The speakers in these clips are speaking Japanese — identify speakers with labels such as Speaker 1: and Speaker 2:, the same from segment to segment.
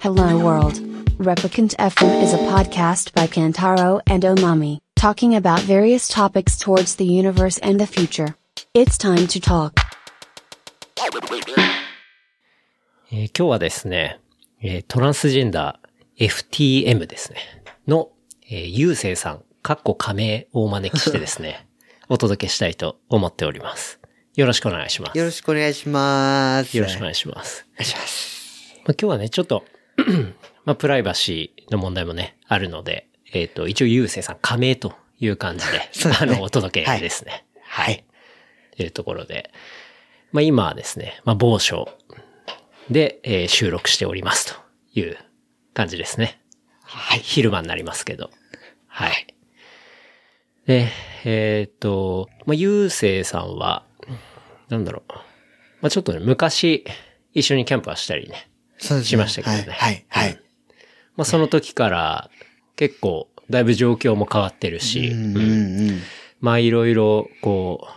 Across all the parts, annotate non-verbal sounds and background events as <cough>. Speaker 1: Hello World. Replicant FM is a podcast by Kantaro and Omami, talking about various topics towards the universe and the future. It's time to talk.
Speaker 2: えー今日はですね、えートランスジェンダー FTM ですね、の、えー、ゆうせいさん、かっこ仮名をお招きしてですね、お届けしたいと思っております。よろしくお願いします。
Speaker 3: よろしくお願いします。
Speaker 2: よろしくお
Speaker 3: い
Speaker 2: 願いします。お願いします。まあ、今日はね、ちょっと、 <clears throat> まあ、プライバシーの問題もね、あるので、えっ、と、一応、ゆうせいさん、仮名という感じで、 <laughs>
Speaker 3: そうです
Speaker 2: あ
Speaker 3: ね
Speaker 2: の、お届けですね。はい。というところで、まあ、今はですね、まあ、某所で、えー収録しておりますという感じですね。はい。昼間になりますけど。はい。で、えーっと、まあ、ゆうせいさんは、なんだろう。まあ、ちょっとね、昔、一緒にキャンプはしたりね。
Speaker 3: そうですね
Speaker 2: しましたけどね
Speaker 3: はい、はい、はい。
Speaker 2: まあ、その時から、結構、だいぶ状況も変わってるし、
Speaker 3: うん、うん、うん。
Speaker 2: まあ、いろいろ、こ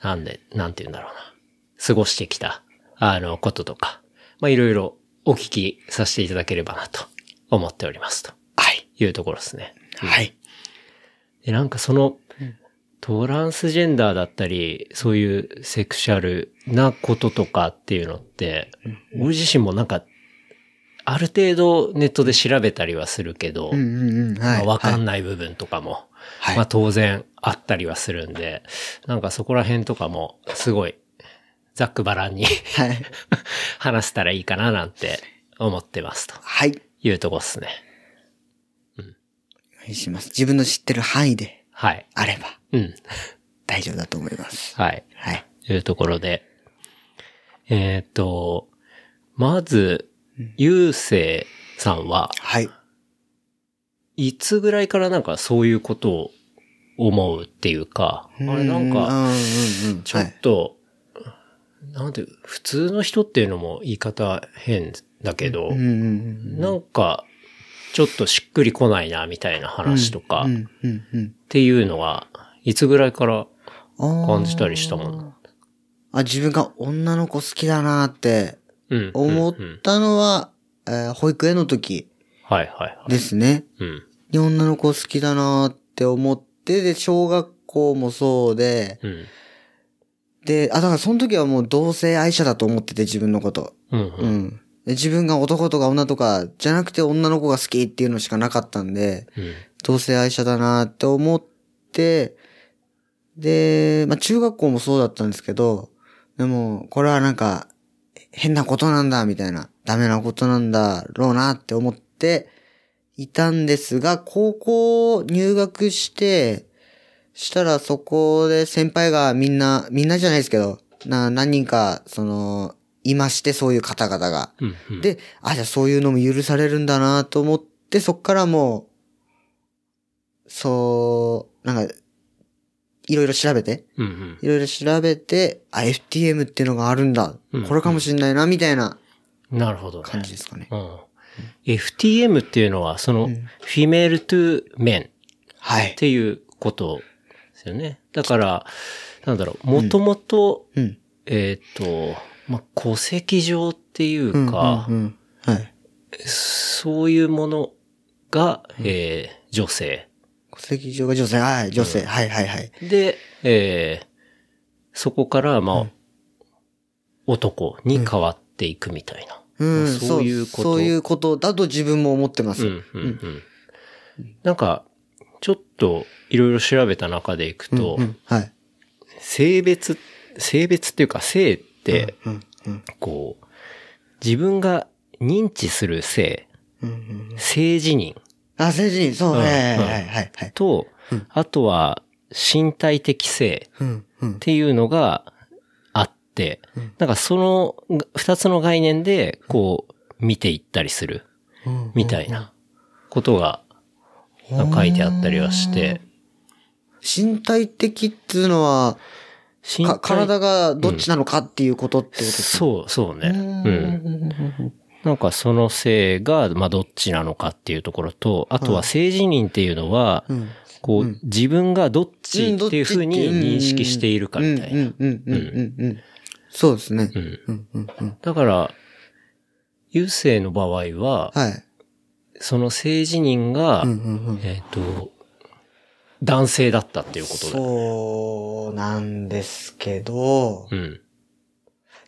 Speaker 2: う、なんで、なんて言うんだろうな。過ごしてきた、あの、こととか、まあ、いろいろお聞きさせていただければなと思っておりますと
Speaker 3: はい、
Speaker 2: いうところですね。
Speaker 3: はい。
Speaker 2: で、なんかその、トランスジェンダーだったり、そういうセクシャルなこととかっていうのって、俺自身もなんか、ある程度ネットで調べたりはするけど、
Speaker 3: うん、うん、うん。
Speaker 2: ま
Speaker 3: は
Speaker 2: あ
Speaker 3: い。
Speaker 2: わか
Speaker 3: ない。
Speaker 2: んない部分とかも、
Speaker 3: はい
Speaker 2: まあ当然あったりはするんで、なんかそこら辺とかも、すごい、ざっくばらんに <laughs>
Speaker 3: はい。
Speaker 2: 話せたらいいかななんて思ってますと
Speaker 3: はい。お
Speaker 2: いうとこですね。
Speaker 3: 願いします。自分の知ってる範囲で
Speaker 2: はい。
Speaker 3: あれば
Speaker 2: うん。
Speaker 3: 大丈夫だと思います。
Speaker 2: はい。
Speaker 3: はい。
Speaker 2: というところで、えーっ、と、まず、ゆうせいさんは、
Speaker 3: はい。
Speaker 2: いつぐらいからなんかそういうことを思うっていうか、あれなん
Speaker 3: う
Speaker 2: か、
Speaker 3: ん、うん、うん。
Speaker 2: ちょっと、なんて、普通の人っていうのも言い方変だけど
Speaker 3: はい、う、ん、うん、
Speaker 2: なんか、ちょっとしっくりこないな、みたいな話とか、
Speaker 3: う
Speaker 2: っ
Speaker 3: ん、うん、うん。
Speaker 2: ていうのは、いつぐらいから
Speaker 3: あー
Speaker 2: 感じたりしたもの。
Speaker 3: あ、自分が女の子好きだなーって
Speaker 2: うん。
Speaker 3: 思っ
Speaker 2: うんうん
Speaker 3: たのは、えー保育園の時
Speaker 2: はいはいはい。
Speaker 3: ですね。
Speaker 2: うん。
Speaker 3: で女の子好きだなーって思って、で、小学校もそうで、
Speaker 2: うん。
Speaker 3: で、あ、だからその時はもう同性愛者だと思ってて自分のこと。
Speaker 2: うん
Speaker 3: う。ん。で自分が男とか女とかじゃなくて女の子が好きっていうのしかなかったんで、
Speaker 2: うん。
Speaker 3: 同性愛者だなーって思って、で、まあ中学校もそうだったんですけど、でも、これはなんか、変なことなんだ、みたいな、ダメなことなんだろうなって思っていたんですが、高校入学して、したらそこで先輩がみんな、みんなじゃないですけど、な、何人か、その、いまして、そういう方々が。
Speaker 2: うんうん、
Speaker 3: で、あ、じゃあそういうのも許されるんだなと思って、そっからもう、そう、なんか、いろいろ調べて、
Speaker 2: うんうん、
Speaker 3: いろいろ調べて、あ、FTM っていうのがあるんだ
Speaker 2: うん。
Speaker 3: これかもしんないな、みたいな
Speaker 2: なるほど、ね。
Speaker 3: 感じですかね。
Speaker 2: うん。FTM っていうのは、その、フィメールトゥメンっ
Speaker 3: はい。
Speaker 2: ていうことですよね。だから、なんだろう、もともと、
Speaker 3: うん。
Speaker 2: えっ、と、まあ、戸籍上っていう
Speaker 3: うん。
Speaker 2: か、
Speaker 3: うんうんはい。
Speaker 2: そういうものが、えー女性。
Speaker 3: 戸籍上が女性、はい、女性、はいはいはい。
Speaker 2: で、えーそこから、まあ、男に変わっていくみたいな。
Speaker 3: うん、
Speaker 2: そういうこと
Speaker 3: そういうことだと自分も思ってます。
Speaker 2: うんうんうん。なんか、ちょっといろいろ調べた中でいくと、
Speaker 3: うんはい。
Speaker 2: 性別、性別っていうか性って、
Speaker 3: うん、うん、
Speaker 2: こう、自分が認知する性、
Speaker 3: うんうん。
Speaker 2: 性自認
Speaker 3: あ、成人、そう、
Speaker 2: うん
Speaker 3: はいはい
Speaker 2: うん
Speaker 3: はいはいはい。
Speaker 2: と、あとは身体的性
Speaker 3: うん、うん
Speaker 2: っ。ていうのがあって、なんかその二つの概念で、こう、見ていったりする
Speaker 3: うん
Speaker 2: みたいなことが書いてあったりはして、
Speaker 3: 身体的っていうのは、
Speaker 2: 身
Speaker 3: か
Speaker 2: 体
Speaker 3: 体がどっちなのかっていうことってことですか、
Speaker 2: そう、そうね。うん。
Speaker 3: うん
Speaker 2: なんかその性が、まあどっちなのかっていうところと、あとは性自認っていうのは、
Speaker 3: うん
Speaker 2: こう、自分がどっち
Speaker 3: んど
Speaker 2: っ
Speaker 3: ってち
Speaker 2: いうふ
Speaker 3: っ
Speaker 2: うに認識しているかみたいな。
Speaker 3: うんうんうんうんうんうんうん。そうですね。
Speaker 2: うん
Speaker 3: うんうんうん
Speaker 2: だから、郵政の場合は、
Speaker 3: はい。
Speaker 2: その性自認が、
Speaker 3: うんうんうん。
Speaker 2: えっ、と、男性だったっていうことだ。
Speaker 3: そうなんですけど、
Speaker 2: うん。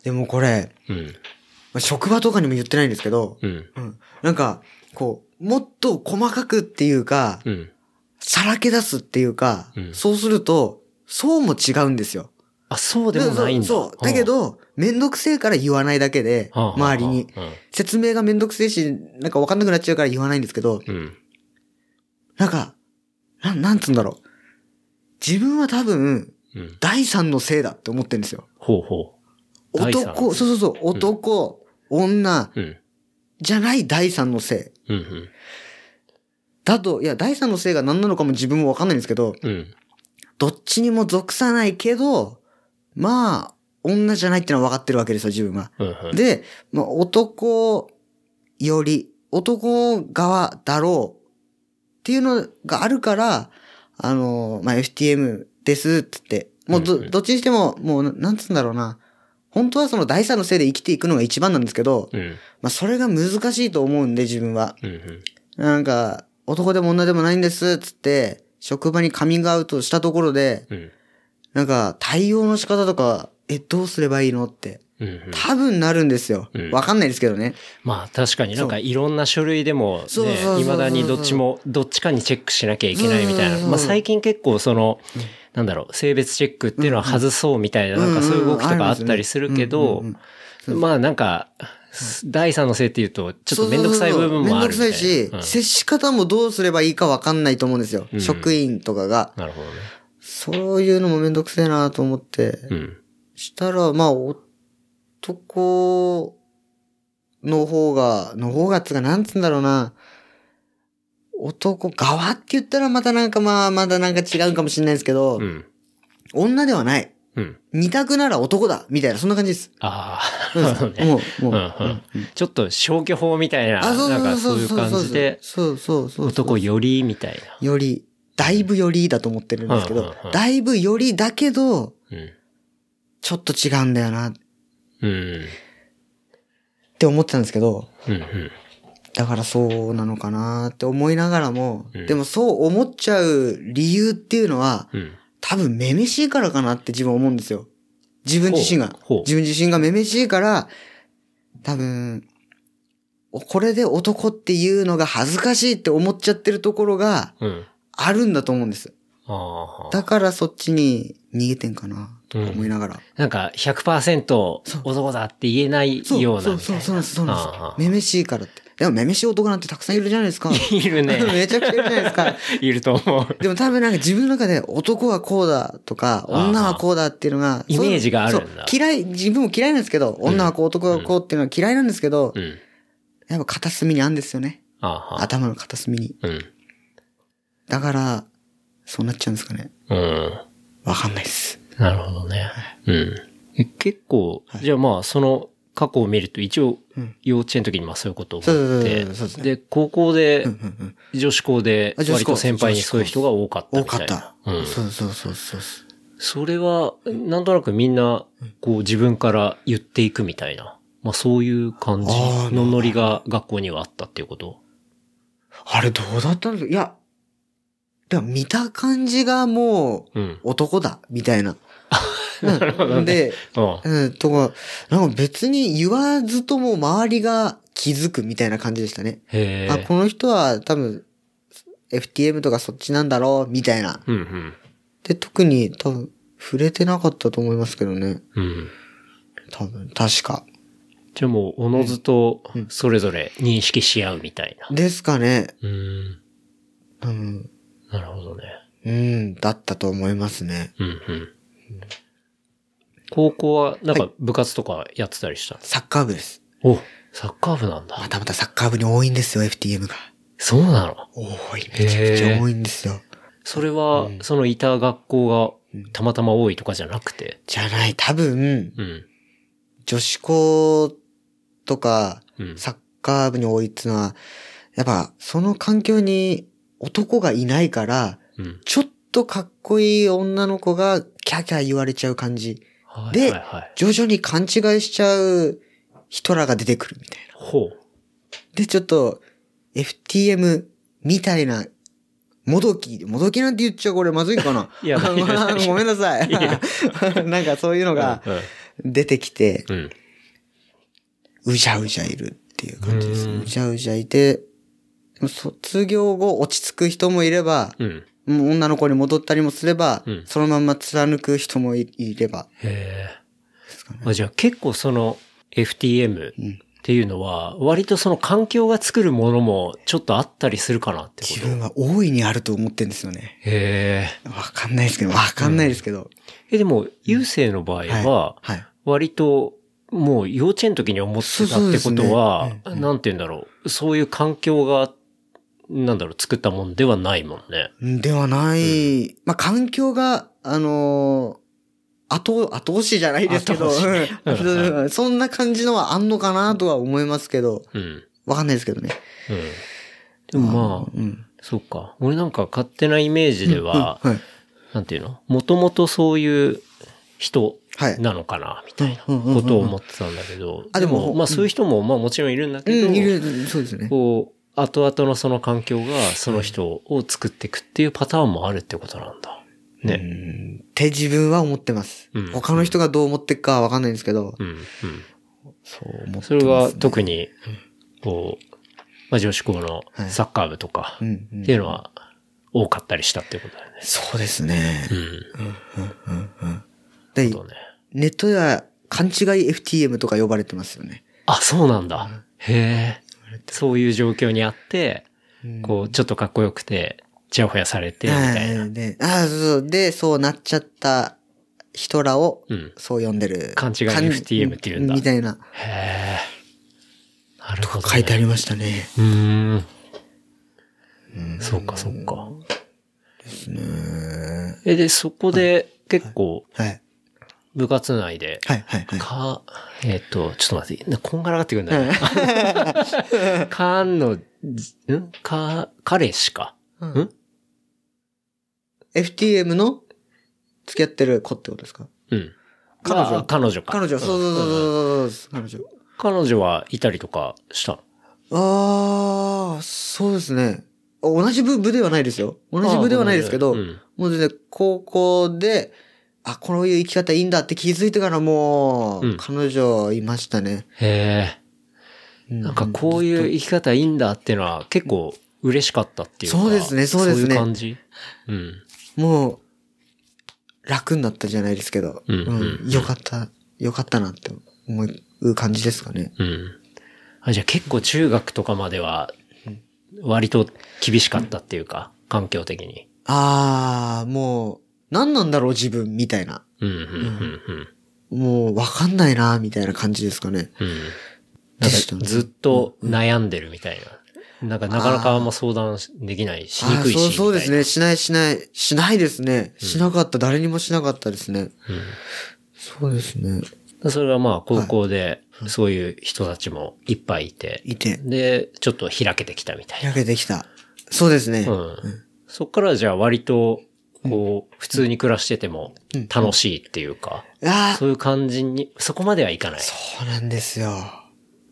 Speaker 3: でもこれ、
Speaker 2: うん。
Speaker 3: まあ職場とかにも言ってないんですけど、
Speaker 2: うん。
Speaker 3: うん。なんか、こう、もっと細かくっていうか、
Speaker 2: うん。
Speaker 3: さらけ出すっていうか、
Speaker 2: うん
Speaker 3: そうすると、そうも違うんですよ。
Speaker 2: あ、そうでもないんだ。
Speaker 3: そうそう。だけど、めんどくせえから言わないだけで、
Speaker 2: うん、
Speaker 3: 周りに。説明がめんどくせえし、なんかわかんなくなっちゃうから言わないんですけど、
Speaker 2: うん。うん。
Speaker 3: なんか、なん、なんつうんだろう。自分は多分、
Speaker 2: うん。
Speaker 3: 第三のせいだって思ってるんですよ。
Speaker 2: ほうほ第三
Speaker 3: 男、そうそうそう、男、女、
Speaker 2: う。うん。
Speaker 3: じゃない第三のせい。
Speaker 2: うん。
Speaker 3: だと、いや、第三のせいが何なのかも自分もわかんないんですけど、
Speaker 2: うん。うん。
Speaker 3: どっちにも属さないけど、まあ、女じゃないってのは分かってるわけですよ、自分は。
Speaker 2: うん。うん。
Speaker 3: で、まあ、男より、男側だろうっていうのがあるから、あの、まあ、FTM ですっつって、もうど、
Speaker 2: うんうん
Speaker 3: どっちにしても、もうな、なんつうんだろうな。本当はその第三のせいで生きていくのが一番なんですけど、
Speaker 2: うん。
Speaker 3: まあ、それが難しいと思うんで、自分は。
Speaker 2: うん。うん。
Speaker 3: なんか、男でも女でもないんですっつって、職場にカミングアウトしたところで、
Speaker 2: うん。
Speaker 3: なんか、対応の仕方とか、え、どうすればいいのって、
Speaker 2: うんうん
Speaker 3: 多分なるんですよ
Speaker 2: うん。
Speaker 3: わかんないですけどね。
Speaker 2: まあ確かになんかいろんな書類でも
Speaker 3: そうそうそうそ
Speaker 2: ね、
Speaker 3: うそう
Speaker 2: いまだにどっちも、どっちかにチェックしなきゃいけないみたい
Speaker 3: うんうん
Speaker 2: な。
Speaker 3: うん
Speaker 2: まあ最近結構その、なんだろう、性別チェックっていうのは外そうみたいな、なんかそういう動きとかあったりするけど
Speaker 3: うんうん、
Speaker 2: まあなんか、第三の性っていうと、ちょっとめんどくさい部分もあるみ
Speaker 3: そう
Speaker 2: たい
Speaker 3: そうそうめんど
Speaker 2: な。
Speaker 3: くさいし、
Speaker 2: うん
Speaker 3: 接し方もどうすればいいかわかんないと思うんですよ。
Speaker 2: うん
Speaker 3: 職員とかが。
Speaker 2: なるほどね。
Speaker 3: そういうのもめんどくせえなと思って。
Speaker 2: うん。
Speaker 3: したら、まあ、男の方が、の方がっつうか、なんつうんだろうな。男側って言ったらまたなんかまあ、まだなんか違うかもしれないですけど、
Speaker 2: うん。
Speaker 3: 女ではない。
Speaker 2: うん。
Speaker 3: 二択なら男だみたいな、そんな感じ
Speaker 2: <laughs>
Speaker 3: です。
Speaker 2: ああ、なるほどね。
Speaker 3: もう、も
Speaker 2: <laughs>
Speaker 3: う。
Speaker 2: うんうんちょっと消去法みたいな、なんかそういう感じで、
Speaker 3: そうそうそう。
Speaker 2: 男よりみたいな。
Speaker 3: より、だいぶよりだと思ってるんですけ
Speaker 2: うんうん
Speaker 3: ど
Speaker 2: うん、
Speaker 3: だいぶよりだけど、
Speaker 2: うん。
Speaker 3: ちょっと違うんだよなっ
Speaker 2: うん。
Speaker 3: て思ってたんですけど、
Speaker 2: うん。うん。
Speaker 3: だからそうなのかなって思いながらも、
Speaker 2: うん
Speaker 3: でもそう思っちゃう理由っていうのは、
Speaker 2: うん。
Speaker 3: 多分めめしいからかなって自分は思うんですよ。自分自身が
Speaker 2: ほうほう。
Speaker 3: 自分自身がめめしいから、多分、おこれで男っていうのが恥ずかしいって思っちゃってるところが
Speaker 2: うん。
Speaker 3: あるんだと思うんです。
Speaker 2: ああ。
Speaker 3: だからそっちに逃げてんかな、とか思いながら。
Speaker 2: なんか100%男だって言えない
Speaker 3: そう
Speaker 2: ような。
Speaker 3: そうそうそうなんです、そうなん
Speaker 2: ああああ
Speaker 3: です。めめしいからって。でもめめしい男なんてたくさんいるじゃないですか。
Speaker 2: いるね。
Speaker 3: <laughs> めちゃくちゃいるじゃないですか。
Speaker 2: いると思う。
Speaker 3: でも多分なんか自分の中で男はこうだとか、
Speaker 2: ああ
Speaker 3: 女はこうだっていうのが、
Speaker 2: イメージがあるんだ
Speaker 3: そう嫌い、自分も嫌いなんですけど、女はこう男はこうっていうのは嫌いなんですけど
Speaker 2: う、ん。
Speaker 3: やっぱ片隅にあるんですよね。
Speaker 2: ああは。
Speaker 3: 頭の片隅に。
Speaker 2: うん。
Speaker 3: だから、そうなっちゃうんですかね。
Speaker 2: うん。
Speaker 3: わかんないです。
Speaker 2: なるほどね。うん。結構、じゃあまあ、その過去を見ると一応
Speaker 3: うん、
Speaker 2: 幼稚園の時にまあそういうことを
Speaker 3: そう
Speaker 2: 思っ
Speaker 3: そう
Speaker 2: て
Speaker 3: そうそうそう、
Speaker 2: で、高校で
Speaker 3: うん、うんうん
Speaker 2: 女子校で、
Speaker 3: あ女子校
Speaker 2: 割と先輩にそういう人が多かった
Speaker 3: 多
Speaker 2: みた
Speaker 3: か
Speaker 2: いな。
Speaker 3: った。
Speaker 2: うん。
Speaker 3: そうそうそうそうそう。
Speaker 2: それは、なんとなくみんな、こう自分から言っていくみたいな。まあそういう感じ
Speaker 3: あー
Speaker 2: のノリが学校にはあったっていうこと。
Speaker 3: あれどうだったんですかいや、でも見た感じがもう
Speaker 2: うん。
Speaker 3: 男だ、みた
Speaker 2: <laughs>
Speaker 3: いな。
Speaker 2: なるほどね
Speaker 3: で、
Speaker 2: うん。
Speaker 3: うん、とか、なんか別に言わずとも周りが気づくみたいな感じでしたね。
Speaker 2: へ
Speaker 3: あ、
Speaker 2: え。
Speaker 3: この人は多分、FTM とかそっちなんだろう、みたいな。
Speaker 2: うんうん。
Speaker 3: で、特に多分、触れてなかったと思いますけどね。
Speaker 2: うん。
Speaker 3: 多分、確か。
Speaker 2: じゃあもう、おのずと、それぞれ認識し合うみたいな。
Speaker 3: ですかね。
Speaker 2: うん。
Speaker 3: うん、
Speaker 2: なるほどね。
Speaker 3: うん、だったと思いますね。
Speaker 2: うんうん。高校は、なんか部活とかやってたりしたの、
Speaker 3: サッカー部です。
Speaker 2: お、サッカー部なんだ
Speaker 3: ま。たまたサッカー部に多いんですよ、FTM が。
Speaker 2: そうなの
Speaker 3: 多い、めちゃくちゃ多いんですよ。
Speaker 2: それは、そのいた学校がたまたま多いとかじゃなくて。
Speaker 3: じゃない、多分、
Speaker 2: うん。
Speaker 3: 女子校とか、
Speaker 2: うん
Speaker 3: サッカー部に多いっていうのは、やっぱ、その環境に男がいないから、
Speaker 2: うん。
Speaker 3: ちょっとかっこいい女の子がキャーキャー言われちゃう感じ。
Speaker 2: はい
Speaker 3: で
Speaker 2: はいはい。
Speaker 3: 徐々に勘違いしちゃうヒトラーが出てくるみたいな。
Speaker 2: ほう。
Speaker 3: で、ちょっと、FTM みたいな、もどき、もどきなんて言っちゃこれまずいかな
Speaker 2: いや
Speaker 3: あ
Speaker 2: いや
Speaker 3: の <laughs> ごめんなさい。 <laughs> なんかそういうのが出てきて、
Speaker 2: うん。うん。
Speaker 3: うじゃうじゃいるっていう感じです。
Speaker 2: うん
Speaker 3: うじゃうじゃいて、でも卒業後落ち着く人もいれば、
Speaker 2: うん。
Speaker 3: もう女の子に戻ったりもすれば、
Speaker 2: うん
Speaker 3: そのまんま貫く人もいいれば、
Speaker 2: へえ。
Speaker 3: ですかね。
Speaker 2: あじゃあ結構その FTM
Speaker 3: うん
Speaker 2: っていうのは、割とその環境が作るものもちょっとあったりするかなってこ
Speaker 3: 自
Speaker 2: と。
Speaker 3: 分は大いにあると思ってんですよね。
Speaker 2: へ
Speaker 3: わかんないですけど、わかんないですけど。
Speaker 2: え。え、でも、優勢の場合は、
Speaker 3: はい。
Speaker 2: 割と、もう幼稚園の時に思ってたってこと
Speaker 3: そう
Speaker 2: は、
Speaker 3: ですねうん
Speaker 2: なんて言うんだろう。そういう環境が、なんだろう、作ったもんではないもんね。
Speaker 3: ではない、まあ、環境が、あのー後、後押しじゃないですけど、
Speaker 2: 後押しね
Speaker 3: うん
Speaker 2: うん
Speaker 3: うんそんな感じのはあんのかなとは思いますけど、
Speaker 2: うん。うん。
Speaker 3: わかんないですけどね。
Speaker 2: でもまあ、
Speaker 3: うん。
Speaker 2: そうか。俺なんか勝手なイメージでは、
Speaker 3: うんはい。
Speaker 2: なんていうのもともとそういう人
Speaker 3: はい
Speaker 2: なのかな、みたいな
Speaker 3: うんうんうんうん
Speaker 2: ことを思ってたんだけど。
Speaker 3: あでも
Speaker 2: まあそういう人も、まあもちろんいるんだけど、
Speaker 3: うん、いる、そうですね。
Speaker 2: こう、後々のその環境がその人を作っていくっていうパターンもあるってことなんだ。
Speaker 3: う
Speaker 2: ね。
Speaker 3: んって自分は思ってます。
Speaker 2: うん
Speaker 3: 他の人がどう思ってるかはわかんないんですけど、
Speaker 2: うん、うん。
Speaker 3: そう思ってます、
Speaker 2: それは特に、こう、まあ女子校の
Speaker 3: はい
Speaker 2: サッカー部とか
Speaker 3: う
Speaker 2: っ
Speaker 3: ん、うん
Speaker 2: ていうのは多かったりしたってことだよね。
Speaker 3: そうですね
Speaker 2: う。ん。
Speaker 3: で
Speaker 2: そうね。
Speaker 3: ネットでは勘違い FTM とか呼ばれてますよね。
Speaker 2: あ、そうなんだ。へえ。そういう状況にあって、
Speaker 3: うん
Speaker 2: こう、ちょっとかっこよくて、ちやほやされて、みたいな。
Speaker 3: はいで、ああ、そうそう。で、そうなっちゃった人らを、
Speaker 2: うん
Speaker 3: そう呼んでる。
Speaker 2: 勘違い
Speaker 3: 勘
Speaker 2: FTM って言うんだ
Speaker 3: みたいな。
Speaker 2: へえ。なるほど、ね。
Speaker 3: 書いてありましたね。
Speaker 2: うーん。そうか、そうか。え、で、そこで、結構、
Speaker 3: はい。
Speaker 2: 部活内で、
Speaker 3: はい、はい、はい。
Speaker 2: か、えっ、と、ちょっと待って、なこんがらがってくるんだよね。かんの、じんか、彼氏か。
Speaker 3: うん
Speaker 2: ん
Speaker 3: FTM の付き合ってる子ってことですか
Speaker 2: うん。
Speaker 3: 彼女
Speaker 2: が彼女か。
Speaker 3: 彼女、そうそうそう
Speaker 2: うん
Speaker 3: そうそうそう、
Speaker 2: 彼女はいたりとかしたの
Speaker 3: 彼女。ああ、そうですね。同じ部部ではないですよ。同じ部ではないですけど、
Speaker 2: あーごめんね
Speaker 3: もう全然高校で、あ、こういう生き方いいんだって気づいてからも
Speaker 2: うん
Speaker 3: う、彼女いましたね。
Speaker 2: うんへえ。
Speaker 3: な
Speaker 2: なんかこういう生き方いいんだってのは結構嬉しかったっていうか。
Speaker 3: そうですねそうですね
Speaker 2: そういう感じ。うん。
Speaker 3: もう、楽になったじゃないですけど、
Speaker 2: うんうん
Speaker 3: よかった、よかったなって思う感じですかね。
Speaker 2: うん。あじゃあ結構中学とかまでは割と厳しかったっていうか、環境的に。
Speaker 3: あー、もう、何なんだろう自分、みたいな。
Speaker 2: うん、うん、うん、うん。
Speaker 3: もう、わかんないな、みたいな感じですかね。
Speaker 2: うん。なん
Speaker 3: でした
Speaker 2: か
Speaker 3: ね
Speaker 2: ずっと悩んでるみたいな。なんかなかなかあんま相談できないし、しに
Speaker 3: あー
Speaker 2: くいし。
Speaker 3: そう、そうですね。
Speaker 2: み
Speaker 3: しないしない。しないですね。しなかった。誰にもしなかったですね。
Speaker 2: たいな。
Speaker 3: そうですね。
Speaker 2: うん。それはまあ高校でそういう人たちもいっぱいいて、
Speaker 3: いて、
Speaker 2: で、ちょっと開けてきたみたいな
Speaker 3: 開けてきた。そうですね。
Speaker 2: うん。そっからじゃあ割と、こう、普通に暮らしてても楽しいっていうか、
Speaker 3: あー、
Speaker 2: そういう感じに、そこまではいかない。
Speaker 3: そうなんですよ。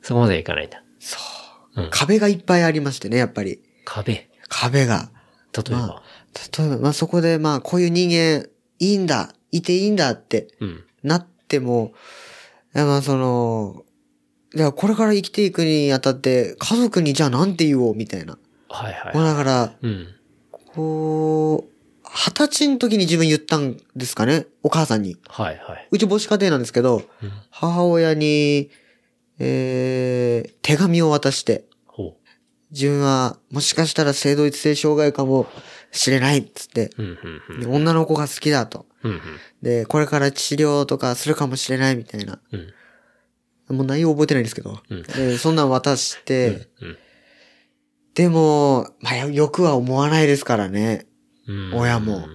Speaker 2: そこまではいかないんだ。うん
Speaker 3: 壁がいっぱいありましてね、やっぱり。
Speaker 2: 壁。例え
Speaker 3: 壁が。
Speaker 2: ば
Speaker 3: ま。あ、例えば、まあそこで、まあこういう人間、いいんだ、いていいんだって
Speaker 2: うん。
Speaker 3: なっても、いやまあその、いやこれから生きていくにあたって、家族にじゃあなんて言おう、みたいな。
Speaker 2: はいはい。
Speaker 3: まあだから、
Speaker 2: うん。
Speaker 3: こう、二十歳の時に自分言ったんですかね、お母さんに。
Speaker 2: はいはい。
Speaker 3: うち母子家庭なんですけど、
Speaker 2: うん
Speaker 3: 母親に、えー、手紙を渡して、
Speaker 2: ほ
Speaker 3: 自分はもしかしたら性同一性障害かもしれないっつって、
Speaker 2: う。うんうんうん。
Speaker 3: で女の子が好きだと。
Speaker 2: うんうん
Speaker 3: で、これから治療とかするかもしれないみたいな。
Speaker 2: うん。
Speaker 3: もう内容覚えてないんですけど。
Speaker 2: うん
Speaker 3: で、そんなん渡して、
Speaker 2: うん
Speaker 3: でも、まあ、よ欲は思わないですからね。
Speaker 2: うん。
Speaker 3: 親も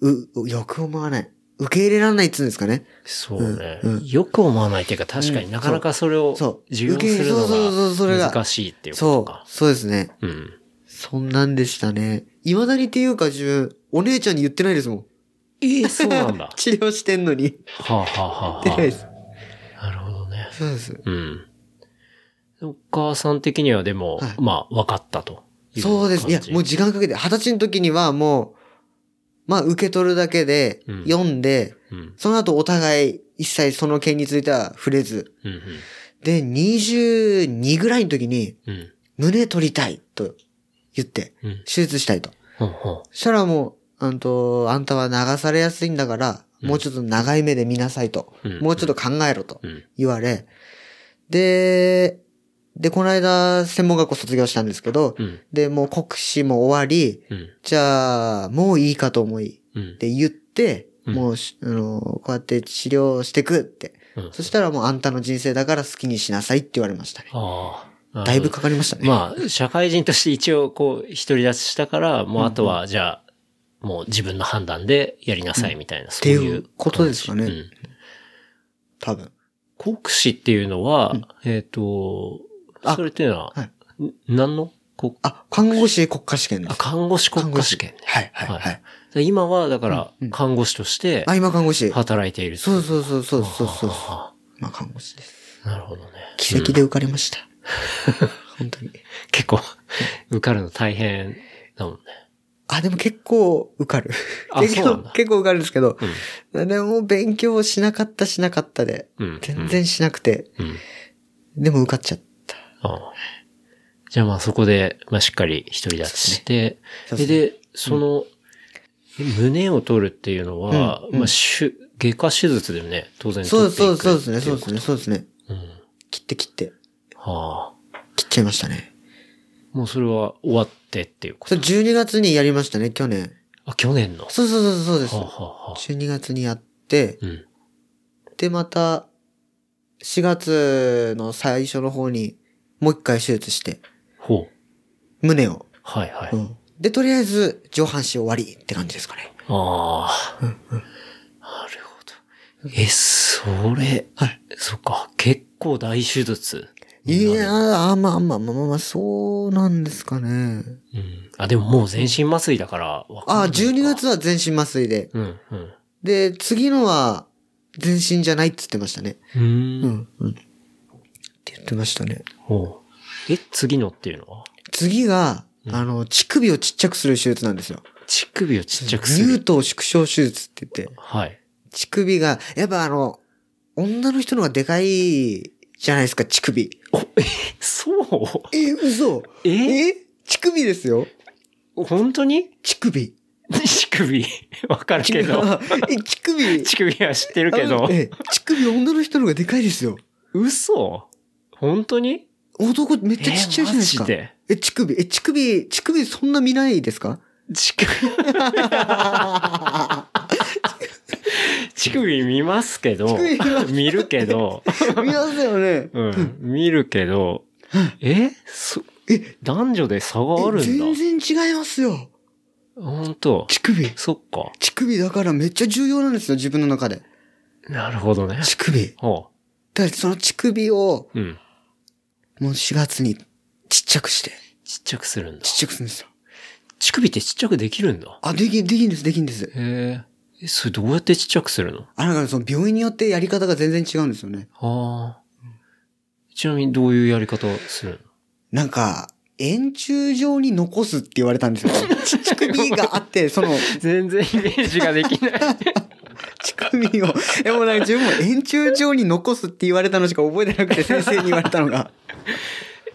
Speaker 2: うん。
Speaker 3: う、欲思わない。受け入れられないっつうんですかね。
Speaker 2: そうね
Speaker 3: うんう。ん
Speaker 2: よく思わないっていうか、確かになかなかそれを
Speaker 3: そう
Speaker 2: 受容する
Speaker 3: そうそうそうそうそ
Speaker 2: の
Speaker 3: れ
Speaker 2: が
Speaker 3: が
Speaker 2: 難しいっていうこと
Speaker 3: そ
Speaker 2: か。
Speaker 3: う、そうですね。
Speaker 2: うん。
Speaker 3: そんなんでしたね。未だにっていうか自分、お姉ちゃんに言ってないですもん。
Speaker 2: ええ、そうなんだ <laughs>
Speaker 3: <laughs> 。治療してんのに。
Speaker 2: はあはあはあ
Speaker 3: 言ってな
Speaker 2: は
Speaker 3: いです。
Speaker 2: あ。なるほどね。
Speaker 3: そうです。
Speaker 2: うん。お母さん的にはでも、
Speaker 3: はい
Speaker 2: まあ、分かったという感じ。
Speaker 3: そうです。いや、もう時間かけて、二十歳の時にはもう、まあ、受け取るだけで
Speaker 2: うん、
Speaker 3: 読んで、
Speaker 2: うん。
Speaker 3: その後お互い一切その件については触れず。
Speaker 2: うん。
Speaker 3: で、22ぐらいの時に、
Speaker 2: うん。うん。
Speaker 3: 胸取りたいと言って、
Speaker 2: うん。
Speaker 3: 手術したいと。
Speaker 2: ほうほ
Speaker 3: そしたらもう、あんと、あんたは流されやすいんだから、もうちょっと長い目で見なさいと。
Speaker 2: うん
Speaker 3: もうちょっと考えろと
Speaker 2: う。うん。
Speaker 3: 言われ。で、で、この間、専門学校卒業したんですけど、
Speaker 2: うん。
Speaker 3: で、もう国試も終わり、
Speaker 2: うん。
Speaker 3: じゃあ、もういいかと思い、
Speaker 2: うん
Speaker 3: っ。て言って、
Speaker 2: うん
Speaker 3: もうし、あの、こうやって治療してくって。
Speaker 2: うん
Speaker 3: そしたらもうあんたの人生だから好きにしなさいって言われましたね。
Speaker 2: ああ。
Speaker 3: だいぶ
Speaker 2: か
Speaker 3: かかりましたね。
Speaker 2: まあ、社会人として一応こう、独り立ちしたから、もうあとは、じゃあ、もう自分の判断でやりなさいみたいな、そうい
Speaker 3: っていうう。ことですかね
Speaker 2: うん。
Speaker 3: 多分。
Speaker 2: 国試っていうのは、えっと、
Speaker 3: あ
Speaker 2: それっていうのは、
Speaker 3: はい
Speaker 2: ん何の国
Speaker 3: あ、看護師国家試験で
Speaker 2: あ、
Speaker 3: す。
Speaker 2: 看護師国家試験ね。
Speaker 3: はい、はい、は。
Speaker 2: はいで今は、だから
Speaker 3: うんう、ん
Speaker 2: 看護師として
Speaker 3: あ、今看護師。
Speaker 2: 働いている。
Speaker 3: そうそうそうそうそうそう。
Speaker 2: あ
Speaker 3: まあ看護師です。
Speaker 2: あなるほどね。
Speaker 3: 奇跡で受かりました。本当に。
Speaker 2: 結構、 <laughs> 受かるの大変だもんね。
Speaker 3: あ、でも結構受かる。
Speaker 2: あ
Speaker 3: 結
Speaker 2: そうなん
Speaker 3: 構
Speaker 2: だ、
Speaker 3: 結構受かるんですけど、
Speaker 2: うん
Speaker 3: でも勉強しなかったしなかったで、
Speaker 2: うん
Speaker 3: 全然しなくて、
Speaker 2: うん。
Speaker 3: でも受かっちゃった。
Speaker 2: ああじゃあまあそこで、まあしっかり独り立ちして、
Speaker 3: そう
Speaker 2: で
Speaker 3: ですね
Speaker 2: で、その、胸を取るっていうのは、
Speaker 3: うん
Speaker 2: まあ手、外科手術でもね、当然
Speaker 3: そ
Speaker 2: 取
Speaker 3: う
Speaker 2: ってい
Speaker 3: そう
Speaker 2: く
Speaker 3: そうですね、
Speaker 2: ってい
Speaker 3: そ
Speaker 2: うう
Speaker 3: で
Speaker 2: こ
Speaker 3: すね、そうですね。
Speaker 2: と。うん。
Speaker 3: 切って切って、
Speaker 2: はあ。
Speaker 3: 切っちゃいましたね。
Speaker 2: もうそれは終わってっていうこ
Speaker 3: そ
Speaker 2: と
Speaker 3: れ。12月にやりましたね、去年。
Speaker 2: あ、去年の。は
Speaker 3: そうそうそうそうで
Speaker 2: あ、
Speaker 3: す。
Speaker 2: はあはあ、
Speaker 3: 12月にやって、
Speaker 2: うん。
Speaker 3: で、また、4月の最初の方に、もう一回手術して、
Speaker 2: ほう。
Speaker 3: 胸を。
Speaker 2: はいはい。
Speaker 3: うんで、とりあえず、上半身終わりって感じですかね。
Speaker 2: ああ。なるほど。え、それ、そっか、結構大手術。
Speaker 3: いやー、あまあまあまあまあまあ、そうなんですか
Speaker 2: う
Speaker 3: ね。
Speaker 2: ん。あ、でももう全身麻酔だから、わかん
Speaker 3: あ
Speaker 2: ない
Speaker 3: あ、
Speaker 2: か
Speaker 3: 12月は全身麻酔で。
Speaker 2: うん、うん。
Speaker 3: で、次のは、全身じゃないって言ってましたね。
Speaker 2: うー。
Speaker 3: うんん、うん。って言ってましたね。
Speaker 2: ほう。え、次のっていうのは
Speaker 3: 次が、あの、乳首をちっちゃくする手術なんですよ。
Speaker 2: 乳首をちっちゃくす
Speaker 3: 乳
Speaker 2: る。
Speaker 3: 頭縮小手術って言って。
Speaker 2: はい。
Speaker 3: 乳首が、やっぱあの、女の人の方がでかいじゃないですか、乳首。
Speaker 2: お、え、そ
Speaker 3: え、嘘
Speaker 2: うえ
Speaker 3: 乳首ですよ
Speaker 2: 本当に
Speaker 3: 乳首。
Speaker 2: 乳首、 <laughs> わかるけど。
Speaker 3: <laughs> え、乳首。
Speaker 2: 乳首は知ってるけ
Speaker 3: あ
Speaker 2: ど
Speaker 3: の。ええ乳首女の人の方がでかいですよ。
Speaker 2: 嘘本当に
Speaker 3: 男めっ
Speaker 2: え
Speaker 3: ちゃちっちゃいじゃないですか
Speaker 2: マジ。で。
Speaker 3: え、乳首、え、乳首、乳首そんな見ないで
Speaker 2: <laughs>
Speaker 3: すか
Speaker 2: 乳首、乳首見ますけど
Speaker 3: 乳首見ま、
Speaker 2: 見るけ <laughs> ど、
Speaker 3: 見ますよね。
Speaker 2: うん、見るけど、えそ
Speaker 3: え
Speaker 2: 男女で差がある
Speaker 3: え全
Speaker 2: んだ。
Speaker 3: 然違いますよ。
Speaker 2: 本当
Speaker 3: 乳首。
Speaker 2: そっか。
Speaker 3: 乳首だからめっちゃ重要なんですよ、自分の中で。
Speaker 2: なるほどね。
Speaker 3: 乳首。
Speaker 2: ほ
Speaker 3: だからその乳首を、
Speaker 2: う。うん。
Speaker 3: もう4月にちっちゃくして、
Speaker 2: ちっちゃくするんだ
Speaker 3: ちっ。ちゃくするんですよ。
Speaker 2: 乳首ってちっちゃくできるんだ。
Speaker 3: あ、でき、できんです、できんです。
Speaker 2: へえ。え、それどうやってちっちゃくするの
Speaker 3: あ、だからその病院によってやり方が全然違うんですよね。
Speaker 2: ああ。ちなみにどういうやり方をする
Speaker 3: なんか、円柱状に残すって言われたんで
Speaker 2: <laughs>
Speaker 3: すよ。乳首があって、その、
Speaker 2: の全然イメージができ <laughs> ない。
Speaker 3: 乳首を、え、もうなんか自分も円柱状に残すって言われたのしか覚えてなくて、先生に言われたのが。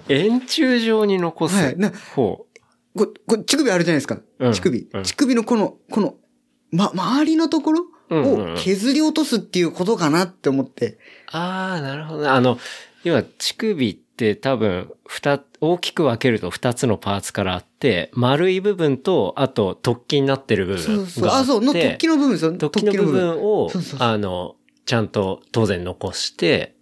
Speaker 2: 円柱状に残す。
Speaker 3: はいな
Speaker 2: ほう。
Speaker 3: こ、こ、乳首あるじゃないですか。
Speaker 2: うん
Speaker 3: 乳首
Speaker 2: うん。
Speaker 3: 乳首のこの、この、ま、周りのところ
Speaker 2: うんうんうん
Speaker 3: を削り落とすっていうことかなって思って。
Speaker 2: ああ、なるほどね。あの、今、乳首って多分、二つ、大きく分けると二つのパーツからあって、丸い部分と、あと、突起になってる部
Speaker 3: そ
Speaker 2: 分があ
Speaker 3: う
Speaker 2: って。
Speaker 3: そう。あ、そう、の突起の部分ですよ。
Speaker 2: 突起の部分を
Speaker 3: そうそうそう、
Speaker 2: あの、ちゃんと当然残して、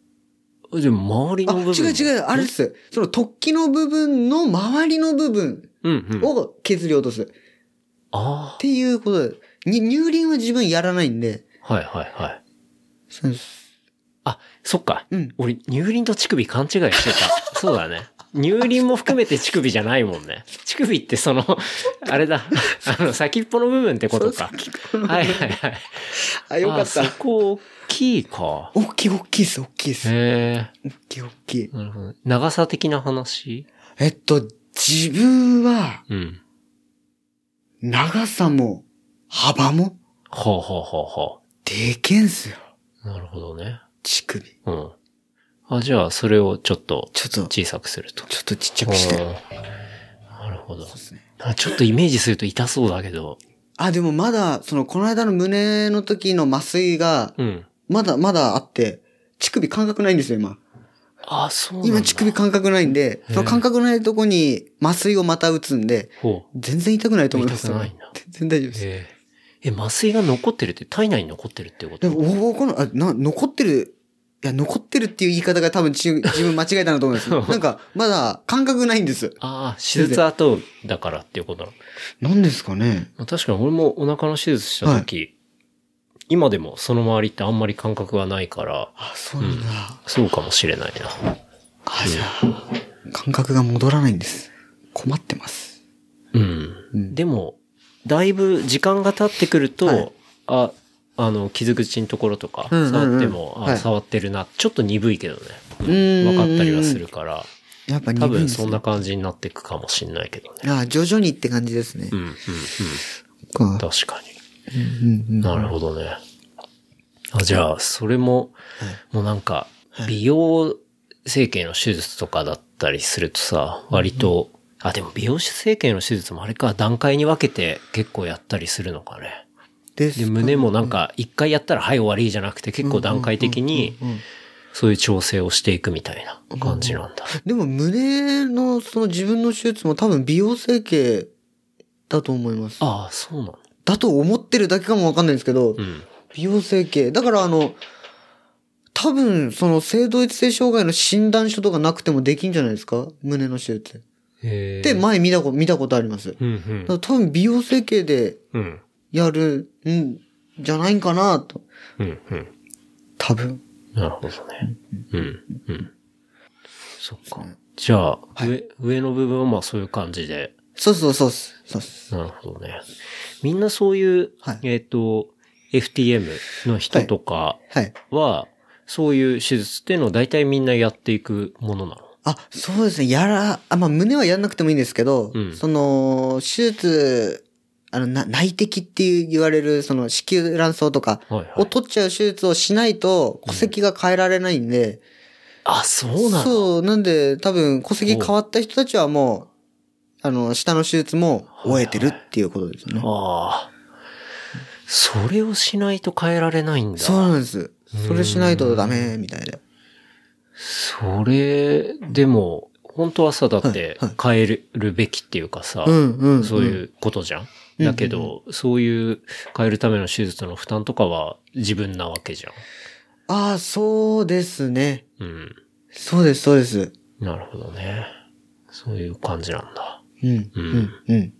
Speaker 2: でも周りの
Speaker 3: あ、
Speaker 2: 部分も。
Speaker 3: 違う違う、あれです。その突起の部分の周りの部分
Speaker 2: うんうん。
Speaker 3: を削り落とす。っ
Speaker 2: あ
Speaker 3: ていうことで。に乳輪は自分やらないんで。
Speaker 2: あ、はいはいはい。
Speaker 3: そうです。
Speaker 2: あ、そっか。
Speaker 3: うん。 <laughs>
Speaker 2: 俺、乳輪と乳首勘違いしてた。そうだね。乳輪も含めて乳首じゃないもんね。乳首ってその、あれだ、あの、先っぽの部分ってことか。はいはいはい。
Speaker 3: あ、よか
Speaker 2: あ
Speaker 3: った。
Speaker 2: そこ大きいか。
Speaker 3: 大きい大きいっす、大きいっす。
Speaker 2: へ
Speaker 3: 大きい大きい
Speaker 2: え。。なるほど。長さ的な話
Speaker 3: えっと、自分は、
Speaker 2: うん。
Speaker 3: 長さも、幅も、
Speaker 2: ほうほうほうほ
Speaker 3: でけんすよ。
Speaker 2: う。なるほどね。
Speaker 3: 乳首。
Speaker 2: うん。あ、じゃあ、それをちょっと
Speaker 3: ちょっと、ち
Speaker 2: 小さくすると。
Speaker 3: ょっとちっちゃくして。
Speaker 2: う
Speaker 3: そうん
Speaker 2: なるほど。
Speaker 3: ですね。
Speaker 2: あちょっとイメージすると痛そうだけど。
Speaker 3: あ、でもまだ、その、この間の胸の時の麻酔が、
Speaker 2: うん。
Speaker 3: まだまだあって、乳首感覚ないんですよ、今。
Speaker 2: あ、そうなんだ。
Speaker 3: 今乳首感覚ないんで、
Speaker 2: へえ
Speaker 3: その感覚ないとこに麻酔をまた打つんで、
Speaker 2: ほう。
Speaker 3: 全然痛くないと思います。
Speaker 2: 痛くないんだ
Speaker 3: 全然大丈夫です。
Speaker 2: えええ、麻酔が残ってるって体内に残ってるってこと
Speaker 3: でも、おおこの、あ、な、残ってる、いや、残ってるっていう言い方が多分ち
Speaker 2: <laughs>
Speaker 3: 自分間違えたなと思います。なんか、まだ感覚ないんです。
Speaker 2: ああ、手術後だからっていうことなの。
Speaker 3: 何ですかね
Speaker 2: まあ確かに俺もお腹の手術した時、今でもその周りってあんまり感覚がないから、
Speaker 3: あ、そうなんだ。あ、
Speaker 2: そうかもしれないな。
Speaker 3: じゃあ、感覚が戻らないんです。困ってます。
Speaker 2: うん。
Speaker 3: うん
Speaker 2: でも、だいぶ時間が経ってくると、
Speaker 3: はい
Speaker 2: あ、あの、傷口のところとか、
Speaker 3: うんうんうん
Speaker 2: 触っても、あ
Speaker 3: はい
Speaker 2: 触ってるな、ちょっと鈍いけどね。
Speaker 3: ん
Speaker 2: 分かったりはするから、
Speaker 3: やっぱ鈍
Speaker 2: 多
Speaker 3: いん
Speaker 2: 分
Speaker 3: です
Speaker 2: そん
Speaker 3: ね
Speaker 2: な感じになっていくかもしれないけどね。
Speaker 3: ああ、徐々にって感じですね
Speaker 2: う。ん、うん、うん。
Speaker 3: か
Speaker 2: 確かに。
Speaker 3: うんうん
Speaker 2: なるほどね。あじゃあ、それも、もうなんか、美容整形の手術とかだったりするとさ、割と、あ、でも美容整形の手術もあれか、段階に分けて結構やったりするのかね。
Speaker 3: です
Speaker 2: で、胸もなんか、一回やったら、はい、終わりじゃなくて、結構段階的に、そういう調整をしていくみたいな感じなんだ。
Speaker 3: でも胸のその自分の手術も多分美容整形だと思います。
Speaker 2: ああ、そうなの
Speaker 3: だと思ってるだけかもわかんないんですけど、
Speaker 2: うん。
Speaker 3: 美容整形。だからあの、多分その性同一性障害の診断書とかなくてもできんじゃないですか胸の手術。
Speaker 2: へえ
Speaker 3: で、前見たこと、見たことあります。だか
Speaker 2: うん、うん
Speaker 3: ら多分美容整形で
Speaker 2: うん。
Speaker 3: やるんじゃないんかなと。
Speaker 2: うん、うん。
Speaker 3: 多分。
Speaker 2: なるほどね。うん、うん。そっか。じゃあ、上、上の部分はまあそういう感じで。
Speaker 3: そうそうそうっす。そうっす。
Speaker 2: なるほどね。みんなそういう、
Speaker 3: はい
Speaker 2: えっ、と、FTM の人とか
Speaker 3: はい。
Speaker 2: は、そういう手術っていうのを大体みんなやっていくものなの
Speaker 3: あ、そうですね。やら、あ、まあ、胸はやんなくてもいいんですけど、
Speaker 2: うん
Speaker 3: その、手術、あの、な内的っていう言われる、その、子宮卵巣とか
Speaker 2: はいはい
Speaker 3: を取っちゃう手術をしないと、戸籍が変えられないんで、
Speaker 2: あ、そうなの
Speaker 3: そう、なんで、多分、戸籍変わった人たちはもう、あの、下の手術も終えてるっていうことですよね。
Speaker 2: ああ。それをしないと変えられないんだ。
Speaker 3: そうなんです。それしないとダメ、みたいで。
Speaker 2: それ、でも、本当はさ、だって
Speaker 3: はい
Speaker 2: 変えるべきっていうかさ、
Speaker 3: うん、うん。
Speaker 2: そういうことじゃん。だけど、そういう変えるための手術の負担とかは自分なわけじゃ
Speaker 3: ああ、そうですね。
Speaker 2: ん。うん。
Speaker 3: そうです、そうです。
Speaker 2: なるほどね。そういう感じなんだ。
Speaker 3: うん、
Speaker 2: う
Speaker 3: うんん、うん。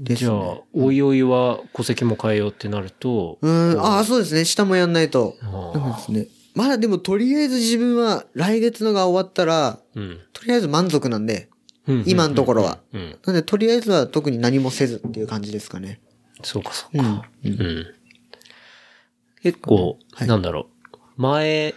Speaker 2: じゃあ、おいおいは戸籍も変えようってなると、
Speaker 3: うーん、ああ、そうですね。下もやんないと。
Speaker 2: あ
Speaker 3: そう
Speaker 2: あ
Speaker 3: ですね。まだでも、とりあえず自分は来月のが終わったら、
Speaker 2: うん。
Speaker 3: とりあえず満足なんで、
Speaker 2: うん
Speaker 3: 今のところは。
Speaker 2: うん。
Speaker 3: なんで、とりあえずは特に何もせずっていう感じですかね。
Speaker 2: そうかそう
Speaker 3: う
Speaker 2: か。
Speaker 3: ん。
Speaker 2: うん。結構、
Speaker 3: はい
Speaker 2: なんだろう。前、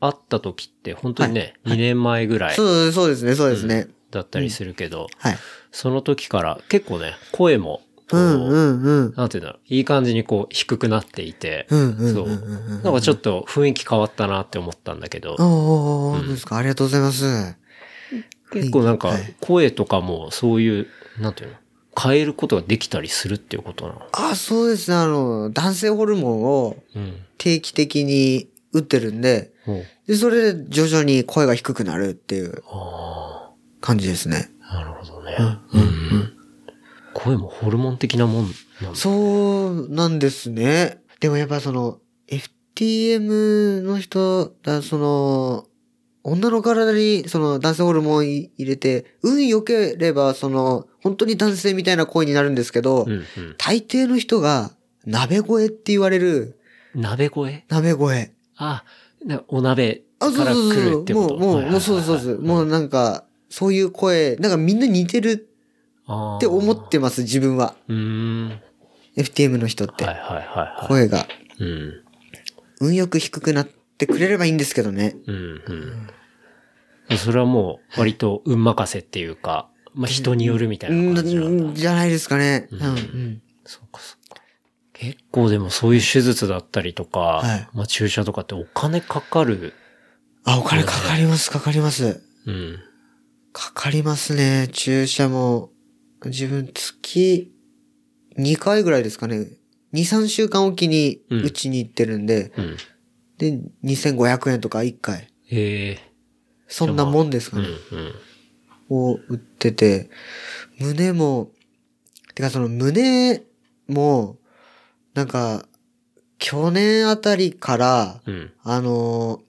Speaker 2: 会った時って本当にね、2年前ぐらい
Speaker 3: そう、そうですね、そうですね。
Speaker 2: だったりするけど、
Speaker 3: はい。
Speaker 2: その時から結構ね、声も、こ
Speaker 3: う、
Speaker 2: うん
Speaker 3: うん、うん。
Speaker 2: なんていうんだろう、いい感じにこう低くなっていて、
Speaker 3: うん、うん、
Speaker 2: そうう。
Speaker 3: ん。
Speaker 2: なんかちょっと雰囲気変わったなって思ったんだけど、
Speaker 3: おー、そうですか。ありがとうございます。
Speaker 2: 結構なんか
Speaker 3: はい
Speaker 2: 声とかもそういう、なんていうの、変えることができたりするっていうことなの。
Speaker 3: あ、そうですね。あの、男性ホルモンを
Speaker 2: うん。
Speaker 3: 定期的に打ってるんで、
Speaker 2: おう
Speaker 3: で、それで徐々に声が低くなるっていう
Speaker 2: あ
Speaker 3: 感じですね。
Speaker 2: あ、なるほどね。うん声もホルモン的なもんなんだ。
Speaker 3: そうなんですね。でもやっぱその、FTM の人、だその、女の体にその男性ホルモンい入れて、運良ければその、本当に男性みたいな声になるんですけど、
Speaker 2: うんうん。
Speaker 3: 大抵の人が、鍋声って言われる、
Speaker 2: 鍋声
Speaker 3: 鍋声。
Speaker 2: あ、なお鍋
Speaker 3: あ、そう
Speaker 2: から
Speaker 3: そう
Speaker 2: 来
Speaker 3: そ
Speaker 2: る
Speaker 3: う
Speaker 2: って
Speaker 3: そう。も
Speaker 2: こ
Speaker 3: う、
Speaker 2: と
Speaker 3: も、
Speaker 2: はいうはいはい
Speaker 3: もうそうそうそう。もうなんか、そういう声、なんかみんな似てる
Speaker 2: あー
Speaker 3: って思ってます、自分は。
Speaker 2: うーん。はい
Speaker 3: FTM の人っ
Speaker 2: はい
Speaker 3: て。
Speaker 2: はいは
Speaker 3: 声が。
Speaker 2: い。うん。
Speaker 3: 運よく低くなってくれればいいんですけどね。
Speaker 2: うん、うん。それはもう、割と運任せっていうか、まあ人によるみたいな感じなんだ。
Speaker 3: うんじゃないですかね。うん。うん
Speaker 2: そうかそうか。結構でもそういう手術だったりとか、
Speaker 3: はい
Speaker 2: まあ注射とかってお金かかる。
Speaker 3: あ、お金かかります、かかります。
Speaker 2: うん。
Speaker 3: かかりますね。注射も、自分月2回ぐらいですかね。2、3週間おきに
Speaker 2: うん
Speaker 3: うちに行ってるんで、
Speaker 2: うん。
Speaker 3: で、2500円とか1回。
Speaker 2: ええ
Speaker 3: そんなもんですかね。
Speaker 2: うんうん。
Speaker 3: を売ってて、胸も、てかその胸も、なんか、去年あたりから、
Speaker 2: うん。
Speaker 3: あの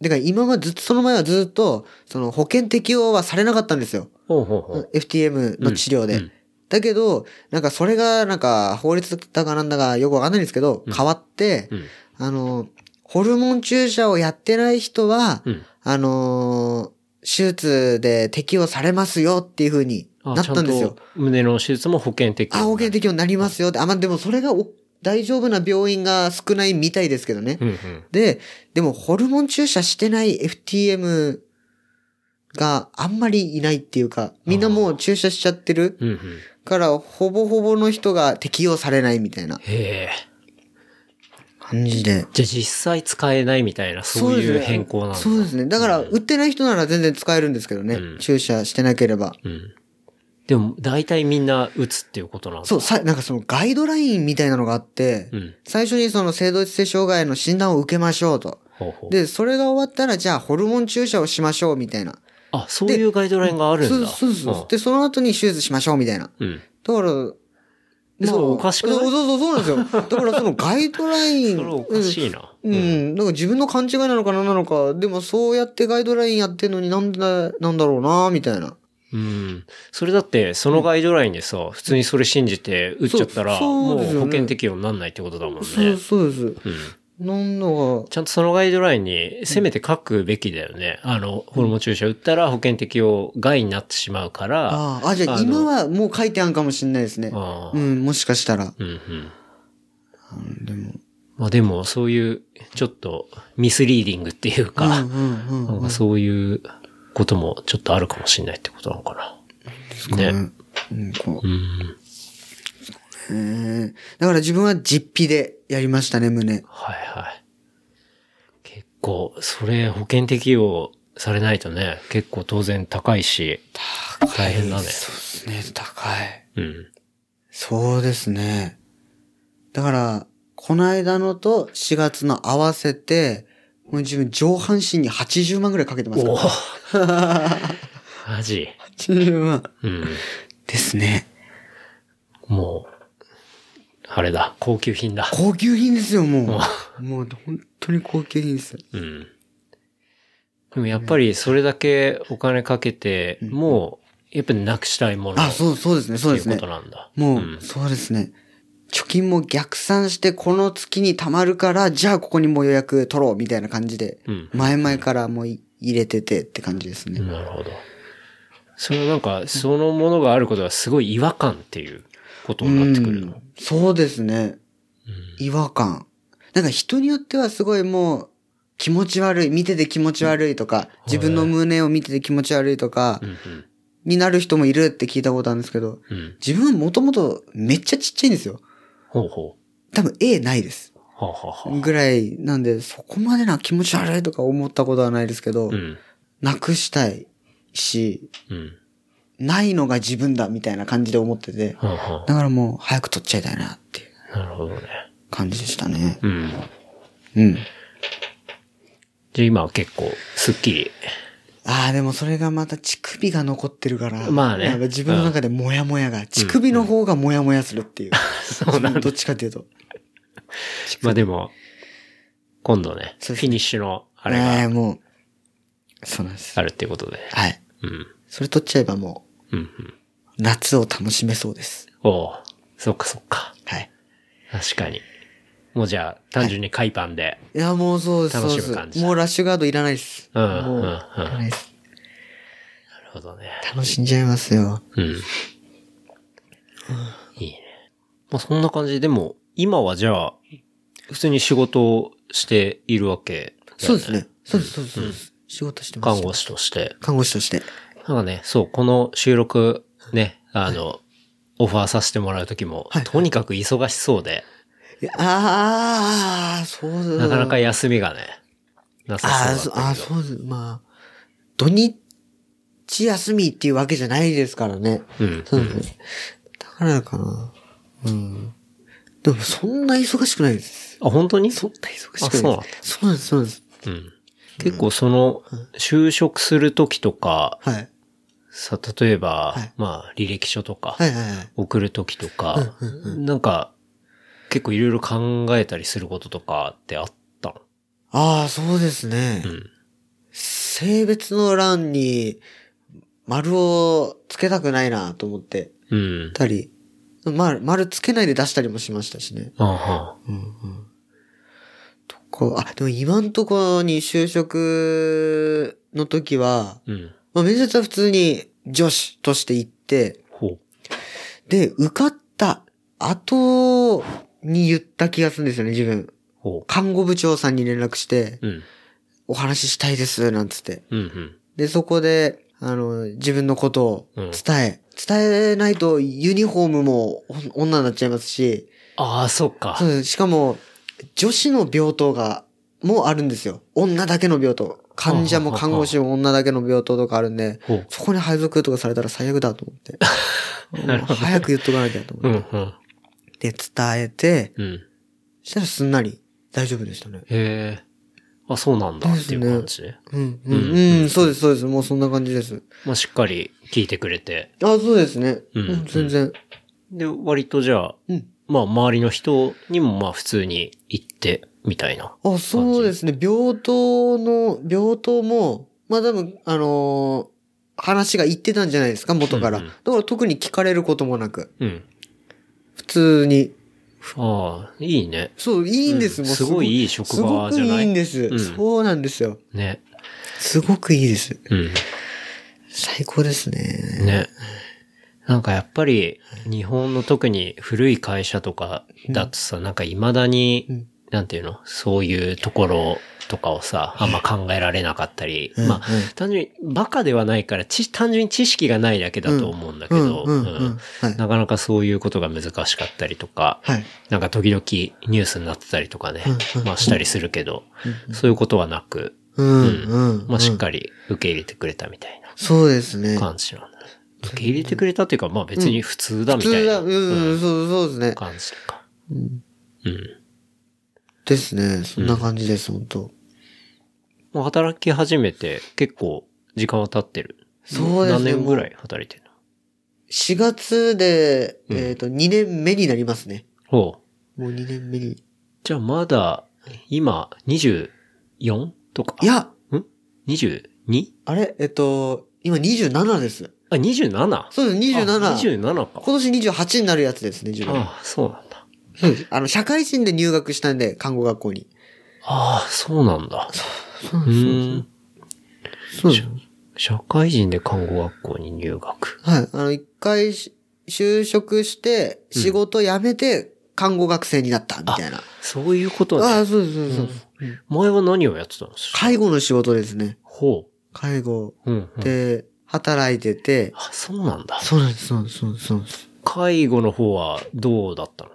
Speaker 3: ー、てか今はずっと、その前はずっと、その保険適用はされなかったんですよ。
Speaker 2: ほうほうほう。
Speaker 3: FTM の治療で。
Speaker 2: うん
Speaker 3: だけど、なんかそれが、なんか法律だかなんだかよくわかんないんですけど、変わって、
Speaker 2: うん。
Speaker 3: あのー、ホルモン注射をやってない人は、
Speaker 2: うん。
Speaker 3: あのー手術で適用されますよっていう風に
Speaker 2: あ
Speaker 3: なったんです
Speaker 2: ちゃ
Speaker 3: よ。
Speaker 2: と胸の手術も保険適用
Speaker 3: あ、保険適用になりますよって。あ、まあ、でもそれがお大丈夫な病院が少ないみたいですけどね。
Speaker 2: うんうん。
Speaker 3: で、でもホルモン注射してない FTM があんまりいないっていうか、みんなもう注射しちゃってる
Speaker 2: うんうん。
Speaker 3: から、ほぼほぼの人が適用されないみたいな
Speaker 2: へえ。
Speaker 3: 感じで。
Speaker 2: じゃあ実際使えないみたいな、そういう変更なんだ。
Speaker 3: そうですね。だから、売ってない人なら全然使えるんですけどね。
Speaker 2: うん
Speaker 3: 注射してなければ。
Speaker 2: うん。でも、大体みんな打つっていうことなんだ。
Speaker 3: そう、さ、なんかそのガイドラインみたいなのがあって、
Speaker 2: うん。
Speaker 3: 最初にその性同一性障害の診断を受けましょうと。
Speaker 2: ほうほう。
Speaker 3: で、それが終わったら、じゃあホルモン注射をしましょうみたいな。
Speaker 2: あ、そういうガイドラインがあるんだ。
Speaker 3: そうそうそう。で、その後に手術しましょうみたいな。
Speaker 2: うん。うん。
Speaker 3: だから、まあ
Speaker 2: それおかしくない
Speaker 3: そうそうそうそうなんですよ。だからそのガイドライ
Speaker 2: <laughs>
Speaker 3: ン。
Speaker 2: それおかしいな。
Speaker 3: うん。うん。なんか自分の勘違いなのかななのか、でもそうやってガイドラインやってんのになんだ、なんだろうなみたいな。
Speaker 2: うん。それだって、そのガイドラインでさ、普通にそれ信じて打っちゃったら、
Speaker 3: そう
Speaker 2: も
Speaker 3: そう
Speaker 2: う
Speaker 3: ですよ
Speaker 2: 保
Speaker 3: ね
Speaker 2: 険適用になんないってことだもんね。
Speaker 3: そうそうです。
Speaker 2: うん。
Speaker 3: なんだか、
Speaker 2: ちゃんとそのガイドラインに、せめて書くべきだよね。あの、ホルモン注射打ったら保険適用外になってしまうから。あ
Speaker 3: ああ、あ、じゃあ
Speaker 2: あの
Speaker 3: 今はもう書いてあんかもしんないですね。
Speaker 2: あ
Speaker 3: う。ん、もしかしたら。
Speaker 2: うんうん。
Speaker 3: でも。
Speaker 2: まあでも、そういう、ちょっと、ミスリーディングっていう
Speaker 3: う
Speaker 2: か、
Speaker 3: んうんう
Speaker 2: なん
Speaker 3: ん。
Speaker 2: かそういうこともちょっとあるかもしれないってことなのかな。ね。
Speaker 3: うん、こ
Speaker 2: うん。
Speaker 3: う。えーだから自分は実費でやりましたね、胸。
Speaker 2: はいはい。結構、それ保険適用されないとね、結構当然高いし、大変だね。
Speaker 3: そうですね、高
Speaker 2: う
Speaker 3: い。
Speaker 2: ん。
Speaker 3: そうですね。だから、この間のと4月の合わせて、もう自分上半身に80万ぐらいかけてますか
Speaker 2: おお
Speaker 3: ら。
Speaker 2: マジ。
Speaker 3: 80万。
Speaker 2: うん。
Speaker 3: ですね。
Speaker 2: もう、あれだ、高級品だ。
Speaker 3: 高級品ですよ、もう。もう本当に高級品です。
Speaker 2: うん。でもやっぱりそれだけお金かけて、もう、やっぱりなくしたいもの
Speaker 3: あ、
Speaker 2: っ
Speaker 3: そう、そうですね、そう
Speaker 2: て
Speaker 3: で
Speaker 2: いう
Speaker 3: す
Speaker 2: こ
Speaker 3: ね
Speaker 2: と。なんだ。
Speaker 3: もう、
Speaker 2: ん
Speaker 3: そうですね。貯金も逆算して、この月に貯まるから、じゃあここにもう予約取ろう、みたいな感じで、
Speaker 2: うん
Speaker 3: 前々からもうい入れててって感じですね。
Speaker 2: なるほど。そのなんか、そのものがあることがすごい違和感っていうことになってくる
Speaker 3: う
Speaker 2: の
Speaker 3: ん。そうですね。違和感。なんか人によってはすごいもう、気持ち悪い、見てて気持ち悪いとか、自分の胸を見てて気持ち悪いとか
Speaker 2: う、んうん。
Speaker 3: になる人もいるって聞いたことあるんですけど、
Speaker 2: うん。
Speaker 3: 自分はもともとめっちゃちっちゃいんですよ。
Speaker 2: ほうほ
Speaker 3: 多分 A ないです。
Speaker 2: う。はあ、はあはあ
Speaker 3: ぐらいなんで、そこまでな気持ち悪いとか思ったことはないですけど、
Speaker 2: うん。
Speaker 3: なくしたいし、
Speaker 2: うん。
Speaker 3: ないのが自分だみたいな感じで思ってて、
Speaker 2: はあは
Speaker 3: だからもう早く取っちゃいたいなっていう
Speaker 2: あなるほどね。
Speaker 3: 感じでしたね。
Speaker 2: うん。
Speaker 3: うん。
Speaker 2: じゃあ今は結構、すっきり。
Speaker 3: ああ、でもそれがまた乳首が残ってるから、
Speaker 2: まあね
Speaker 3: なんか自分の中でモヤモヤが、乳首の方がモヤモヤするっていう。
Speaker 2: そうなんだ <laughs>
Speaker 3: どっちかっていうと。
Speaker 2: まあでも、今度ね、フ
Speaker 3: そうですね
Speaker 2: ィニッシュのあ
Speaker 3: あ
Speaker 2: れが
Speaker 3: もう、そうなんです。
Speaker 2: あ
Speaker 3: は
Speaker 2: るっていうことで。
Speaker 3: い。
Speaker 2: うん。
Speaker 3: それ取っちゃえばもう、
Speaker 2: うんうん。
Speaker 3: 夏を楽しめそうです。
Speaker 2: おうそっかそっか。
Speaker 3: はい。
Speaker 2: 確かに。もうじゃあ、単純に海パンで。
Speaker 3: いや、もうそうです。
Speaker 2: 楽しむ
Speaker 3: そうです
Speaker 2: 感じだ
Speaker 3: もうラッシュガードいらないです。
Speaker 2: うん
Speaker 3: も
Speaker 2: うんう
Speaker 3: う、
Speaker 2: ん
Speaker 3: いらないです。
Speaker 2: なるほどね。
Speaker 3: 楽しんじゃいますよ。
Speaker 2: うん。いいね。まあそんな感じで、でも、今はじゃあ、普通に仕事をしているわけ、
Speaker 3: そうです。ね。そうです、そうですそうです。仕事してます。
Speaker 2: 看護師として。
Speaker 3: 看護師として。
Speaker 2: なんかね、そう、この収録ね、あの、オファーさせてもらう時も、
Speaker 3: はい
Speaker 2: とにかく忙しそうで、
Speaker 3: いやああ、そう
Speaker 2: なかなか休みがね、なさ
Speaker 3: あー
Speaker 2: そ
Speaker 3: そうう
Speaker 2: だ
Speaker 3: あ
Speaker 2: っ
Speaker 3: ー、
Speaker 2: たけ
Speaker 3: そうです。まあ、土日休みっていうわけじゃないですからね。
Speaker 2: ど。うん。
Speaker 3: そうですね。だからかな。うん。でも、そんな忙しくないです。
Speaker 2: あ、本当に
Speaker 3: そんな忙
Speaker 2: あ
Speaker 3: しく
Speaker 2: そうな
Speaker 3: な
Speaker 2: いんだ
Speaker 3: です。そうなんです、そうなんです。
Speaker 2: うん。結構その、就職する時とか、
Speaker 3: はい。
Speaker 2: さ、例えば、
Speaker 3: はい
Speaker 2: まあ、履歴書とか、
Speaker 3: はいはいはい。
Speaker 2: 送る時とか、なんか、結構いろいろ考えたりすることとかってあったの
Speaker 3: ああ、そうですね。
Speaker 2: うん。
Speaker 3: 性別の欄に丸をつけたくないなと思って
Speaker 2: うん。
Speaker 3: たり、ま、丸つけないで出したりもしましたしね。
Speaker 2: あは
Speaker 3: とか、あ、でも今んとこに就職の時は、
Speaker 2: うん。
Speaker 3: まあ、面接は普通に女子として行って、
Speaker 2: ほ
Speaker 3: で、受かった後に言った気がするんですよね、自分。
Speaker 2: う。ほ
Speaker 3: 看護部長さんに連絡して、
Speaker 2: う。うん。
Speaker 3: お話ししたいです、なんつって。
Speaker 2: うんうん。
Speaker 3: で、そこで、あの、自分のことを伝え、伝えないとユニフォームもお女になっちゃいますし、
Speaker 2: ああ、そっか
Speaker 3: そう。ですしかも、女子の病棟が、もうあるんですよ。女だけの病棟。患者も看護師も女だけの病棟とかあるんで
Speaker 2: ほう、
Speaker 3: そこに配属とかされたら最悪だと思 <laughs> って。早く言っとかなきゃと
Speaker 2: う
Speaker 3: 思
Speaker 2: ん
Speaker 3: っ
Speaker 2: うん。
Speaker 3: て。で、伝えて、
Speaker 2: うん。
Speaker 3: したらすんなり大丈夫でしたね。
Speaker 2: へえ。あ、そうなんだっていう感じね。
Speaker 3: うん、うん、うん、そうです、そうです。もうそんな感じです。
Speaker 2: まあ、しっかり聞いてくれて。
Speaker 3: あ、そうですね。
Speaker 2: う
Speaker 3: うんん、全然。
Speaker 2: で、割とじゃあ、
Speaker 3: うん。
Speaker 2: まあ、周りの人にもまあ、普通に行って、みたいな。
Speaker 3: あ、そうですね。病棟の、病棟も、まあ多分、あのー話が言ってたんじゃないですか、元から。
Speaker 2: うんうん
Speaker 3: だから特に聞かれることもなく、
Speaker 2: うん。
Speaker 3: 普通に。
Speaker 2: ああ、いいね。
Speaker 3: そう、いいんです、
Speaker 2: うん
Speaker 3: もう
Speaker 2: すごいいい職場じゃ
Speaker 3: すご
Speaker 2: な
Speaker 3: く
Speaker 2: い
Speaker 3: いいんです、
Speaker 2: うん
Speaker 3: そうなんですよ。
Speaker 2: ね。
Speaker 3: すごくいいです。
Speaker 2: うん。
Speaker 3: 最高ですね。
Speaker 2: ね。なんかやっぱり、日本の特に古い会社とかだとさ、なんか未だに、
Speaker 3: うん
Speaker 2: なんていうのそういうところとかをさ、あんま考えられなかったり、
Speaker 3: うん
Speaker 2: まあ
Speaker 3: う、
Speaker 2: 単純にバカではないから、ち、単純に知識がないだけだと思うんだけど、
Speaker 3: うんうんうん
Speaker 2: う
Speaker 3: うん
Speaker 2: ん
Speaker 3: はい
Speaker 2: なかなかそういうことが難しかったりとか、
Speaker 3: はい。
Speaker 2: なんか時々ニュースになってたりとかね、
Speaker 3: うんうん
Speaker 2: まあしたりするけど、そういうことはなく、
Speaker 3: うん、
Speaker 2: うん
Speaker 3: うん。
Speaker 2: まあしっかり受け入れてくれたみたいな。
Speaker 3: そうですね。
Speaker 2: 感じなんだ。受け入れてくれたっていうか、まあ別に普通だみ
Speaker 3: 普
Speaker 2: たい
Speaker 3: 通
Speaker 2: な
Speaker 3: だ、うん、うん、そう、そうですね。
Speaker 2: 感じか。うん。
Speaker 3: ですね。そんな感じです、本当
Speaker 2: もう働き始めて結構時間は経ってる。
Speaker 3: そうです
Speaker 2: 何
Speaker 3: ね
Speaker 2: 年ぐらい働いてるの
Speaker 3: 4月で、
Speaker 2: うん
Speaker 3: えっ、と、2年目になりますね。
Speaker 2: ほう。
Speaker 3: もう2年目に。
Speaker 2: じゃあまだ、今、24? とか。
Speaker 3: い、や、
Speaker 2: ん ?22?
Speaker 3: あれえっと、今27です。
Speaker 2: あ、27?
Speaker 3: そうです、
Speaker 2: あ
Speaker 3: 27。
Speaker 2: 27か。
Speaker 3: 今年28になるやつですね、自分。
Speaker 2: ああ、そうなんだ。
Speaker 3: そうですあの、社会人で入学したんで、看護学校に。
Speaker 2: ああ、そうなんだ。
Speaker 3: そう
Speaker 2: うーん。
Speaker 3: そうです。
Speaker 2: 社会人で看護学校に入学。
Speaker 3: はい。あの、一回し、就職して、仕事辞めて、看護学生になった、みたいな。
Speaker 2: そういうこと
Speaker 3: あ
Speaker 2: ね。
Speaker 3: あ、そうです、そうですそうです。
Speaker 2: 前は何をやってたんですか
Speaker 3: 介護の仕事ですね。
Speaker 2: ほ
Speaker 3: 介護。
Speaker 2: う。うん、うん。
Speaker 3: で、働いてて。
Speaker 2: あ、そうなんだ。
Speaker 3: そうなんです、そうなんです、そうなんですそうなんです。
Speaker 2: 介護の方はどうだったの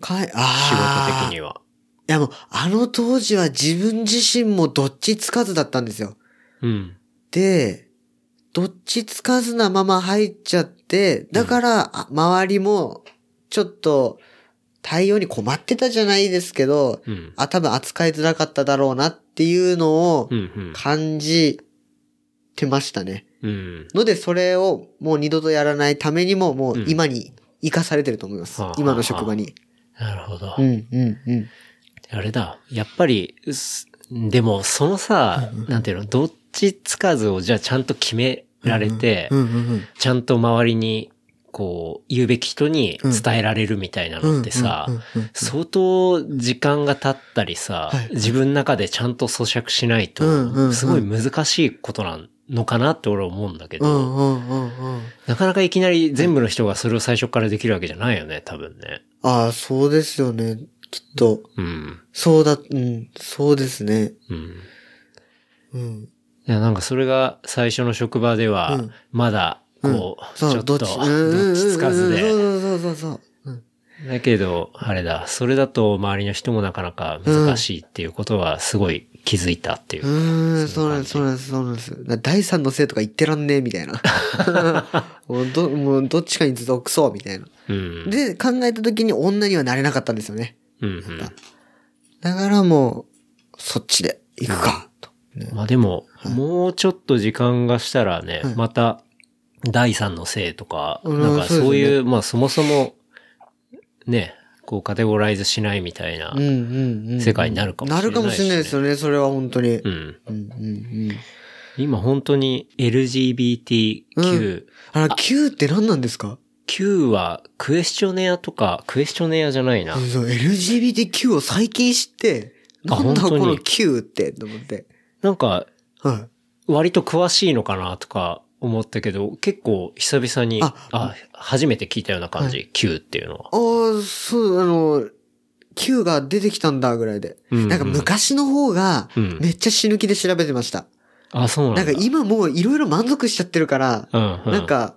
Speaker 3: かい、
Speaker 2: 仕
Speaker 3: ああ。
Speaker 2: 事的には。
Speaker 3: いやもう、あの当時は自分自身もどっちつかずだったんですよ。
Speaker 2: うん。
Speaker 3: で、どっちつかずなまま入っちゃって、だから、あ周りも、ちょっと、対応に困ってたじゃないですけど、
Speaker 2: うん。
Speaker 3: あ、多分扱いづらかっただろうなっていうのを
Speaker 2: うん、うん。
Speaker 3: 感じてましたね。
Speaker 2: うん。
Speaker 3: ので、それをもう二度とやらないためにも、もう今に生かされてると思います。
Speaker 2: はあ
Speaker 3: 今の職場に。
Speaker 2: なるほど
Speaker 3: う。ん、うん、うん。
Speaker 2: あれだ。やっぱり、すでも、そのさ、なんていうの、どっちつかずをじゃあちゃんと決められて
Speaker 3: う、ん、うん、うん。
Speaker 2: ちゃんと周りにこう、言うべき人に伝えられるみたいなのってさ
Speaker 3: うんうんうんうんうん、
Speaker 2: 相当時間が経ったりさ、
Speaker 3: はい
Speaker 2: 自分の中でちゃんと咀嚼しない
Speaker 3: うんうんう
Speaker 2: と、
Speaker 3: ん
Speaker 2: すごい難しいことなのかなって俺は思うんだけ
Speaker 3: う
Speaker 2: ど、
Speaker 3: んうんうんうん。
Speaker 2: なかなかいきなり全部の人がそれを最初からできるわけじゃないよね、多分ね。
Speaker 3: ああ、そうですよね。きっと。
Speaker 2: うん。
Speaker 3: そうだ、うん、そうですね。
Speaker 2: うん。
Speaker 3: うん。
Speaker 2: いや、なんかそれが最初の職場では
Speaker 3: うん、
Speaker 2: まだ、こう、ち
Speaker 3: そ
Speaker 2: ょ
Speaker 3: う、
Speaker 2: っと、
Speaker 3: どっ
Speaker 2: ど
Speaker 3: ち、
Speaker 2: っち
Speaker 3: うんうんうん
Speaker 2: つかずで。
Speaker 3: うんそうそうそうそう。うん
Speaker 2: だけど、あれだ、それだと周りの人もなかなか難しいっていうことはすごい気づいたっていうう。
Speaker 3: ーん、そうなんです、そうなんです、そうなんです。だ第三のせいとか言ってらんねえ、みたいな。もうど、もうどっちかに属そう、みたいな。
Speaker 2: うん。
Speaker 3: で、考えた時に女にはなれなかったんですよね。
Speaker 2: うん、
Speaker 3: だからもう、そっちで行くか、と。
Speaker 2: うん。まあでも、もうちょっと時間がしたらね、また、第三の性とか、
Speaker 3: うん
Speaker 2: なんか
Speaker 3: そうですね
Speaker 2: そういう、まあそもそも、ね、こうカテゴライズしないみたいな
Speaker 3: うん、うん、うん。
Speaker 2: 世界になるかもしれないし
Speaker 3: な
Speaker 2: ね
Speaker 3: るかもしれないですよね、それは本当に。
Speaker 2: う
Speaker 3: うん、
Speaker 2: ん。
Speaker 3: うん、うん。
Speaker 2: 今本当に LGBTQ、
Speaker 3: あら、Q って何なんですか
Speaker 2: Q はクエスチョネアとか、クエスチョネアじゃないな。
Speaker 3: そう LGBTQ を最近知って、
Speaker 2: あ
Speaker 3: なんだ
Speaker 2: 本当に
Speaker 3: この Q って、と思って。
Speaker 2: なんか、
Speaker 3: は
Speaker 2: 割と詳しいのかなとか思ったけど、結構久々に、あ
Speaker 3: あ
Speaker 2: 初めて聞いたような感じ、Q っていうのは。
Speaker 3: い。ああ、そう、あの、Q が出てきたんだ、ぐらいで。
Speaker 2: うんうん
Speaker 3: なんか昔の方が
Speaker 2: うん、
Speaker 3: めっちゃ死ぬ気で調べてました。
Speaker 2: あ、そうなん
Speaker 3: な
Speaker 2: だ。
Speaker 3: んか今もういろいろ満足しちゃってるから、
Speaker 2: うん、うん。
Speaker 3: なん、か、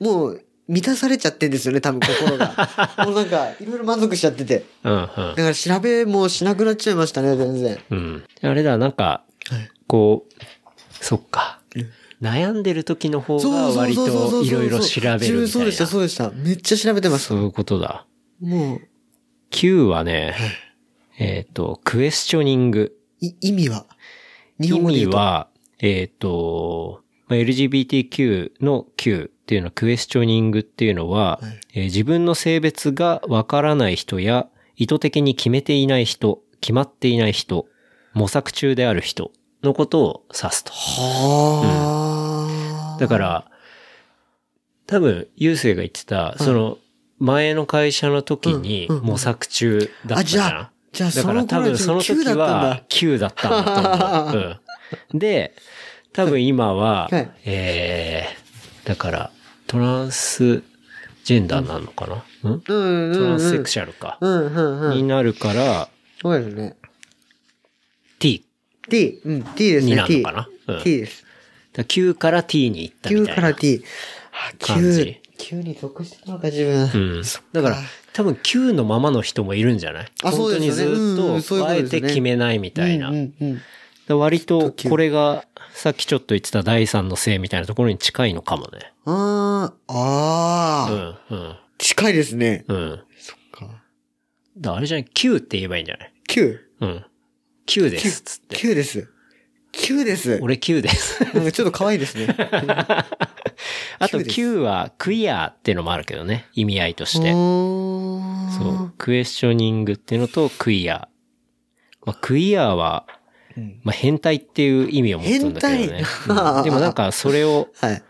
Speaker 3: もう満たされちゃってんですよね、多分
Speaker 2: <laughs>
Speaker 3: 心が。もうなんか、いろいろ満足しちゃってて。
Speaker 2: うん、
Speaker 3: だから調べもしなくなっちゃいましたね、全然。
Speaker 2: うん。うん。あれだ、なんか、
Speaker 3: はい
Speaker 2: こう、そっか。悩んでる時の方が割といろいろ調べるみ
Speaker 3: そ
Speaker 2: たいな。
Speaker 3: うでした、そうでした。めっちゃ調べてました。
Speaker 2: そういうことだ。
Speaker 3: もう、
Speaker 2: Q はね、えっ、と、クエスチョニング。
Speaker 3: い意味は日
Speaker 2: 意
Speaker 3: 本語で言
Speaker 2: 味
Speaker 3: うと。
Speaker 2: は、えっ、と、まあ LGBTQ の Q っていうのは、クエスチョニングっていうのは、えー自分の性別がわからない人や、意図的に決めていない人、決まっていない人、模索中である人のことを指すと。
Speaker 3: はあ、
Speaker 2: だから、多分、ゆうせいが言ってた、その、前の会社の時に
Speaker 3: うんうんうん
Speaker 2: 模索中だったじゃん。
Speaker 3: あじゃあじ
Speaker 2: だ
Speaker 3: ゃあ
Speaker 2: から多分その時は9だったんだと思う。うん、で、多分今は、
Speaker 3: はい
Speaker 2: えー、だからトランスジェンダーなのかな、ん
Speaker 3: うんうんうん、
Speaker 2: トランスセクシャルか。
Speaker 3: うんうんうん。
Speaker 2: になるから、
Speaker 3: そうですね。
Speaker 2: T
Speaker 3: T、うん、T ですね。
Speaker 2: になるのかな、うん、
Speaker 3: T, T です。
Speaker 2: だから ?9 から T に行ったみ
Speaker 3: Q
Speaker 2: たい
Speaker 3: か
Speaker 2: な。
Speaker 3: ら T。あ、
Speaker 2: 感じ
Speaker 3: Q、Q に属してたのか、自分。
Speaker 2: うん。だから、多分9のままの人もいるんじゃない
Speaker 3: あそうですよね
Speaker 2: 本
Speaker 3: うんう
Speaker 2: 当に
Speaker 3: ん
Speaker 2: ず
Speaker 3: そ
Speaker 2: っ
Speaker 3: うい
Speaker 2: と、
Speaker 3: うこ
Speaker 2: あ
Speaker 3: と
Speaker 2: え
Speaker 3: ですね
Speaker 2: て決めないみたいな。
Speaker 3: うんうんうん。
Speaker 2: だから割と、これが、さっきちょっと言ってた第三の性みたいなところに近いのかもね。
Speaker 3: あー、あ
Speaker 2: う
Speaker 3: ー、
Speaker 2: ん、うん、
Speaker 3: 近いですね。
Speaker 2: うん。
Speaker 3: か
Speaker 2: だからあれじゃない ?9 って言えばいいんじゃない
Speaker 3: Q、
Speaker 2: うん。9です。つって。
Speaker 3: Q です。Q です。
Speaker 2: 俺9です。
Speaker 3: なんかちょっと可愛い <laughs> ですね。
Speaker 2: あと
Speaker 3: 9です
Speaker 2: 9はクイアっていうのもあるけどね。意味合いとして。
Speaker 3: お
Speaker 2: そ
Speaker 3: ー
Speaker 2: う。クエスチョニングっていうのとクイア。まあ、クイアは、
Speaker 3: うん
Speaker 2: まあ、変態っていう意味を持つんだけどね
Speaker 3: 変。態
Speaker 2: うんでもなんかそれを、
Speaker 3: はい。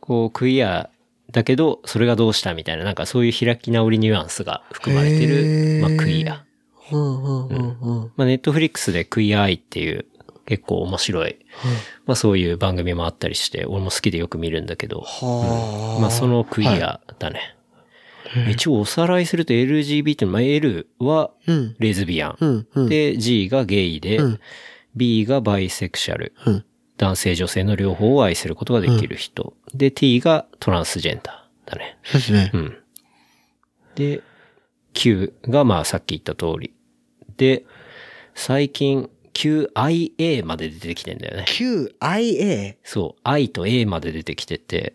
Speaker 2: こう、クイアだけど、それがどうしたみたいな、なんかそういう開き直りニュアンスが含まれてる
Speaker 3: へ、ー
Speaker 2: まあ、クイア。
Speaker 3: うんうんうんうん。
Speaker 2: まあ、ネットフリックスでクイアアイっていう、結構面白い、まあそういう番組もあったりして、俺も好きでよく見るんだけど、
Speaker 3: はあ。
Speaker 2: まあそのクイアだね。一応おさらいすると LGBT の、まあ、L は
Speaker 3: うん。
Speaker 2: レズビアン。
Speaker 3: うん。うん。
Speaker 2: で、G がゲイで、
Speaker 3: うん
Speaker 2: B がバイセクシャル。
Speaker 3: うん
Speaker 2: 男性女性の両方を愛することができる人。で、T がトランスジェンダーだね。
Speaker 3: そうですね
Speaker 2: う。ん。で、Q がまあさっき言った通り。で、最近 QIA まで出てきてんだよね。
Speaker 3: QIA?
Speaker 2: そう。I と A まで出てきてて。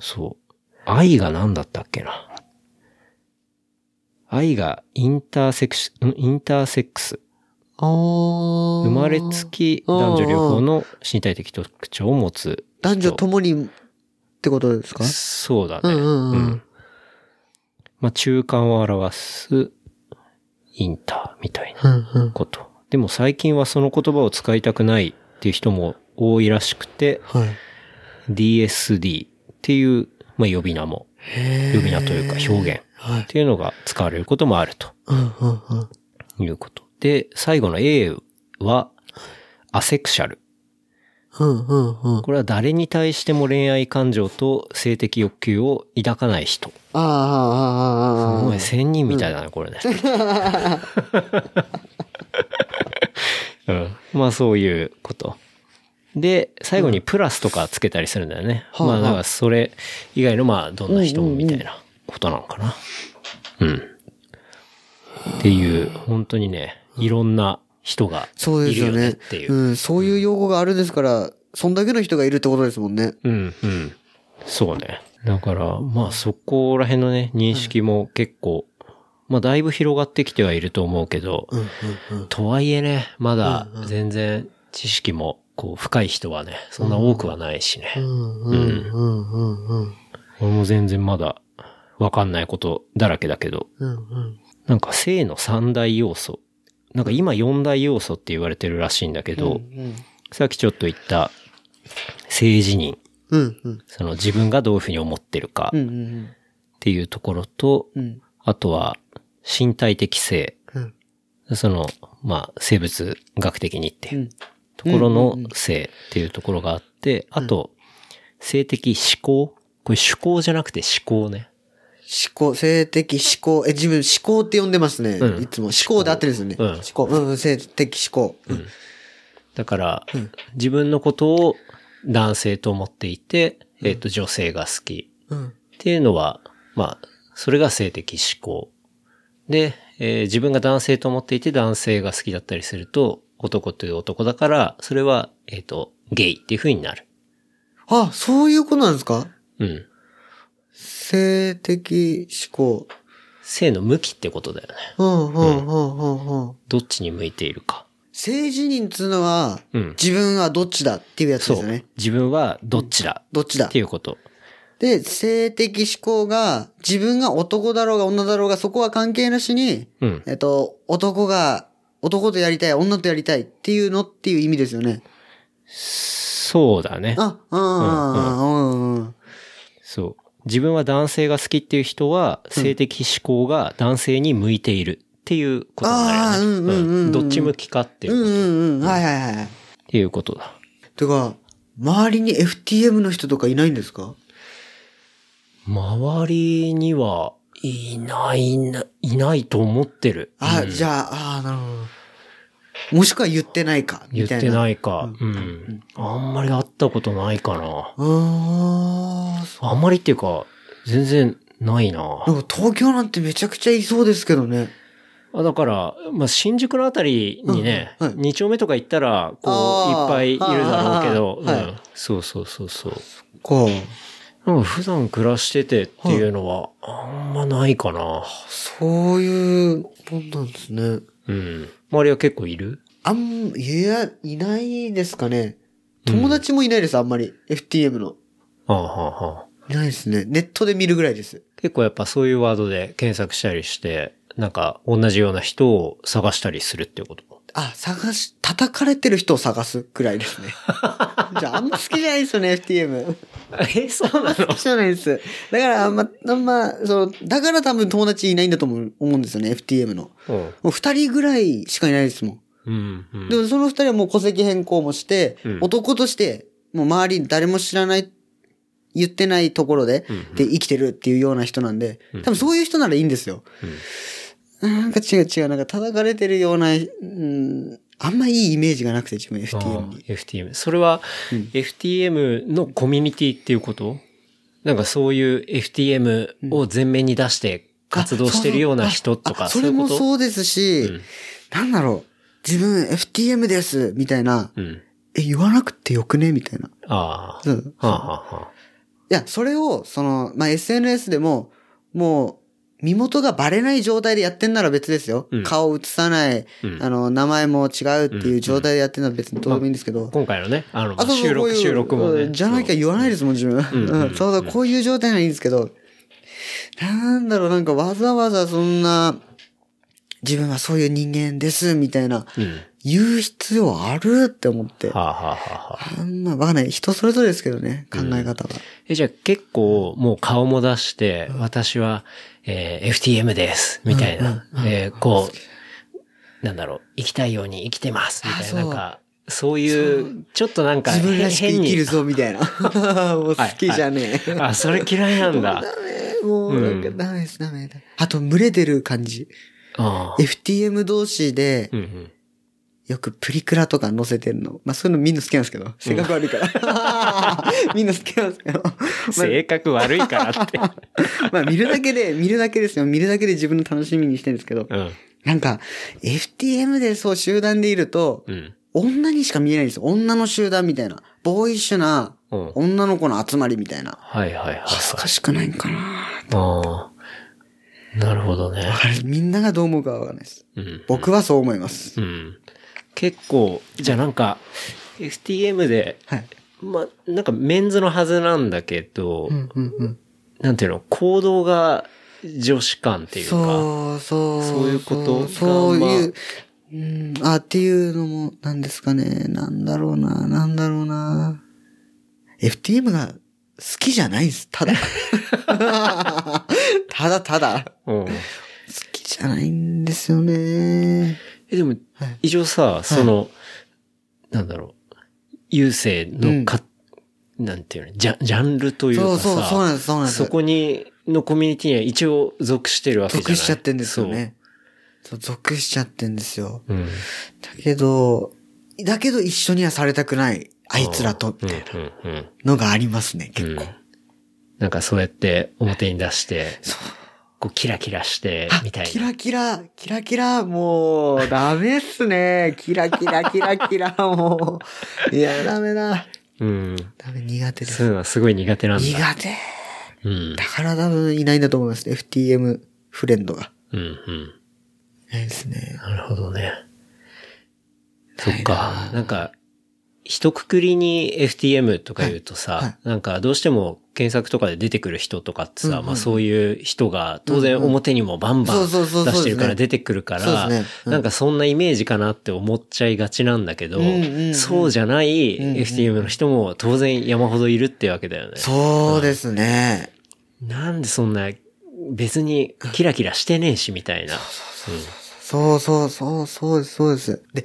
Speaker 2: そう。I が何だったっけな。I がインターセクシ、んインターセックス。
Speaker 3: あ
Speaker 2: 生
Speaker 3: 生
Speaker 2: まれつき男女両方の身体的特徴を持つ。
Speaker 3: 男女ともにってことですか
Speaker 2: そうだ
Speaker 3: う
Speaker 2: ね。
Speaker 3: んうんう
Speaker 2: うんん。まあ、中間を表すインターみたいな
Speaker 3: うんうん。
Speaker 2: こと。でも最近はその言葉を使いたくないっていう人も多いらしくて、
Speaker 3: はい。
Speaker 2: DSD っていうまあ呼び名も、
Speaker 3: へ
Speaker 2: 呼び名というか表現
Speaker 3: はい
Speaker 2: っていうのが使われることもあると
Speaker 3: うんうんうん。
Speaker 2: いうこと。で、最後の A は、アセクシャル。
Speaker 3: うんうんうん。
Speaker 2: これは誰に対しても恋愛感情と性的欲求を抱かない人。
Speaker 3: ああ、ああ、ああ。
Speaker 2: すごい、仙人みたいだね、これね。うん。まあ、そういうこと。で、最後にプラスとかつけたりするんだよね。
Speaker 3: はい
Speaker 2: ま
Speaker 3: は
Speaker 2: あ、
Speaker 3: い
Speaker 2: だからそれ以外の、まあ、どんな人もみたいなことなのかな。うん。っていう、本当にね、いろんな人が
Speaker 3: そうで
Speaker 2: い
Speaker 3: す
Speaker 2: るよ
Speaker 3: よ
Speaker 2: ねっ
Speaker 3: ね
Speaker 2: ていう。。
Speaker 3: うん、そういう用語があるんですから、そんだけの人がいるってことですもんね。
Speaker 2: うん、うん。そうね。だから、まあそこら辺のね、認識も結構、まあだいぶ広がってきてはいると思うけど、
Speaker 3: うんうんうん。
Speaker 2: とはいえね、まだ全然知識もこう深い人はね、そんな多くはないしね。
Speaker 3: うんうんうんうんうん。
Speaker 2: 俺も全然まだわかんないことだらけだけど、
Speaker 3: うんうん。
Speaker 2: なんか性の三大要素。なんか今四大要素って言われてるらしいんだけど、さっきちょっと言った、性自認。
Speaker 3: うんうん。
Speaker 2: その自分がどういうふうに思ってるか
Speaker 3: うんうん
Speaker 2: っていうところと、
Speaker 3: うん。うん
Speaker 2: あとは身体的性。
Speaker 3: うん
Speaker 2: その、まあ、生物学的にって
Speaker 3: う。
Speaker 2: いうんところの性っていうところがあって、あと、性的思考。これ思考じゃなくて思考ね。
Speaker 3: 思考、性的思考、え、自分思考って呼んでますね。
Speaker 2: うん
Speaker 3: いつも。思考で合ってるんですよね。
Speaker 2: うん
Speaker 3: 思考。うんうん、性的思考。うん。
Speaker 2: だから、自分のことを男性と思っていて、えっ、と、女性が好き
Speaker 3: うん。
Speaker 2: っていうのは、まあ、それが性的思考。で、えー自分が男性と思っていて男性が好きだったりすると、男という男だから、それは、えっ、と、ゲイっていう風になる。
Speaker 3: あ、そういうことなんですか
Speaker 2: うん。
Speaker 3: 性的思考。
Speaker 2: 性の向きってことだよね。
Speaker 3: うんうんうんうんうん。
Speaker 2: どっちに向いているか。
Speaker 3: 性自認っつうのは、
Speaker 2: うん
Speaker 3: 自分はどっちだっていうやつで
Speaker 2: そ
Speaker 3: すよ
Speaker 2: う
Speaker 3: ね。。
Speaker 2: 自分はどっちだ
Speaker 3: どっちだ
Speaker 2: っていうこと。
Speaker 3: で、性的思考が、自分が男だろうが女だろうが、そこは関係なしに、
Speaker 2: うん。
Speaker 3: えっと、男が、男とやりたい、女とやりたいっていうのっていう意味ですよね。
Speaker 2: そうだね。
Speaker 3: あ、うん、うん、うん、うん。
Speaker 2: そう。自分は男性が好きっていう人は、性的思考が男性に向いているっていうことになるよね。
Speaker 3: あーうんうんうんうん
Speaker 2: どっち向きかっていうう、
Speaker 3: ん
Speaker 2: っ
Speaker 3: うんうん。はいはいはい。
Speaker 2: ていうことだ。
Speaker 3: てか、周りに FTM の人とかいないんですか
Speaker 2: 周りにはいないな、いないと思ってる。
Speaker 3: あ、
Speaker 2: うん
Speaker 3: じゃあ、あーなるほど。もしくは言ってないか、
Speaker 2: 言
Speaker 3: み
Speaker 2: った
Speaker 3: いな。。
Speaker 2: てないいか。うん。あんまり会ったことないかな。
Speaker 3: あー、そ
Speaker 2: あんまりっていうか、全然ないな
Speaker 3: う。なんか東京なんてめちゃくちゃいそうですけどね。
Speaker 2: あだから、まあ、新宿のあたりにね、
Speaker 3: うんはい
Speaker 2: 2丁目とか行ったら、こう、い
Speaker 3: あ
Speaker 2: っぱ
Speaker 3: ー
Speaker 2: いいるだろうけど、
Speaker 3: はいはいはい
Speaker 2: うん
Speaker 3: は
Speaker 2: そうそうそうそう。
Speaker 3: か。
Speaker 2: なんか普段暮らしててっていうのは、あんまないかな。
Speaker 3: そういうもんなんですね。
Speaker 2: うん。周りは結構いる
Speaker 3: あん、いや、いないですかね。友達もいないです、あんまり。FTM の。
Speaker 2: ああはあはあ
Speaker 3: いないですね。ネットで見るぐらいです。
Speaker 2: 結構やっぱそういうワードで検索したりして、なんか同じような人を探したりするっていうこと。
Speaker 3: あ、探し、叩かれてる人を探すくらい <laughs> ですね。じゃあ、あんま好きじゃないですよね、FTM。 <laughs>
Speaker 2: え、そうなの
Speaker 3: 好きじゃないです。だから、あんま、あんま、その、だから多分友達いないんだと思う思うんですよね、FTM の。
Speaker 2: うん。
Speaker 3: もう二人ぐらいしかいないですもん。
Speaker 2: うん、うん。
Speaker 3: でもその二人はもう戸籍変更もして、
Speaker 2: うん
Speaker 3: 男として、もう周りに誰も知らない、言ってないところで、
Speaker 2: うんうん
Speaker 3: で生きてるっていうような人なんで、多分そういう人ならいいんですよ。なんか違う違う、なんか叩かれてるような、うん、あんまいいイメージがなくて自分 FTM に。
Speaker 2: あー FTM。それは、
Speaker 3: うん
Speaker 2: FTM のコミュニティっていうことなんかそういう FTM を前面に出して活動してるような人と
Speaker 3: あ
Speaker 2: か、
Speaker 3: そ
Speaker 2: そううい
Speaker 3: そう
Speaker 2: うこ
Speaker 3: あそれも
Speaker 2: と
Speaker 3: そうですし、
Speaker 2: うん
Speaker 3: なんだろう、自分 FTM です、みたいな、
Speaker 2: うん。
Speaker 3: え、言わなくてよくねみたいな。
Speaker 2: ああ。
Speaker 3: う
Speaker 2: は
Speaker 3: ん
Speaker 2: あ、はあはあ、
Speaker 3: いや、それを、その、まあ、SNS でも、もう、身元がバレない状態でやってんなら別ですよ。
Speaker 2: うん
Speaker 3: 顔を映さない、
Speaker 2: うん
Speaker 3: あの、名前も違うっていう状態でやってんなら別にどうでもいいんですけど。
Speaker 2: 今回のね、あの、
Speaker 3: あと
Speaker 2: 収
Speaker 3: こう
Speaker 2: 録、
Speaker 3: いう
Speaker 2: 収録も
Speaker 3: う
Speaker 2: ね。
Speaker 3: んじゃなきゃ言わないですもん、自分。
Speaker 2: んうん
Speaker 3: うんそうだ、こういう状態ならいいんですけど、なんだろう、なんかわざわざそんな、自分はそういう人間です、みたいな、
Speaker 2: そう。うん。
Speaker 3: 言う必要あるって思って。
Speaker 2: はあ、はあはあはあ、
Speaker 3: あんまわかんない。人それぞれですけどね、考え方は。
Speaker 2: え、じゃあ結構もう顔も出して、私は、えー FTM です、みたいな。えーこう、なんだろう、生きたいように生きてます、みたい
Speaker 3: あそう
Speaker 2: な。なんか、そういう、ちょっとなんか、
Speaker 3: 自分らしく
Speaker 2: 変
Speaker 3: 生
Speaker 2: に
Speaker 3: きるぞ、みたいな。 <laughs> もう好きじゃねえ。
Speaker 2: あ、それ嫌いなん
Speaker 3: <laughs>
Speaker 2: だ。
Speaker 3: ダメ、もうなんかダメです、ダメだ。あと、群れてる感じ。
Speaker 2: あ
Speaker 3: FTM 同士で
Speaker 2: う、ん
Speaker 3: <laughs>
Speaker 2: うん。
Speaker 3: よくプリクラとか載せてるの。まあ、そういうのみんな好きなんですけど。性格悪いから。みんな好きなんですけ <laughs> ど。
Speaker 2: 性格悪いから
Speaker 3: <laughs>
Speaker 2: って。
Speaker 3: まあ、見るだけで、見るだけですよ。見るだけで自分の楽しみにしてるんですけど。
Speaker 2: うん。
Speaker 3: なんか、FTM でそう集団でいると、
Speaker 2: うん。
Speaker 3: 女にしか見えないんですよ。女の集団みたいな。ボーイッシュな、
Speaker 2: うん。
Speaker 3: 女の子の集まりみたいな。
Speaker 2: はいはいはい。
Speaker 3: 恥ずかしくないんかな
Speaker 2: ああ。なるほどね。
Speaker 3: あれみんながどう思うかはわかんないです。
Speaker 2: うん。
Speaker 3: 僕はそう思います。
Speaker 2: うん。結構、じゃあなんか、FTM で、
Speaker 3: はい。
Speaker 2: ま、なんかメンズのはずなんだけど、
Speaker 3: うんうんうん。
Speaker 2: なんていうの、行動が女子感っていうか、
Speaker 3: そうそう。
Speaker 2: そういうことが
Speaker 3: そうい
Speaker 2: まあ
Speaker 3: う、うん、あ、っていうのも、なんですかね。なんだろうな、なんだろうな。FTM が好きじゃないです。ただ。
Speaker 2: <laughs>
Speaker 3: ただただ。
Speaker 2: うん
Speaker 3: 好きじゃないんですよね。
Speaker 2: え、でも、
Speaker 3: はい
Speaker 2: 一応さ、その、なんだろう、優勢のか、なんていうの、ジャジャンルという
Speaker 3: そう
Speaker 2: かさ、
Speaker 3: そう、そうなんです、そうなんです。
Speaker 2: そこに、のコミュニティには一応属してるわけじゃない
Speaker 3: 属しちゃってんですよね。そう属しちゃってんですよ。
Speaker 2: そう。うん。
Speaker 3: だけど、だけど一緒にはされたくない、あいつらと、みたいな
Speaker 2: うんうんうん
Speaker 3: のがありますね、結構。
Speaker 2: うんなんかそうやって表に出して、こうキラキラして、みたいな。
Speaker 3: キラキラ、キラキラ、もう、ダメっ
Speaker 2: <laughs>
Speaker 3: すね。キラキラ、キラキラ、もう。いや、ダメだ。
Speaker 2: うん。
Speaker 3: ダメ、苦手で
Speaker 2: そう
Speaker 3: す
Speaker 2: いう。のはすごい苦手なんだ。
Speaker 3: 苦手。
Speaker 2: うん。
Speaker 3: だから多分いないんだと思います。FTM フレンドが。
Speaker 2: うんうん。
Speaker 3: いないですね。
Speaker 2: なるほどね。そ
Speaker 3: ないな
Speaker 2: っか。なんか、一括りに FTM とか言うとさ、
Speaker 3: はいはい
Speaker 2: なんかどうしても検索とかで出てくる人とかってさ、
Speaker 3: うんうん
Speaker 2: まあそういう人が当然表にもバンバ
Speaker 3: そう
Speaker 2: ン出
Speaker 3: そうそうそうですね
Speaker 2: してるから出てくるか
Speaker 3: そ
Speaker 2: ら、
Speaker 3: うですねうん
Speaker 2: なんかそんなイメージかなって思っちゃいがちなんだけど、
Speaker 3: うんうんうん
Speaker 2: そうじゃない
Speaker 3: うんうん
Speaker 2: FTM の人も当然山ほどいるってわけだよね。
Speaker 3: そうですね。
Speaker 2: なんでそんな別にキラキラしてねえしみたいな。
Speaker 3: そうそうそう、そうです、そうです。で、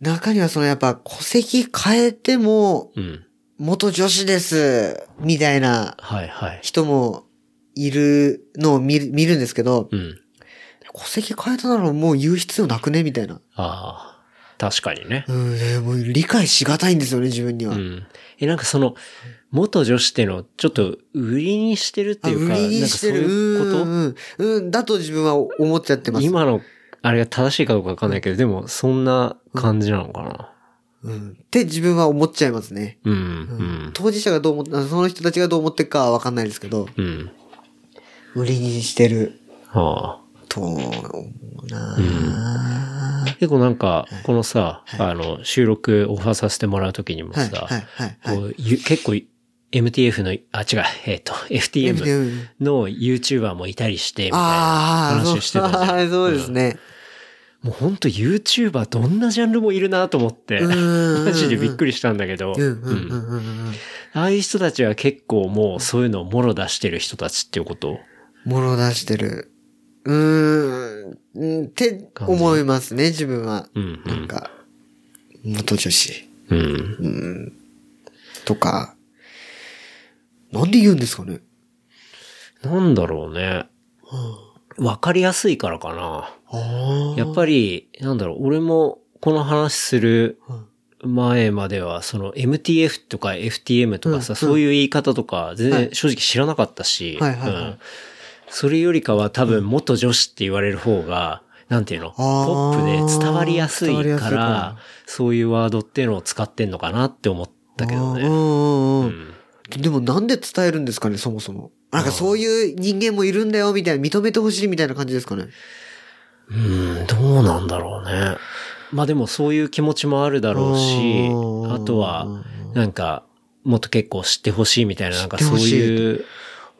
Speaker 3: 中にはそのやっぱ戸籍変えても、
Speaker 2: うん。うん
Speaker 3: 元女子です、みたいな
Speaker 2: はいはい。
Speaker 3: 人もいるのを見る見るんですけど、
Speaker 2: うん。
Speaker 3: 戸籍変えたならもう言う必要なくねみたいな。
Speaker 2: ああ、確かにね。
Speaker 3: うん、でもう理解しがたいんですよね、自分には。
Speaker 2: うん。え、なんかその、元女子っていうのをちょっと売りにしてるって
Speaker 3: あ
Speaker 2: いう
Speaker 3: 売
Speaker 2: か、
Speaker 3: りにしてる。
Speaker 2: なんかそう
Speaker 3: う
Speaker 2: いうん
Speaker 3: うんうん、だと自分は思っちゃって
Speaker 2: こ
Speaker 3: ま
Speaker 2: と
Speaker 3: す。
Speaker 2: 今の、あれが正しいかどうかわかんないけど、でもそんな感じなのかな。
Speaker 3: うん。って自分は思っちゃいますね。
Speaker 2: うん、
Speaker 3: う
Speaker 2: うんん、
Speaker 3: 当事者がどう思って、あその人たちがどう思ってるかはわかんないですけど、
Speaker 2: うん。
Speaker 3: 売りにしてる。
Speaker 2: はあ。
Speaker 3: と思うなぁ
Speaker 2: 結構なんか、このさ、あの、収録オファーさせてもらうときにも
Speaker 3: はい、
Speaker 2: さ、
Speaker 3: はい、はい、はい。
Speaker 2: こうゆ結構 MTF の、あ、違う、えっ、と、FTM の YouTuber もいたりして、みたいな
Speaker 3: ああ、
Speaker 2: 話してたじゃん
Speaker 3: そう <laughs> そうですね。
Speaker 2: もうほんと YouTuber どんなジャンルもいるなと思って、
Speaker 3: うんうんうん
Speaker 2: マジでびっくりしたんだけど、
Speaker 3: うん、うん、
Speaker 2: う
Speaker 3: うんん、うんうん。
Speaker 2: ああいう人たちは結構もうそういうのをもろ出してる人たちっていうこと
Speaker 3: もろ出してる。うーん、うんって思いますね、自分は。
Speaker 2: うん
Speaker 3: なんか、元女子
Speaker 2: うん。うん。
Speaker 3: とか。なんで言うんですかね
Speaker 2: なんだろうね。わかりやすいからかな。
Speaker 3: あ
Speaker 2: やっぱり、なんだろう、俺もこの話する
Speaker 3: うん
Speaker 2: 前までは、その MTF とか FTM とかさ、
Speaker 3: うん
Speaker 2: そういう言い方とか全
Speaker 3: はい
Speaker 2: 然正直知らなかったし、
Speaker 3: はいはいはい
Speaker 2: うんそれよりかは多分元女子って言われる方が、なんていうの、ポ
Speaker 3: あー
Speaker 2: ップで伝わりやすい
Speaker 3: 伝わりやす
Speaker 2: か
Speaker 3: いから
Speaker 2: ら、そういうワードっていうのを使ってんのかなって思ったけど
Speaker 3: う
Speaker 2: ね。
Speaker 3: んうん
Speaker 2: う
Speaker 3: う。
Speaker 2: んん
Speaker 3: でもなんで伝えるんですかね、そもそも。なんかそういう人間もいるんだよ、みたいな、認めてほしいみたいな感じですかね。
Speaker 2: うん、どうなんだろうね。まあでもそういう気持ちもあるだろうし
Speaker 3: う、ん
Speaker 2: あとは、なんか、もっと結構知ってほしいみたいな、なんかそういう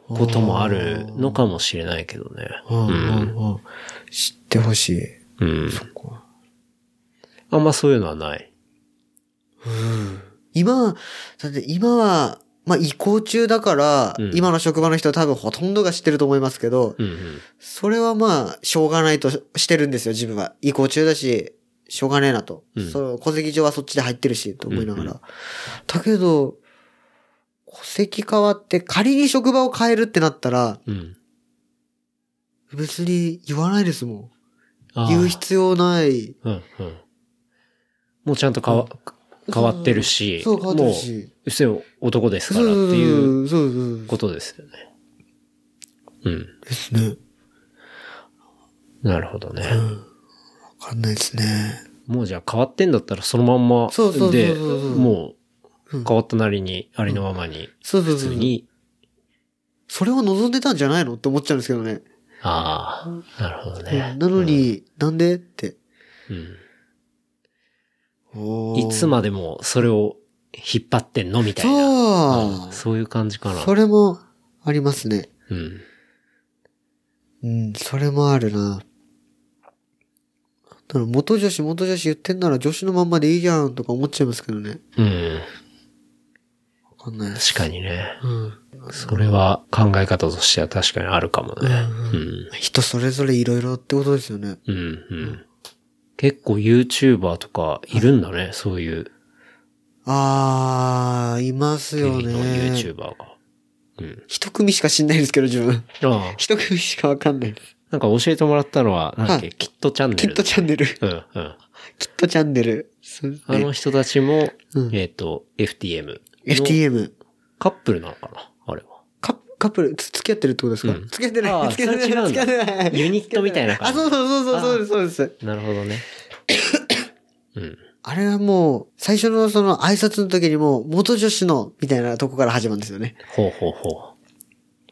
Speaker 2: こともあるのかもしれないけどね。
Speaker 3: うんうんうん知ってほしい。
Speaker 2: うん。
Speaker 3: こう
Speaker 2: あんまそういうのはない。
Speaker 3: 今、だって今は、まあ移行中だから、
Speaker 2: うん
Speaker 3: 今の職場の人多分ほとんどが知ってると思いますけど、
Speaker 2: うんうん。
Speaker 3: それはまあ、しょうがないとしてるんですよ、自分は。移行中だし、しょうがねえなと。
Speaker 2: うん
Speaker 3: その戸籍上はそっちで入ってるし、と思いながら。
Speaker 2: うんう
Speaker 3: だけど、戸籍変わって、仮に職場を変えるってなったら、
Speaker 2: うん。
Speaker 3: 別に言わないですも
Speaker 2: あ
Speaker 3: ん。
Speaker 2: ー
Speaker 3: 言う必要ない。
Speaker 2: うんうん。もうちゃんと変わ、変わってるし、
Speaker 3: そう、変わってる
Speaker 2: もう、
Speaker 3: し。
Speaker 2: うせよ男ですからって
Speaker 3: そう
Speaker 2: いう
Speaker 3: そうそう。
Speaker 2: ことですよね。うん。
Speaker 3: ですね。
Speaker 2: なるほどね。
Speaker 3: うん。わかんないですね。
Speaker 2: もうじゃあ変わってんだったらそのまんま
Speaker 3: そうそうそうそう
Speaker 2: で、
Speaker 3: うん
Speaker 2: も
Speaker 3: う
Speaker 2: うん変わったなりに、ありのままに、
Speaker 3: そう
Speaker 2: 普
Speaker 3: そうそう
Speaker 2: 通
Speaker 3: そう。
Speaker 2: に、
Speaker 3: それを望んでたんじゃないのって思っちゃうんですけどね。
Speaker 2: ああ、なるほどね
Speaker 3: な。のに、なんでって。
Speaker 2: うん、
Speaker 3: おー
Speaker 2: いつまでもそれを引っ張ってんのみたいな。う
Speaker 3: そ
Speaker 2: ん
Speaker 3: う。
Speaker 2: そういう感じかな。
Speaker 3: それもありますね。
Speaker 2: うん。
Speaker 3: うん、それもあるな。だから元女子元女子言ってんなら女子のまんまでいいじゃんとか思っちゃいますけどね。
Speaker 2: うん。
Speaker 3: わかんないです。
Speaker 2: 確かにね。
Speaker 3: うん。
Speaker 2: それは考え方としては確かにあるかもね。
Speaker 3: う人それぞれいろいろってことですよね。
Speaker 2: うん。うん。うん。結構 YouTuber とかいるんだね。そういう、
Speaker 3: あー、います
Speaker 2: ゲイの
Speaker 3: よね。
Speaker 2: YouTuber が。うん。
Speaker 3: 一組しか知んないですけど、自分。
Speaker 2: ああ。
Speaker 3: 一組しかわかんないです。
Speaker 2: なんか教えてもらったのは、なんだっけ、
Speaker 3: は
Speaker 2: キットチャンネル。
Speaker 3: キットチャンネル。
Speaker 2: うんうん。
Speaker 3: キットチャンネル。そうです
Speaker 2: あ
Speaker 3: ね
Speaker 2: の人たちも、
Speaker 3: うん
Speaker 2: えっ、と、FTM。
Speaker 3: FTM。
Speaker 2: カップルなのかなあれは。
Speaker 3: カップカップル、つ付き合ってるってことですか、
Speaker 2: うん
Speaker 3: 付き合ってな
Speaker 2: あ
Speaker 3: い。
Speaker 2: ー
Speaker 3: 付き合ってない。
Speaker 2: そ
Speaker 3: 付き
Speaker 2: れ違うんだ
Speaker 3: 合ってない。
Speaker 2: ユニットみたいな感
Speaker 3: あ、
Speaker 2: じ。
Speaker 3: そうそうそうそう、そうです、そうです。
Speaker 2: なるほど
Speaker 3: <coughs>
Speaker 2: ね。うん。
Speaker 3: あれはもう、最初のその挨拶の時にもう、元女子の、みたいなとこから始まるんですよね。
Speaker 2: ほうほうほ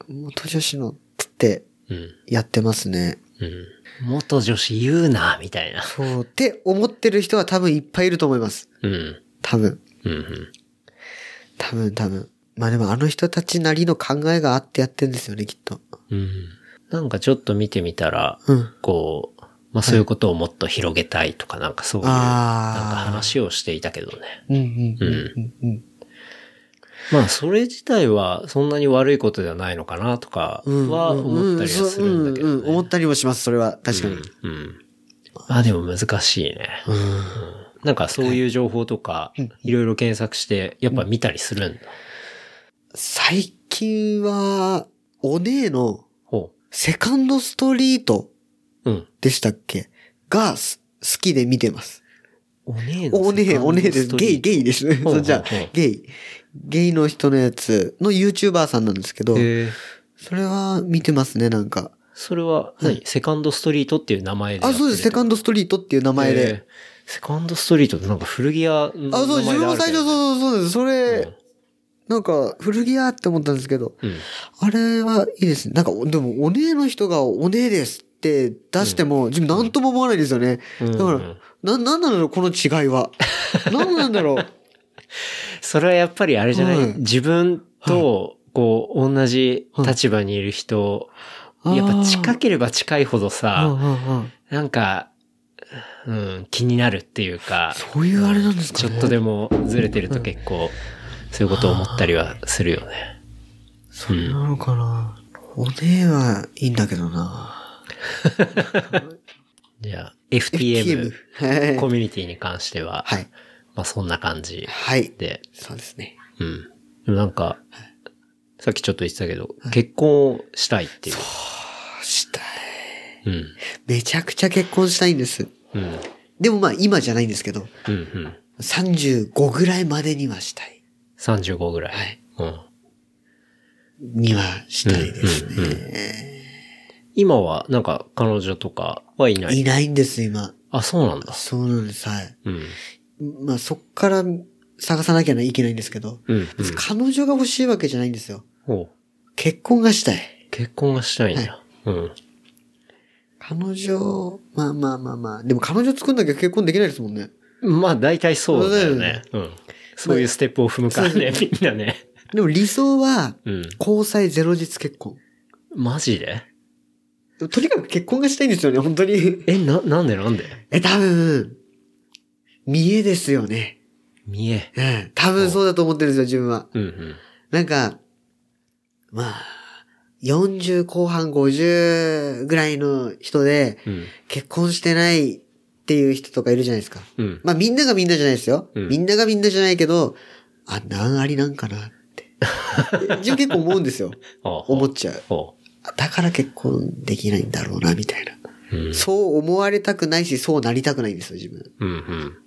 Speaker 3: 元女子の、つって、
Speaker 2: う。うん。
Speaker 3: やってますね。
Speaker 2: うん。元女子言うな、みたいな。
Speaker 3: そう、って思ってる人は多分いっぱいいると思います。
Speaker 2: うん。
Speaker 3: 多分。
Speaker 2: うんうん。
Speaker 3: 多分、多分。まあでもあの人たちなりの考えがあってやってんですよね、きっと。
Speaker 2: うん。なんかちょっと見てみたら、
Speaker 3: うん。
Speaker 2: こう、まあそういうことをもっと広げたいとか、なんかそういう、なんか
Speaker 3: ああ。
Speaker 2: 話をしていたけどね。
Speaker 3: うんうんうんうんうん。
Speaker 2: まあそれ自体はそんなに悪いことではないのかなとか
Speaker 3: うん。
Speaker 2: は思ったりはするんだけど、ね
Speaker 3: うんうんうん思ったりもします、それは。確かに。
Speaker 2: うん。うんあ、でも難しいね。なんかそういう情報とか、いろいろ検索して、やっぱ見たりするんだ。
Speaker 3: 最近は、お姉の
Speaker 2: ほ
Speaker 3: セカンドストリート
Speaker 2: う。うん。
Speaker 3: でしたっけが、す好きで見てます。
Speaker 2: おねえ
Speaker 3: お姉、お姉です。ゲイ、
Speaker 2: イ。
Speaker 3: ゲイですね。
Speaker 2: ほうほうほう
Speaker 3: そうじゃあゲイ。ゲイの人のやつの YouTuber さんなんですけど、
Speaker 2: へえ
Speaker 3: それは見てますね、なんか。
Speaker 2: それは何、セカンドストリートっていう名前でや
Speaker 3: あ、
Speaker 2: ってる。
Speaker 3: そうです。セカンドストリートっていう名
Speaker 2: ド
Speaker 3: 前で。。
Speaker 2: セカンドストリートってなんか古着屋の名前で
Speaker 3: あ、そう、自分も最初
Speaker 2: う。
Speaker 3: そうそうそうです。それ、なんか、古着屋って思ったんですけど、
Speaker 2: うん。
Speaker 3: あれはいいですね。なんか、でも、お姉の人がお姉ですって出しても、自分なんとも思わないですよね。
Speaker 2: うん
Speaker 3: だから、な、なんなんだろう、この違い
Speaker 2: <laughs>
Speaker 3: は。なんなんだろう。
Speaker 2: それはやっぱりあれじゃない、
Speaker 3: はい
Speaker 2: 自分と、こう、同じ立場にいる人、やっぱ近ければ近いほどさ、
Speaker 3: うんうんうん
Speaker 2: なんか、うん、気になるっていうか、
Speaker 3: そういうあれなんですか
Speaker 2: ち
Speaker 3: ね。
Speaker 2: ょっとでもずれてると結構、そういうことを思ったりはするよね。
Speaker 3: それなのかな。お姉はいいんだけどな。
Speaker 2: じゃあ、FTM、
Speaker 3: はい
Speaker 2: コミュニティに関しては、
Speaker 3: はい。
Speaker 2: まあそんな感じ
Speaker 3: はい。
Speaker 2: で、
Speaker 3: そうですね。
Speaker 2: うん。でもなんか、さっきちょっと言ってたけど、結婚をしたいっていう。
Speaker 3: したい。
Speaker 2: うん。
Speaker 3: めちゃくちゃ結婚したいんです。
Speaker 2: うん。
Speaker 3: でもまあ今じゃないんですけど、
Speaker 2: うん。うん。
Speaker 3: 35ぐらいまでにはしたい。
Speaker 2: 35ぐらい。
Speaker 3: はい
Speaker 2: うん。
Speaker 3: にはしたいですね。
Speaker 2: 今は、なんか、彼女とかはいない。
Speaker 3: いないんです、今。
Speaker 2: あ、そうなんだ。
Speaker 3: そうなんです、はい。
Speaker 2: うん。
Speaker 3: まあそっから探さなきゃいけないんですけど、
Speaker 2: うん、うん。
Speaker 3: 彼女が欲しいわけじゃないんですよ。
Speaker 2: ほう。
Speaker 3: 結婚がしたい。
Speaker 2: 結婚がしたいんだ。うん。
Speaker 3: 彼女、まあまあまあまあ。でも彼女作んなきゃ結婚できないですもんね。
Speaker 2: まあ大体そうだよ
Speaker 3: そうだよ
Speaker 2: ね
Speaker 3: ね。
Speaker 2: うん。そういうステップを踏むからね、みんなね。
Speaker 3: でも理想は、
Speaker 2: うん。
Speaker 3: 交際ゼロ日結婚。
Speaker 2: マジで
Speaker 3: で
Speaker 2: <laughs>
Speaker 3: もとにかく結婚がしたいんですよね、本当に。
Speaker 2: え、な、なんでなんで
Speaker 3: え、多分、見えですよね。
Speaker 2: 見え。
Speaker 3: うん。多分そうだと思ってるんですよ、自分は。
Speaker 2: うんうん。
Speaker 3: なんか、まあ、40後半50ぐらいの人で、
Speaker 2: うん。
Speaker 3: 結婚してないっていう人とかいるじゃないですか。
Speaker 2: うん。
Speaker 3: まあみんながみんなじゃないですよ。
Speaker 2: うん
Speaker 3: みんながみんなじゃないけど、あ、何ありなんかな
Speaker 2: <laughs>
Speaker 3: って。自分結構思うんですよ。
Speaker 2: おう
Speaker 3: 思っちゃう。
Speaker 2: お
Speaker 3: だから結婚できないんだろうな、みたいな。
Speaker 2: う。うん。
Speaker 3: そう思われたくないし、そうなりたくないんですよ、自分。
Speaker 2: うんうん。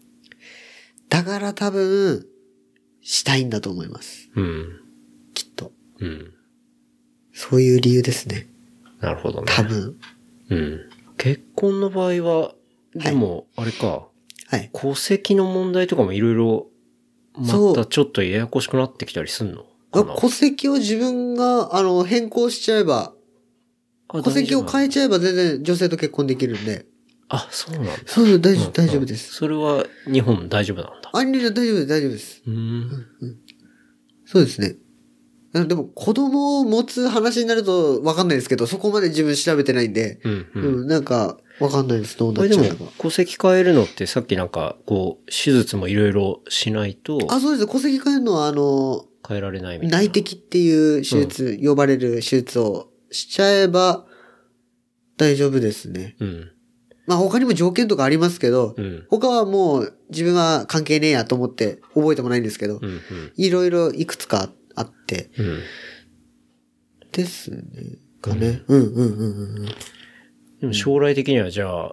Speaker 3: だから多分、したいんだと思います。
Speaker 2: うん。
Speaker 3: きっと。
Speaker 2: うん。
Speaker 3: そういう理由ですね。
Speaker 2: なるほどね。
Speaker 3: 多分。
Speaker 2: うん。結婚の場合は、でも、あれか、
Speaker 3: はい。
Speaker 2: 戸籍の問題とかもいろいろ、
Speaker 3: そ
Speaker 2: ま
Speaker 3: う
Speaker 2: たちょっとややこしくなってきたりすんのかな
Speaker 3: 戸籍を自分が、あの、変更しちゃえば、戸籍を変え
Speaker 2: ゃ
Speaker 3: ちゃえば全然女性と結婚できるんで。
Speaker 2: あ、そうなんだ。
Speaker 3: そうそう、大
Speaker 2: うんう
Speaker 3: 丈夫、
Speaker 2: ん
Speaker 3: 大丈夫です。
Speaker 2: それは日本大丈夫なんだ。
Speaker 3: あ、大丈夫です、大丈夫です。
Speaker 2: うん。
Speaker 3: そうですね。あでも、子供を持つ話になるとわかんないですけど、そこまで自分調べてないんで、
Speaker 2: うん、う。
Speaker 3: うんん、なんか、わかんないです、どう
Speaker 2: こ
Speaker 3: なっ
Speaker 2: れで
Speaker 3: ちゃ
Speaker 2: も
Speaker 3: うのか。、
Speaker 2: 戸籍変えるのってさっきなんか、こう、手術もいろいろしないと、
Speaker 3: あ、そうです。戸籍変えるのは、あの、
Speaker 2: 変えられないみたいな。
Speaker 3: 内的っていう手術、呼ばれる手術をしちゃえば、大丈夫ですね。
Speaker 2: うん。
Speaker 3: まあ、他にも条件とかありますけど、
Speaker 2: うん。
Speaker 3: 他はもう自分は関係ねえやと思って覚えてもないんですけど、
Speaker 2: うん。
Speaker 3: いろいろいくつかああって、
Speaker 2: うん。うん。
Speaker 3: ですね。かね。うんうんうんうんうん。
Speaker 2: でも将来的にはじゃあ、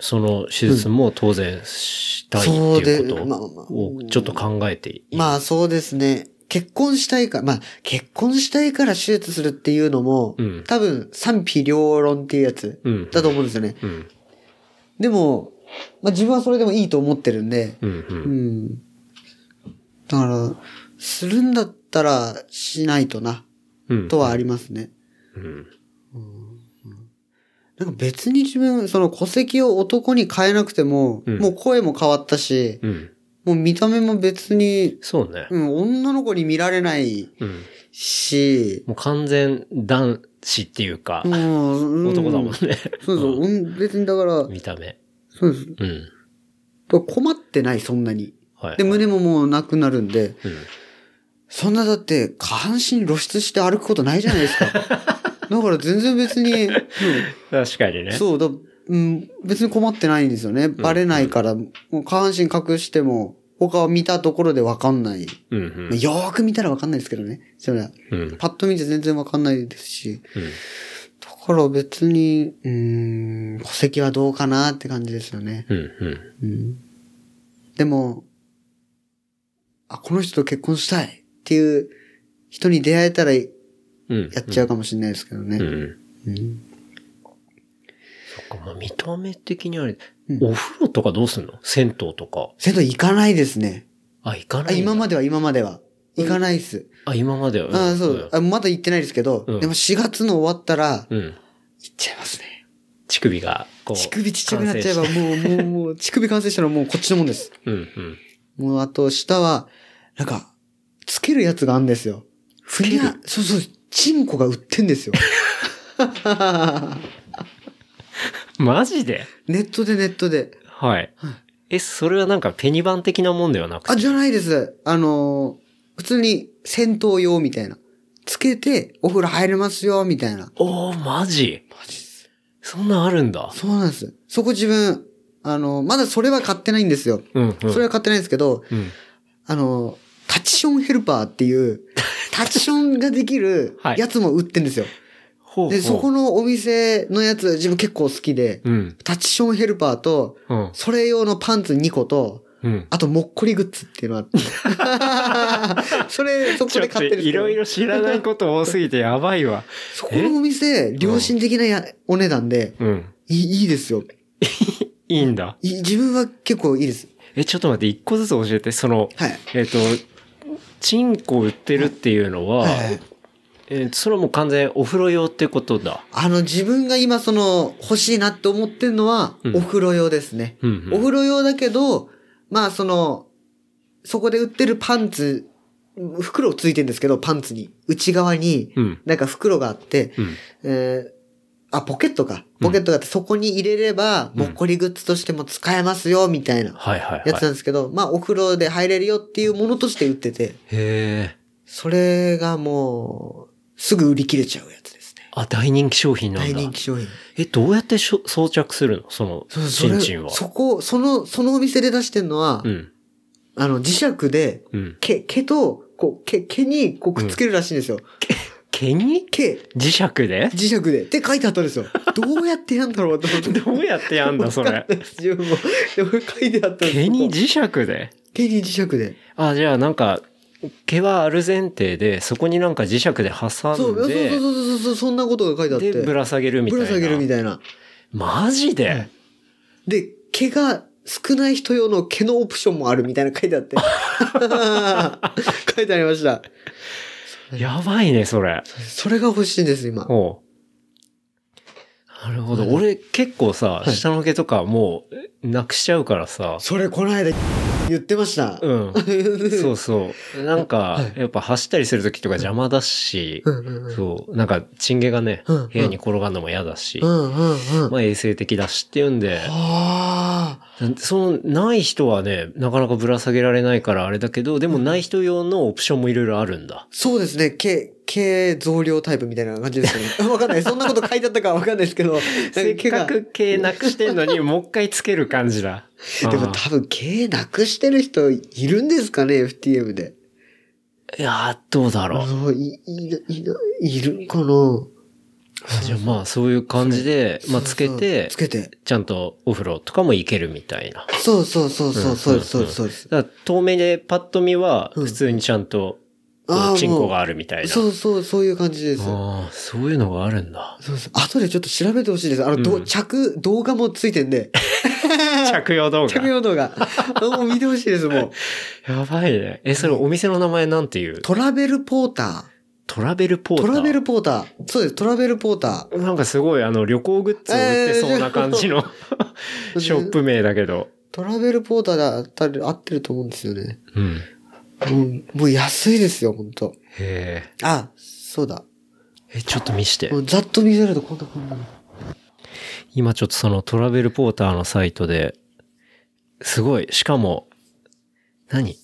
Speaker 2: その手術も当然したいっていう
Speaker 3: そうでまあま
Speaker 2: こ
Speaker 3: あ
Speaker 2: とをちょっと考えていい。
Speaker 3: まあそうですね。結婚したいから、まあ結婚したいから手術するっていうのも、
Speaker 2: うん
Speaker 3: 多分賛否両論っていうやつ
Speaker 2: うん
Speaker 3: だと思うんですよね。
Speaker 2: うん。
Speaker 3: でも、まあ自分はそれでもいいと思ってるんで、
Speaker 2: うん。
Speaker 3: う
Speaker 2: うん。
Speaker 3: ん。だから、するんだったらしないとな、
Speaker 2: うん。
Speaker 3: とはありますね。
Speaker 2: うん。
Speaker 3: なんか別に自分、その戸籍を男に変えなくても、
Speaker 2: うん
Speaker 3: もう声も変わったし、
Speaker 2: うん。
Speaker 3: もう見た目も別に、
Speaker 2: そうね。
Speaker 3: うん、女の子に見られない
Speaker 2: うん。
Speaker 3: し、
Speaker 2: もう完全男子っていうか、
Speaker 3: もう、うん
Speaker 2: 男だもんね。
Speaker 3: そうそう、うん、別にだから、
Speaker 2: 見た目。
Speaker 3: そうです。
Speaker 2: うん。
Speaker 3: だから困ってない、そんなに。
Speaker 2: はい。
Speaker 3: で、胸ももうなくなるんで、
Speaker 2: うん。
Speaker 3: そんなだって、下半身露出して歩くことないじゃない
Speaker 2: <laughs>
Speaker 3: ですか。だから全然別に、うん
Speaker 2: 確かにね。
Speaker 3: そうだ、うん、別に困ってないんですよね。バレないから、もう下半身隠しても、他を見たところでわかんない。
Speaker 2: う。ん
Speaker 3: まあよーく見たらわかんないですけどね。それは
Speaker 2: うん。うん。
Speaker 3: パッと見て全然わかんないですし。
Speaker 2: うん。
Speaker 3: だから別に、うーん、戸籍はどうかなって感じですよね。
Speaker 2: うん。うん。
Speaker 3: うん。でも、あ、この人と結婚したいっていう人に出会えたらや
Speaker 2: うん。
Speaker 3: っちゃうかもしれないですけどね。
Speaker 2: うん。うん。
Speaker 3: うん
Speaker 2: そっか、まあ見た目的にはあれ、
Speaker 3: うん
Speaker 2: お風呂とかどうすんの銭湯とか。
Speaker 3: 銭湯行かないですね。
Speaker 2: あ、行か
Speaker 3: あ
Speaker 2: ない
Speaker 3: 今ま
Speaker 2: で。
Speaker 3: では今までは。行かないっす。
Speaker 2: あ、今までは。ん
Speaker 3: あそう。。あまだ行ってないですけど、
Speaker 2: うん
Speaker 3: でも4月の終わったら、
Speaker 2: うんうん。
Speaker 3: 行っちゃいますね。
Speaker 2: 乳首が、こう。
Speaker 3: 乳首ちっちゃくなっちゃえば、
Speaker 2: 完成し
Speaker 3: もう、もう、もう、乳首完成したらもうこっちのもんです。
Speaker 2: て。うんうん。
Speaker 3: もうあと下は、なんか、つけるやつがあるんですよ。ふにゃ、そうそう、チンコが売ってんで
Speaker 2: <laughs>
Speaker 3: すよ。
Speaker 2: マジで
Speaker 3: ネットでネットで。
Speaker 2: はい。え、それはなんかペニバン的なもんではなくて。
Speaker 3: あ、じゃないです。あのー普通に戦闘用みたいな。つけて、お風呂入れますよ、みたいな。
Speaker 2: おー、マジそんなんあるんだ。
Speaker 3: そうなんです。そこ自分、あのーまだそれは買ってないんですよ。
Speaker 2: うんうん。
Speaker 3: それは買ってないんですけど、
Speaker 2: うん。
Speaker 3: あの、タッチションヘルパーっ
Speaker 2: <laughs>
Speaker 3: ていう、タッチションができる
Speaker 2: はい
Speaker 3: やつも売ってんですよ。
Speaker 2: ほうほう。
Speaker 3: で、そこのお店のやつ、自分結構好きで、
Speaker 2: うん。
Speaker 3: タッチションヘルパーと、
Speaker 2: うん。
Speaker 3: それ用のパンツ2個と、
Speaker 2: うん。
Speaker 3: あと、もっこりグッズって <laughs> いうのがあって。それ、そこで買ってるんですけど
Speaker 2: 知らないこと多すぎてやばいわ。
Speaker 3: そこのお店、良心的なやお値段で、
Speaker 2: うん。
Speaker 3: いいいいですよ。
Speaker 2: いいんだ。
Speaker 3: い自分は結構いいです。
Speaker 2: え、ちょっと待って、一個ずつ教えて。その、
Speaker 3: はい。
Speaker 2: えっ、と、チンコ売ってるっていうのは、
Speaker 3: はい
Speaker 2: えーそれはもう完全お風呂用ってことだ。
Speaker 3: あの、自分が今その、欲しいなって思ってるのは
Speaker 2: う、ん
Speaker 3: お風呂用ですね。
Speaker 2: うん、うん。
Speaker 3: お風呂用だけど、まあその、そこで売ってるパンツ、袋ついてるんですけど、パンツに。内側に
Speaker 2: うん、
Speaker 3: なんか袋があって、
Speaker 2: うん。
Speaker 3: えーあ、ポケットか。ポケットがあって、そこに入れれば、もっこりグッズとしても使えますよ、みたいな
Speaker 2: はいはい
Speaker 3: や
Speaker 2: は。
Speaker 3: つないんですけど、まあ、お風呂で入れるよっていうものとして売ってて、
Speaker 2: へえ。
Speaker 3: それがもう、すぐ売り切れちゃうやつですね。
Speaker 2: あ、大人気商品なん
Speaker 3: 大
Speaker 2: だ。
Speaker 3: 人気商品。
Speaker 2: え、どうやってしょ装着するのその、
Speaker 3: そう
Speaker 2: チンチンは。
Speaker 3: それそこ、その、そのお店で出してんのは、
Speaker 2: うん。
Speaker 3: あの、磁石で、
Speaker 2: うん。
Speaker 3: 毛、毛と、こう、毛、毛に、こう、くっつけるらしいんですよ。
Speaker 2: 毛に
Speaker 3: 毛、
Speaker 2: 磁石で
Speaker 3: 磁石で。って書いてあったんで
Speaker 2: <laughs>
Speaker 3: すよ。どうやってやんだろうと思って。
Speaker 2: どうやってやんだ、それ。
Speaker 3: 自分も。でも書いてあったんですよ
Speaker 2: 毛に磁石で
Speaker 3: 毛に磁石で。
Speaker 2: あ、じゃあなんか、毛はある前提で、そこになんか磁石で
Speaker 3: そう、そ
Speaker 2: 挟ん
Speaker 3: うそう
Speaker 2: で、
Speaker 3: そうそうそう、そんなことが書いてあって。
Speaker 2: で、ぶら下げるみたいな。
Speaker 3: ぶら下げるみたいな。
Speaker 2: マジで、
Speaker 3: はいで、毛が少ない人用の毛のオプションもあるみたいな書いてあって。書いてありました。
Speaker 2: やばいね、それ。
Speaker 3: それが欲しいんです、今。
Speaker 2: ほう。なるほど。俺結構さ、
Speaker 3: い
Speaker 2: 下の毛とかもうなくしちゃうからさ。
Speaker 3: それこの間言ってました。 <laughs>
Speaker 2: うん。そうそう。なんか
Speaker 3: は、い
Speaker 2: やっぱ走ったりするときとか邪魔だし
Speaker 3: う、んうんうん。
Speaker 2: そう。なんか、チンゲがね、
Speaker 3: うん
Speaker 2: 部屋に転がるのも嫌だし
Speaker 3: う、んうんうん。
Speaker 2: まあ衛生的だしっていうんで、
Speaker 3: あ
Speaker 2: その、ない人はね、なかなかぶら下げられないからあれだけど、でもない人用のオプションもいろいろあるんだ。
Speaker 3: そうですね。毛、毛増量タイプみたいな感じですよね。わかん <laughs> ない。そんなこと書いてあったかわかんないですけど。
Speaker 2: せっか
Speaker 3: 毛が
Speaker 2: く毛なくしてんのに、もう一回つける感じだ。
Speaker 3: でも
Speaker 2: あー
Speaker 3: 多分毛なくしてる人いるんですかね ?FTM で。
Speaker 2: いやー、どうだろう。
Speaker 3: あい、いな、いな、いるかな
Speaker 2: あじゃあまあそういう感じで、まあつけ
Speaker 3: そうそう
Speaker 2: て
Speaker 3: つ、けて。
Speaker 2: ちゃんとお風呂とかも行けるみたいな。
Speaker 3: そうそうそうそう、そうです、そううんです、そうです。
Speaker 2: だから透明でパッと見は
Speaker 3: うん
Speaker 2: 普通にちゃんと、
Speaker 3: あ
Speaker 2: こ
Speaker 3: ー
Speaker 2: うチンコ
Speaker 3: もう
Speaker 2: があるみたいな。
Speaker 3: そうそう、そういう感じです。そう
Speaker 2: ああ、そういうのがあるんだ。
Speaker 3: です。後でちょっと調べてほしいです。あの、ど
Speaker 2: うん
Speaker 3: 着、動画もついてんで。 <laughs>
Speaker 2: 着用動
Speaker 3: 着
Speaker 2: 画。
Speaker 3: 用
Speaker 2: <laughs>
Speaker 3: 動画。もう見てほしいです、もう。
Speaker 2: やばいね。え、それお店の名前なんていう
Speaker 3: トラベルポータ
Speaker 2: トラベルポ
Speaker 3: ー。
Speaker 2: ーター。
Speaker 3: トラベルポーター。そうです、トラベルポータ
Speaker 2: なんかすごいあの旅行グッズを売ってそうな感じの <laughs>
Speaker 3: ー。
Speaker 2: ショップ名だけど。
Speaker 3: トラベルポーターで当たる合ってると思うんですよね。
Speaker 2: うん。
Speaker 3: もう、もう安いですよ、ほんと。
Speaker 2: へえ。
Speaker 3: あ、そうだ。
Speaker 2: え、ちょっと見して
Speaker 3: も。うざっと見せるとこんな感
Speaker 2: <laughs>
Speaker 3: じ。
Speaker 2: 今ちょっとそのトラベルポーターのサイトで、すごい、しかも、何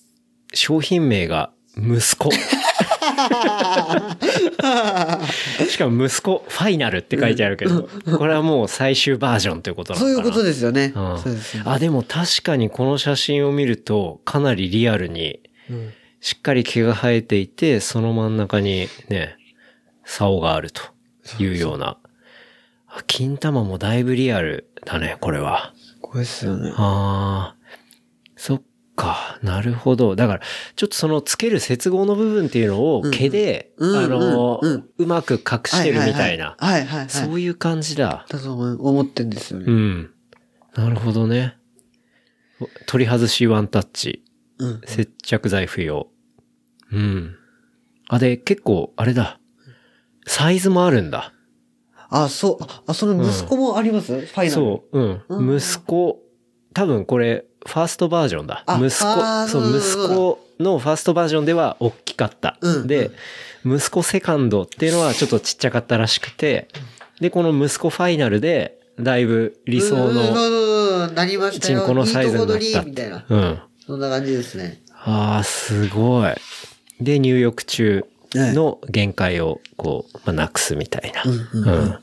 Speaker 2: 商品名が、息
Speaker 3: <laughs>
Speaker 2: 子。しかも息子、ファイナルって書いてあるけど、これはもう最終バージョンということなの
Speaker 3: そう
Speaker 2: か
Speaker 3: い
Speaker 2: な
Speaker 3: うことですよね。
Speaker 2: うん
Speaker 3: そうですよね。
Speaker 2: あ、でも確かにこの写真を見ると、かなりリアルに、
Speaker 3: うん
Speaker 2: しっかり毛が生えていて、その真ん中にね、竿があるというような。あ金玉もだいぶリアルだね、これは。
Speaker 3: これですよね。
Speaker 2: ああ、そっか、なるほど。だから、ちょっとそのつける接合の部分っていうのを毛で、
Speaker 3: うんうん
Speaker 2: あの、
Speaker 3: うんうん
Speaker 2: うまく隠してるみたいな。
Speaker 3: はいはいはい。はいはいはい
Speaker 2: そういう感じだ。
Speaker 3: だと思う思ってんですよ
Speaker 2: う
Speaker 3: ね。
Speaker 2: ん。なるほどね。お取り外しワンタッチ。
Speaker 3: うん。
Speaker 2: 接着剤不要。うん。あ、で、結構、あれだ。サイズもあるんだ。
Speaker 3: あ、そう、ああ、その息子もありますファイナル。
Speaker 2: そう、うん。
Speaker 3: うん
Speaker 2: 息子、多分これ、ファーストバージョンだ。
Speaker 3: あ
Speaker 2: 息子、
Speaker 3: あー
Speaker 2: そ
Speaker 3: そう
Speaker 2: う、
Speaker 3: そう
Speaker 2: 息
Speaker 3: そう
Speaker 2: 子のファーストバージョンでは大きかった。
Speaker 3: うん
Speaker 2: で、息子セカンドっていうのはちょっとちっちゃかったらしくて、で、この息子ファイナルで、だいぶ理想
Speaker 3: うんうん
Speaker 2: の、
Speaker 3: うんうんなりましたよ。
Speaker 2: 人口のサイズになった
Speaker 3: いいとこ取りみたいな。
Speaker 2: うん。
Speaker 3: そんな感じですね。
Speaker 2: ああ、すごい。で、入浴中の限界をこう、まあ、なくすみたいな。
Speaker 3: うんうんうん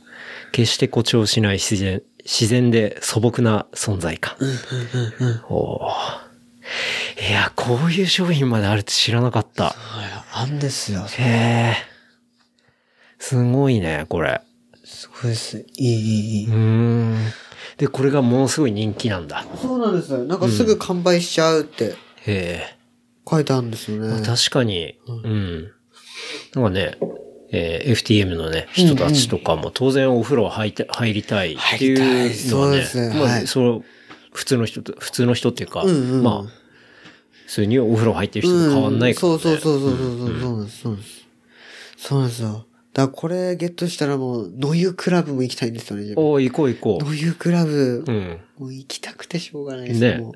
Speaker 2: 決して誇張しない自然、自然で素朴な存在感。おーいや、こういう商品まであるって知らなかった。
Speaker 3: はい、あんですよ。
Speaker 2: へえ。すごいね、これ。
Speaker 3: すごいです。いい、いい、いうい。
Speaker 2: ーん。で、これがものすごい人気なんだ。
Speaker 3: そうなんですよ。なんかすぐ完売しちゃうって
Speaker 2: へえ。
Speaker 3: 書いてあるんですよね。
Speaker 2: 確かに、うん。なんかね、えー FTM のね、人たちとかも当然お風呂入って入りたいっていう
Speaker 3: 入りたい
Speaker 2: のは
Speaker 3: そう
Speaker 2: ね、
Speaker 3: ですね
Speaker 2: まあ、
Speaker 3: はい
Speaker 2: その普通の人と、普通の人っていうか、
Speaker 3: うんうん
Speaker 2: まあ、普通にお風呂入ってる人と変わんないから、ね
Speaker 3: うんそうそうそうそうそうそうなんです、そうなんです。そうなんですよ。だからこれゲットしたらもう、ノユクラブも行きたいんですよね、自分
Speaker 2: おー行こう行こ
Speaker 3: ノユクラブ
Speaker 2: う。う、ん。
Speaker 3: もう行きたくてしょうがないです
Speaker 2: ね
Speaker 3: も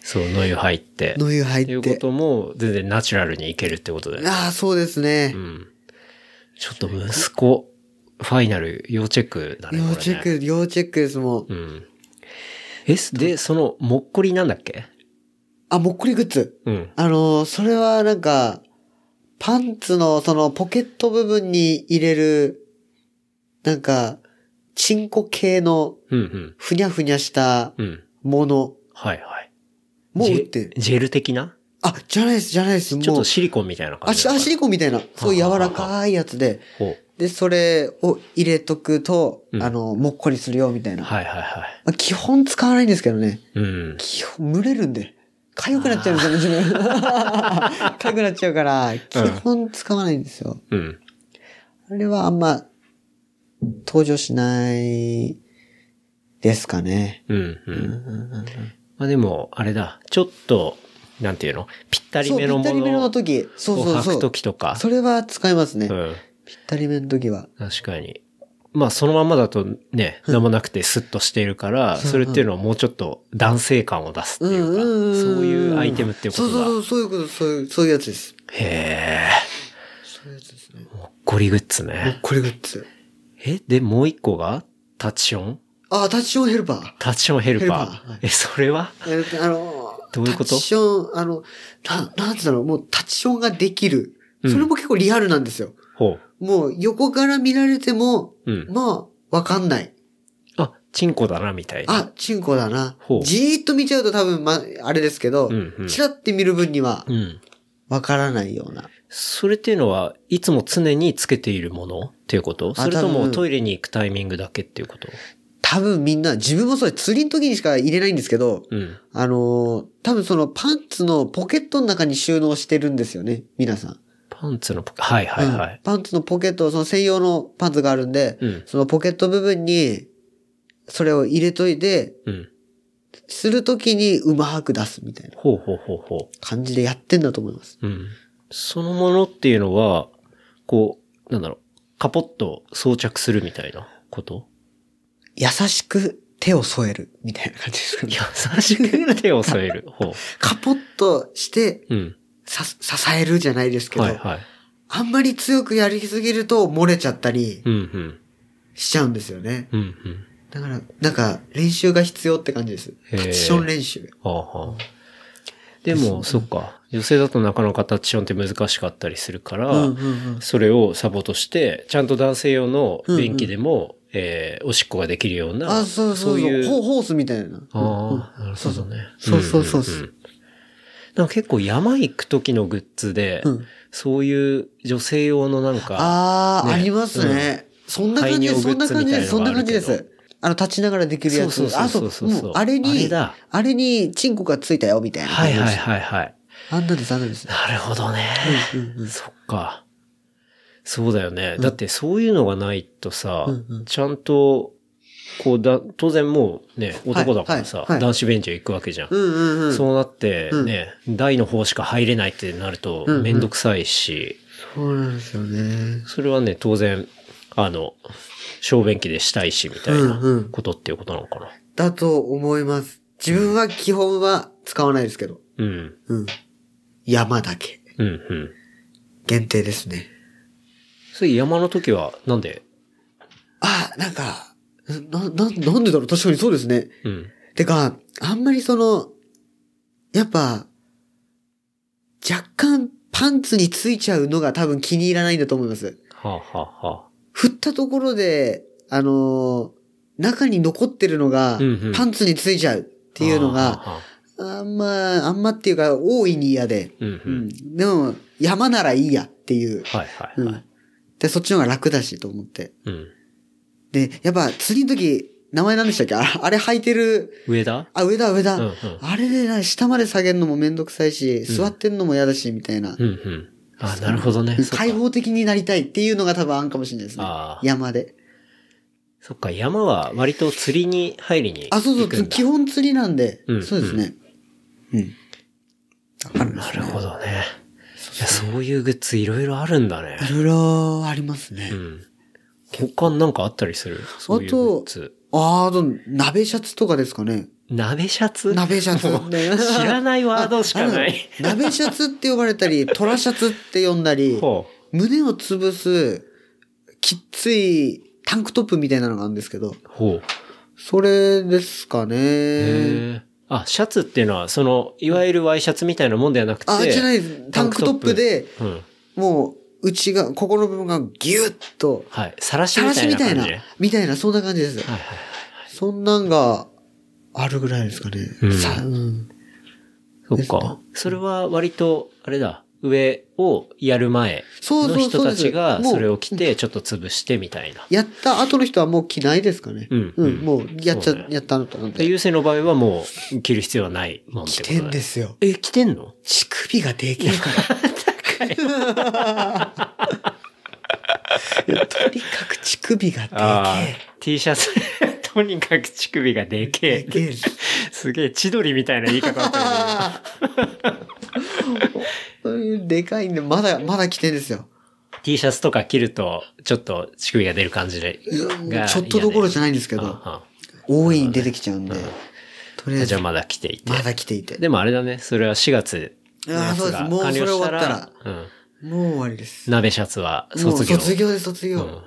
Speaker 2: そう、の湯入って
Speaker 3: う。。ノユ入
Speaker 2: っていう
Speaker 3: っ
Speaker 2: こ
Speaker 3: て。
Speaker 2: とも、全然ナチュラルに行けるってことだよね。
Speaker 3: ああ、そうですね
Speaker 2: う。ん。ちょっと息子、ファイナル、要チェックだね。これね
Speaker 3: 要チェック、要チェックです、もう。
Speaker 2: うん。え、すで、その、もっこりなんだっけ
Speaker 3: あ、もっこりグッズ。
Speaker 2: うん。
Speaker 3: あのー、それはなんか、パンツのそのポケット部分に入れる、なんか、チンコ系の
Speaker 2: うんうん。
Speaker 3: ふにゃふにゃした
Speaker 2: うん。
Speaker 3: もの
Speaker 2: はいはい。
Speaker 3: も
Speaker 2: ジ
Speaker 3: 売
Speaker 2: ェ
Speaker 3: ってる。
Speaker 2: ジェル的な
Speaker 3: あ、じゃないです、じゃないです。
Speaker 2: ちょっ
Speaker 3: もう
Speaker 2: と、シリコンみたいな
Speaker 3: あ、
Speaker 2: 感じ
Speaker 3: し
Speaker 2: な
Speaker 3: あ
Speaker 2: のかな。
Speaker 3: シリコンみたいな、そういう柔らかいやつで、
Speaker 2: ほう
Speaker 3: で、それを入れとくと、
Speaker 2: うん
Speaker 3: あの、もっこりするよ、みたいな。
Speaker 2: はいはいはい。
Speaker 3: まあ基本使わないんですけどね。
Speaker 2: うん。
Speaker 3: 基本、蒸れるんで。痒くなっちゃうんですよね、自分。 <laughs> 痒くなっちゃうから、基本使わないんですよ。
Speaker 2: うん。
Speaker 3: あれはあんま、登場しない、ですかね。
Speaker 2: うんうん。まあでも、あれだ。ちょっと、なんていうのぴったり
Speaker 3: そう、ぴ
Speaker 2: めの
Speaker 3: っ
Speaker 2: も
Speaker 3: たりめの
Speaker 2: の
Speaker 3: 時。そう
Speaker 2: を
Speaker 3: そう
Speaker 2: 履
Speaker 3: そ
Speaker 2: く
Speaker 3: う
Speaker 2: と。きとか。
Speaker 3: それは使えますね。
Speaker 2: うん。
Speaker 3: ぴったりめの時は。
Speaker 2: 確かに。まあそのままだとね、何もなくてスッとしているから、それっていうのはもうちょっと男性感を出すっていうか、そういうアイテムっていうことだ。
Speaker 3: そうそうそう、そういうこと、そういう、そういうやつです。
Speaker 2: へ
Speaker 3: そういうやつですね。
Speaker 2: え、もっこりグッズ
Speaker 3: もう
Speaker 2: ね。
Speaker 3: これグッズ。
Speaker 2: え、で、もう一個がタッチション
Speaker 3: あ、タッチションヘルパー。
Speaker 2: タッチションヘルパー。
Speaker 3: ヘルパーはい
Speaker 2: え、それは
Speaker 3: えーとあのー、
Speaker 2: どういうこと
Speaker 3: タッチション、あの、な、なんつうだろう、もうタッチションができる。
Speaker 2: うん
Speaker 3: それも結構リアルなんですよ。
Speaker 2: ほ
Speaker 3: もう横から見られても、
Speaker 2: う。うん。
Speaker 3: まあ、わかんない。
Speaker 2: あ、チンコだな、みたいな。
Speaker 3: あ、チンコだな
Speaker 2: ほう。
Speaker 3: じーっと見ちゃうと多分、ま、あれですけど
Speaker 2: うんうん、
Speaker 3: チラって見る分には
Speaker 2: う、ん。
Speaker 3: わからないような。
Speaker 2: それっていうのは、いつも常につけているものっていうことそれと
Speaker 3: 多
Speaker 2: も
Speaker 3: 分
Speaker 2: トイレに行くタイミングだけっていうこと
Speaker 3: 多分みんな、自分もそうです釣りの時にしか入れないんですけど、
Speaker 2: うん。
Speaker 3: あのー多分そのパンツのポケットの中に収納してるんですよね、皆さん。
Speaker 2: パンツのポケ、はいはいは
Speaker 3: うん
Speaker 2: い。
Speaker 3: パンツのポケット、その専用のパンツがあるんで、
Speaker 2: うん
Speaker 3: そのポケット部分に、それを入れといて、
Speaker 2: うん。
Speaker 3: するときにうまく出すみたいな
Speaker 2: ほうほうほうほ
Speaker 3: 感じでやってんだと思います。
Speaker 2: う。うん。そのものっていうのは、こう、なんだろう、カポッと装着するみたいなこと
Speaker 3: 優しく手を添えるみたいな感じですかね。
Speaker 2: 優しく手を添え <laughs> る。ほ
Speaker 3: カポッとして、
Speaker 2: う。うん。
Speaker 3: さ、支えるじゃないですけど、
Speaker 2: はいはい。
Speaker 3: あんまり強くやりすぎると漏れちゃったり
Speaker 2: うんうん。
Speaker 3: しちゃうんですよね。
Speaker 2: うんうん。
Speaker 3: だから、なんか、練習が必要って感じです。
Speaker 2: へー
Speaker 3: タッチション練習。
Speaker 2: はあはあ。でも、そっか。女性だとなかなかタッチションって難しかったりするから、
Speaker 3: うんうんうん。
Speaker 2: それをサポートして、ちゃんと男性用の便器でも、えーおしっこができるような、
Speaker 3: あ、そうそうそう。
Speaker 2: いう。
Speaker 3: ホホースみたいな。
Speaker 2: ああ、なるほどね。
Speaker 3: そうそうそう
Speaker 2: うんうんうんなんか結構山行く時のグッズで、
Speaker 3: うん
Speaker 2: そういう女性用のなんか、
Speaker 3: ああ、
Speaker 2: ね
Speaker 3: ありますね。そんな感じです。そ
Speaker 2: 排尿
Speaker 3: んな
Speaker 2: グッズ
Speaker 3: 感じです。そん
Speaker 2: みた
Speaker 3: ない
Speaker 2: なのがあるけど
Speaker 3: 感じです。あの、立ちながらできるやつ。
Speaker 2: そうそうそうそう
Speaker 3: あ
Speaker 2: そう
Speaker 3: と、もうあれ
Speaker 2: あ
Speaker 3: に
Speaker 2: れだ、
Speaker 3: あれに、チンコがついたよ、みたいな感
Speaker 2: はい
Speaker 3: じです。
Speaker 2: はいはいはい。
Speaker 3: あんなです、あんなです。
Speaker 2: なるほどね。
Speaker 3: うんうん
Speaker 2: そっか。そうだよね。だってそういうのがないとさ、
Speaker 3: うんうん
Speaker 2: ちゃんと、こうだ、当然もうね、男だからさ、
Speaker 3: はいはいはい
Speaker 2: 男子ベンチへ行くわけじゃん。
Speaker 3: うんうんうん。そ
Speaker 2: そうなってね、台の方しか入れないってなると
Speaker 3: うんうん
Speaker 2: めんどくさいし、
Speaker 3: うなんですよね。
Speaker 2: それはね、当然、あの、小便器でしたいし、みたいな
Speaker 3: うんうん
Speaker 2: ことっていうことなのかな。
Speaker 3: だと思います。自分は基本は使わないですけど。
Speaker 2: うん。
Speaker 3: うん。山だけ。
Speaker 2: うん、うん。
Speaker 3: 限定ですね。
Speaker 2: それ山の時は、なんで
Speaker 3: あ、なんか、な、な、なんでだろう確かにそうですね。
Speaker 2: うん。
Speaker 3: てか、あんまりその、やっぱ、若干パンツについちゃうのが多分気に入らないんだと思います。
Speaker 2: はあ、はあは
Speaker 3: 振ったところで、あのー中に残ってるのが
Speaker 2: うんうん、
Speaker 3: パンツについちゃうっていうの
Speaker 2: はあ
Speaker 3: が、
Speaker 2: はあはあ
Speaker 3: あんま、あんまっていうか、大いに嫌で、
Speaker 2: うん、う。
Speaker 3: うんん。でも、山ならいいやっていう。
Speaker 2: はいはい、
Speaker 3: う
Speaker 2: はい。
Speaker 3: ん。で、そっちの方が楽だしと思って。
Speaker 2: うん。
Speaker 3: で、やっぱ釣りの時、名前何でしたっけああれ履いてる、
Speaker 2: 上田
Speaker 3: あ、上だ上だ。
Speaker 2: うんうん
Speaker 3: あれでな、下まで下げるのもめんどくさいし、座ってんのも嫌だし、みたいな
Speaker 2: う。ん <laughs> うん。あ、なるほどね。そっ
Speaker 3: 開
Speaker 2: か。
Speaker 3: 放的になりたいっていうのが多分あんかもしれないですね
Speaker 2: あ。ー
Speaker 3: 山で。
Speaker 2: そっか、山は割と釣りに入りに行くんだ。
Speaker 3: あ、そうそう、基本釣りなんで
Speaker 2: うん。
Speaker 3: そうですね。うん。わかるんで
Speaker 2: な
Speaker 3: す
Speaker 2: る
Speaker 3: ね。
Speaker 2: ほどね。いや、そういうグッズいろいろあるんだね。
Speaker 3: いろいろありますね
Speaker 2: う。ん。他なんかあったりするそういうグッズ。
Speaker 3: あーあと、鍋シャツとかですかね。
Speaker 2: 鍋シャツ
Speaker 3: 鍋シャツ。
Speaker 2: 知ら
Speaker 3: い
Speaker 2: ないワードしかない。
Speaker 3: 鍋シャツって呼ばれたり、トラシャツって呼んだり。
Speaker 2: ほ
Speaker 3: 胸を潰す、きっついタンクトップみたいなのがあるんですけど、
Speaker 2: ほう。
Speaker 3: それですか
Speaker 2: へ
Speaker 3: ね。
Speaker 2: え。あ、シャツっていうのは、その、いわゆるワイシャツみたいなもんではなくて。
Speaker 3: あ、じゃないです、タンクトップで、
Speaker 2: うん。
Speaker 3: もう、内が、ここの部分がギュッと、
Speaker 2: はい。さらし
Speaker 3: さ
Speaker 2: み
Speaker 3: ら
Speaker 2: た
Speaker 3: し
Speaker 2: い
Speaker 3: み
Speaker 2: な
Speaker 3: たい
Speaker 2: 感
Speaker 3: な
Speaker 2: じね。、
Speaker 3: みたいな、そんな感じです。
Speaker 2: はいはい。
Speaker 3: そんなんが、あるぐらいですかね。
Speaker 2: うん
Speaker 3: さうん
Speaker 2: そっ
Speaker 3: です
Speaker 2: か
Speaker 3: ね。
Speaker 2: それは割と、あれだ、上をやる前
Speaker 3: そう
Speaker 2: の
Speaker 3: そうそ
Speaker 2: 人
Speaker 3: う
Speaker 2: た
Speaker 3: です。
Speaker 2: ちが
Speaker 3: もう
Speaker 2: それを着て、ちょっと潰してみたいな。
Speaker 3: やった後の人はもう着ないですかね。
Speaker 2: うん
Speaker 3: もう、やっち
Speaker 2: そ
Speaker 3: ゃ、
Speaker 2: うね
Speaker 3: やったのとなん
Speaker 2: で、
Speaker 3: で。
Speaker 2: 優勢の場合はもう着る必要はないもんって
Speaker 3: 着
Speaker 2: こと
Speaker 3: て
Speaker 2: だ
Speaker 3: ん
Speaker 2: ね
Speaker 3: ですよ。
Speaker 2: え、着てんの
Speaker 3: 乳首がでけえから。いや <laughs> とにかく乳首がでけ
Speaker 2: ああ、T シャツ。 <laughs> とにかく乳首がでけ
Speaker 3: え。
Speaker 2: え。
Speaker 3: でけえです。
Speaker 2: すげえ、千鳥みたいな言い方だったよね
Speaker 3: そういうでかいんで、まだ、まだ着てんですよ。
Speaker 2: 今 T シャツとか着ると、ちょっと乳首が出る感じで。が
Speaker 3: ちょっとどころじゃないんですけ
Speaker 2: あ
Speaker 3: ど、
Speaker 2: あ
Speaker 3: 大いに出てきちゃうんで、とりあえ
Speaker 2: じゃあ、
Speaker 3: ず
Speaker 2: まだ着ていて
Speaker 3: ま。だ着ていて。
Speaker 2: でもあれだね、それは4月の
Speaker 3: あ
Speaker 2: や
Speaker 3: あ、
Speaker 2: つ
Speaker 3: そうです。
Speaker 2: が
Speaker 3: もうそ
Speaker 2: 完了
Speaker 3: れ終わ
Speaker 2: し
Speaker 3: ったた
Speaker 2: らう
Speaker 3: ら、、
Speaker 2: ん
Speaker 3: もう終わりです。
Speaker 2: 鍋シャツは卒
Speaker 3: も
Speaker 2: 業。
Speaker 3: う卒業です、卒
Speaker 2: う
Speaker 3: 業。
Speaker 2: ん。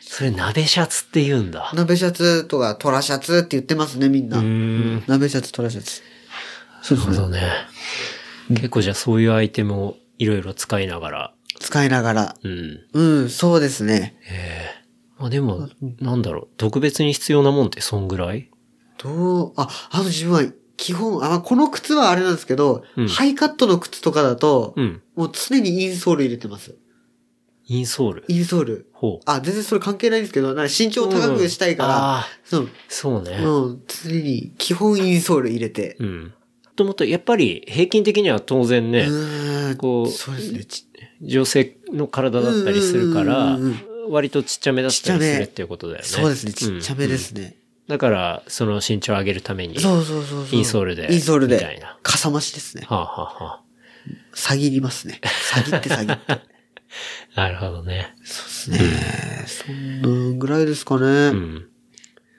Speaker 2: それ鍋シャツって言うんだ。
Speaker 3: 鍋シャツとか、トラシャツって言ってますね、みんな。
Speaker 2: うーん
Speaker 3: 鍋シャツ、トラシャツ。そう
Speaker 2: なるほどね。結構じゃあそういうアイテムをいろいろ使いながら。
Speaker 3: 使いながら。
Speaker 2: うん。
Speaker 3: うん、そうですね。
Speaker 2: まあでも、なんだろう、特別に必要なもんってそんぐらい
Speaker 3: どう、あ、あの自分は、基本、あ、まあこの靴はあれなんですけど、
Speaker 2: うん
Speaker 3: ハイカットの靴とかだと、
Speaker 2: うん。
Speaker 3: もう常にインソール入れてます。
Speaker 2: インソール。
Speaker 3: インソール。
Speaker 2: ほう。
Speaker 3: あ、全然それ関係ないんですけど、なんか身長高くしたいか
Speaker 2: うん
Speaker 3: ら、
Speaker 2: ああ、
Speaker 3: そう、
Speaker 2: そうね。
Speaker 3: うん、常に基本インソール入れて。
Speaker 2: うん。ともっと、やっぱり平均的には当然ね、
Speaker 3: うーん、
Speaker 2: こう
Speaker 3: そうですね。ち
Speaker 2: 女性の体だったりするから
Speaker 3: うんうんうん、
Speaker 2: 割とちっちゃめだったり
Speaker 3: ちっち
Speaker 2: す
Speaker 3: ゃ
Speaker 2: る
Speaker 3: め
Speaker 2: っていうことだよね。
Speaker 3: そうですね、ちっちゃめで
Speaker 2: うん。うん
Speaker 3: すね。
Speaker 2: だから、その身長を上げるために、
Speaker 3: そうそうそうそう。
Speaker 2: インソールで
Speaker 3: インソール
Speaker 2: みたい
Speaker 3: で
Speaker 2: な。
Speaker 3: かさ増しですね。
Speaker 2: はあ、はあはあ、
Speaker 3: 下ぎりますね。下ぎって
Speaker 2: <laughs>
Speaker 3: 下ぎって。
Speaker 2: なるほどね。
Speaker 3: そうですね。そんなぐらいですかね。
Speaker 2: うん。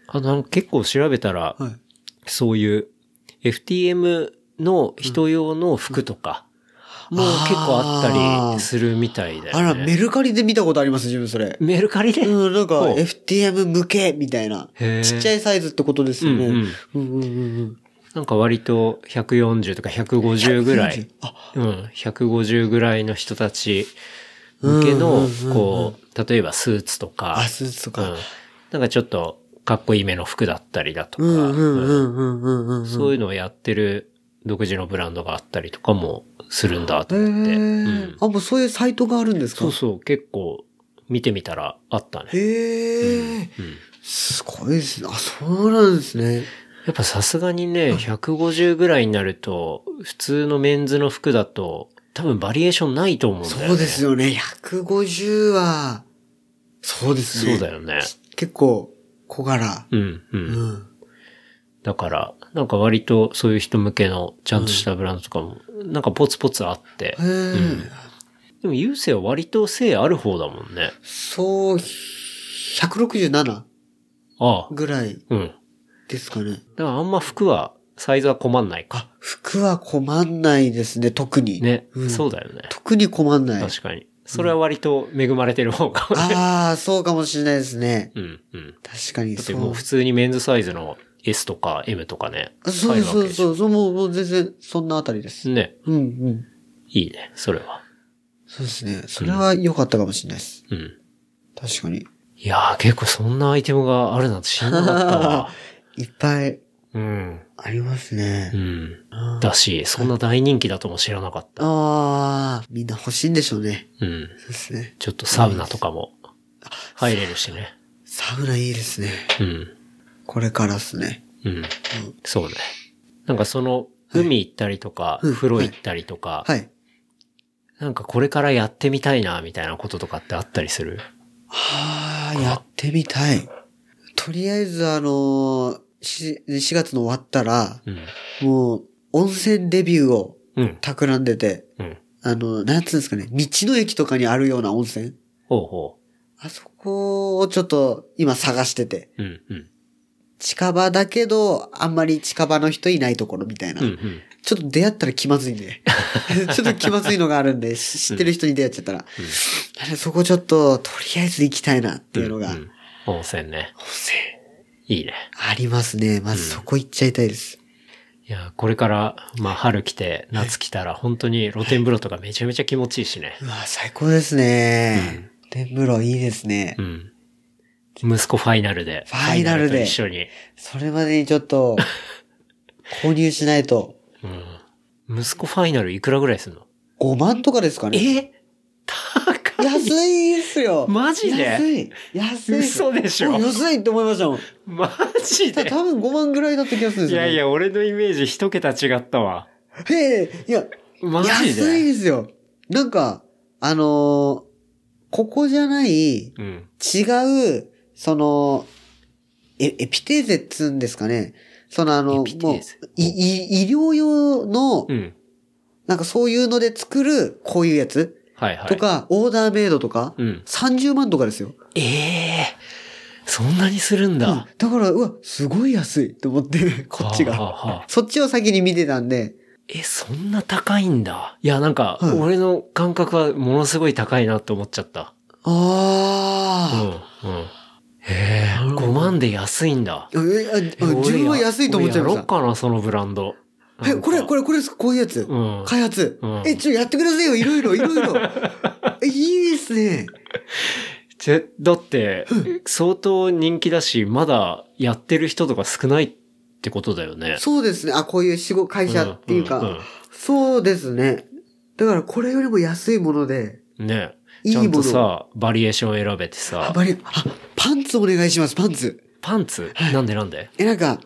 Speaker 2: あの、なんか結構調べたら、
Speaker 3: はい。
Speaker 2: そういう FTM の人用の服とか、もう結構あったりするみたいだよね。
Speaker 3: あら、メルカリで見たことあります、自分それ。
Speaker 2: メルカリで、
Speaker 3: うん、なんか
Speaker 2: ほう
Speaker 3: FTM 向けみたいな。
Speaker 2: へー
Speaker 3: ちっちゃいサイズってことですよね。
Speaker 2: う
Speaker 3: うんんうんうんうん。
Speaker 2: なんか割と140とか150ぐらい、
Speaker 3: あ、
Speaker 2: うん、150ぐらいの人たち向けの、こう、例えばスーツとか、
Speaker 3: あ、スーツと
Speaker 2: うん
Speaker 3: か。
Speaker 2: なんかちょっとかっこいい目の服だったりだとか、
Speaker 3: うんうん
Speaker 2: うん
Speaker 3: うんうんうんうん。
Speaker 2: そういうのをやってる独自のブランドがあったりとかもするんだと
Speaker 3: へ
Speaker 2: 思って。
Speaker 3: ーあ、もうそういうサイトがあるんですか
Speaker 2: そうそう、結構見てみたらあったね。
Speaker 3: へえ、
Speaker 2: うん
Speaker 3: すごいですね。あ、そうなんですね。
Speaker 2: やっぱさすがにね、150ぐらいになると、普通のメンズの服だと、多分バリエーションないと思うんだよね。
Speaker 3: そうです
Speaker 2: よ。
Speaker 3: よね。150は、そうです
Speaker 2: そ
Speaker 3: ね。
Speaker 2: うだよね。
Speaker 3: 結構、小柄。
Speaker 2: うん、う。
Speaker 3: うんん。
Speaker 2: だから、なんか割とそういう人向けのちゃんとしたブランドとかも、なんかポツポツあって
Speaker 3: へ。え、
Speaker 2: でも、優勢は割と性ある方だもんね。
Speaker 3: そう、167
Speaker 2: ああ、
Speaker 3: ぐらい
Speaker 2: うん。
Speaker 3: ですかね。
Speaker 2: だからあんま服は、サイズは困んないか。
Speaker 3: 服は困んないですね、特に。
Speaker 2: ね、
Speaker 3: うん
Speaker 2: そうだよね。
Speaker 3: 特に困んない。
Speaker 2: 確かに。それは割と恵まれてる方かもね
Speaker 3: ああ、そうかもしれないですね。
Speaker 2: うん、うん。
Speaker 3: 確かに
Speaker 2: だっ
Speaker 3: そ
Speaker 2: てもう
Speaker 3: う。
Speaker 2: 普通にメンズサイズの S とか M とかね。
Speaker 3: そう
Speaker 2: 入るわ
Speaker 3: そ
Speaker 2: け
Speaker 3: う
Speaker 2: でしょ
Speaker 3: そうそう、もうもう全然そんなあたりです。
Speaker 2: ね。
Speaker 3: うんうん。
Speaker 2: いいね、それは。
Speaker 3: そうですね。それは良かったかもしれないです。
Speaker 2: うん。
Speaker 3: 確かに。
Speaker 2: いやー、結構そんなアイテムがあるなんて知らなかったわ。
Speaker 3: <laughs> いっぱい
Speaker 2: うん。
Speaker 3: ありますね
Speaker 2: う。ん。
Speaker 3: あー
Speaker 2: だし、そんな大人気だとも知らなかった。
Speaker 3: あー、みんな欲しいんでしょうね。
Speaker 2: うん。
Speaker 3: そうですね。
Speaker 2: ちょっとサウナとかも入れるしね。
Speaker 3: サウナいいですね。
Speaker 2: うん。
Speaker 3: これからですね。
Speaker 2: うん。そうね。なんかその、海行ったりとか、
Speaker 3: うん
Speaker 2: 風呂行ったりとか、
Speaker 3: はい。
Speaker 2: なんかこれからやってみたいな、みたいなこととかってあったりする
Speaker 3: はあ、やってみたい。とりあえずあのー、4月の終わったら、
Speaker 2: うん。
Speaker 3: もう、温泉デビューを
Speaker 2: うん。
Speaker 3: 企んでて、
Speaker 2: うん。
Speaker 3: あの、なんつうんですかね、道の駅とかにあるような温泉
Speaker 2: ほうほ
Speaker 3: あそこをちょっと今探してて。
Speaker 2: う。うん。うん。
Speaker 3: 近場だけど、あんまり近場の人いないところみたいな。
Speaker 2: うん。うん。
Speaker 3: ちょっと出会ったら気まずいん <laughs> で。ちょっと気まずいのがあるんで、し知ってる人に出会っちゃったら。だからそこちょっと、とりあえず行きたいなっていうのが
Speaker 2: うん温泉ね。
Speaker 3: 温泉。
Speaker 2: いいね。
Speaker 3: ありますね。まずそこ行っちゃいたいです。
Speaker 2: いや、これから、まあ、春来て、夏来たら、本当に露天風呂とかめちゃめちゃ気持ちいいしね。
Speaker 3: うわ、最高ですね。天風呂いいですね。
Speaker 2: うん。息子ファイナルで。
Speaker 3: ファイナルで
Speaker 2: ファと一緒に。
Speaker 3: それまでにちょっ
Speaker 2: <laughs>
Speaker 3: と、購入しないと、
Speaker 2: うん。息子ファイナルいくらぐらいするの
Speaker 3: 5万とかですかね。
Speaker 2: え高い。
Speaker 3: 安いですよ。
Speaker 2: マジで
Speaker 3: 安い。安い。
Speaker 2: 嘘でしょ
Speaker 3: お安いって思いましたもん。
Speaker 2: マジ
Speaker 3: た
Speaker 2: で
Speaker 3: 多分5万ぐらいだった気がするんで
Speaker 2: い
Speaker 3: すよ、
Speaker 2: や
Speaker 3: ね。
Speaker 2: い。や、俺のイメージ一桁違ったわ。
Speaker 3: ええいや、
Speaker 2: マジで
Speaker 3: 安いですよ。なんか、あのーここじゃない、
Speaker 2: うん。
Speaker 3: 違う、その、え、エピテーゼっつうんですかね。そのあの、も
Speaker 2: エ
Speaker 3: う
Speaker 2: ピテーゼ、
Speaker 3: いい医療用の、
Speaker 2: うん。
Speaker 3: なんかそういうので作る、こういうやつ
Speaker 2: はいはい。
Speaker 3: とか、オーダーメイドとか、
Speaker 2: うん。
Speaker 3: 30万とかですよ。
Speaker 2: ええそんなにするん
Speaker 3: うん
Speaker 2: だ。
Speaker 3: だから、うわ、すごい安いと思って、 <laughs> こっち
Speaker 2: はあ
Speaker 3: が。
Speaker 2: はあはあ
Speaker 3: そっちを先に見てたんで、
Speaker 2: え、そんな高いんだ。いや、なんか、
Speaker 3: はい
Speaker 2: 俺の感覚はものすごい高いなって思っちゃった。うん。う
Speaker 3: あ
Speaker 2: ん。へえ、5万で安いんだ。
Speaker 3: あ、えああ
Speaker 2: え
Speaker 3: 自分は
Speaker 2: 俺や
Speaker 3: 安いと思っちゃいま
Speaker 2: 俺やろ
Speaker 3: した
Speaker 2: っ。かな、そのブランド。
Speaker 3: え、これ、こ
Speaker 2: れ。
Speaker 3: れ、これですかこういうやつ。
Speaker 2: うん。
Speaker 3: 開発
Speaker 2: うん。
Speaker 3: え、ちょ、やってくださいよ。いろいろ、いろ
Speaker 2: <laughs>
Speaker 3: いろ。えいいですね。
Speaker 2: ぜだって、相当人気だし、まだやってる人とか少ないってことだよね。
Speaker 3: そうですね。あ、こういう仕事、会社っていう
Speaker 2: うんうん
Speaker 3: か。そうですね。だから、これよりも安いもので、
Speaker 2: うんね
Speaker 3: いい
Speaker 2: ちゃん
Speaker 3: も
Speaker 2: と
Speaker 3: の。
Speaker 2: さ、バリエーション選べてさ
Speaker 3: あ、、バリあ、パンツお願いします、パンツ。
Speaker 2: パンツなんでなんで
Speaker 3: え、なんか、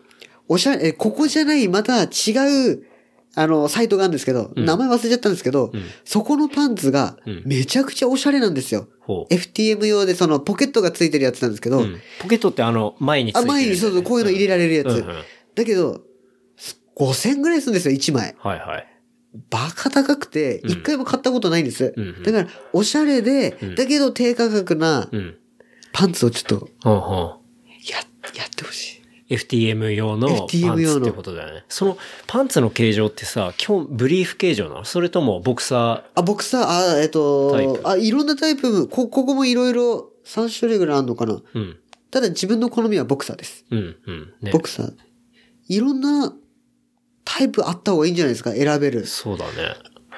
Speaker 3: おしゃれ、えここじゃない、また違う、あの、サイトがあるんですけど、
Speaker 2: うん
Speaker 3: 名前忘れちゃったんですけど、
Speaker 2: うん
Speaker 3: そこのパンツが
Speaker 2: うん、
Speaker 3: めちゃくちゃおしゃれなんですよ。
Speaker 2: ほう。
Speaker 3: FTM 用で、その、ポケットがついてるやつなんですけど、
Speaker 2: うんポケットってあの、前について
Speaker 3: あ、
Speaker 2: るんだよね、
Speaker 3: 前に、そうそう、こういうの入れられるやつ。
Speaker 2: うんうん
Speaker 3: だけど、5000ぐらいするんですよ、1枚。
Speaker 2: はいはい。
Speaker 3: バカ高くて、
Speaker 2: うん
Speaker 3: 一回も買ったことないんです。
Speaker 2: うんうん
Speaker 3: だから、おしゃれで、
Speaker 2: うん
Speaker 3: だけど低価格な
Speaker 2: うん。
Speaker 3: パンツをちょっと、
Speaker 2: ほうほ
Speaker 3: や、やってほし
Speaker 2: う。
Speaker 3: い。
Speaker 2: FTM 用のパン
Speaker 3: FTM
Speaker 2: ツ
Speaker 3: 用の
Speaker 2: ってことだよね。そのパンツの形状ってさ、基本ブリーフ形状なのそれともボクサ
Speaker 3: あ、僕さ、あ、
Speaker 2: タ
Speaker 3: えっ
Speaker 2: イ
Speaker 3: と、
Speaker 2: プ
Speaker 3: あ、いろんなタイプ、こ、ここもいろいろ3種類ぐらいあるのかな。
Speaker 2: ーうん。
Speaker 3: ただ自分の好みはボクサーです。
Speaker 2: うん、うん。ね
Speaker 3: ボ。クサー。いろんなタイプあった方がいいんじゃないですか選べる。
Speaker 2: そうだね。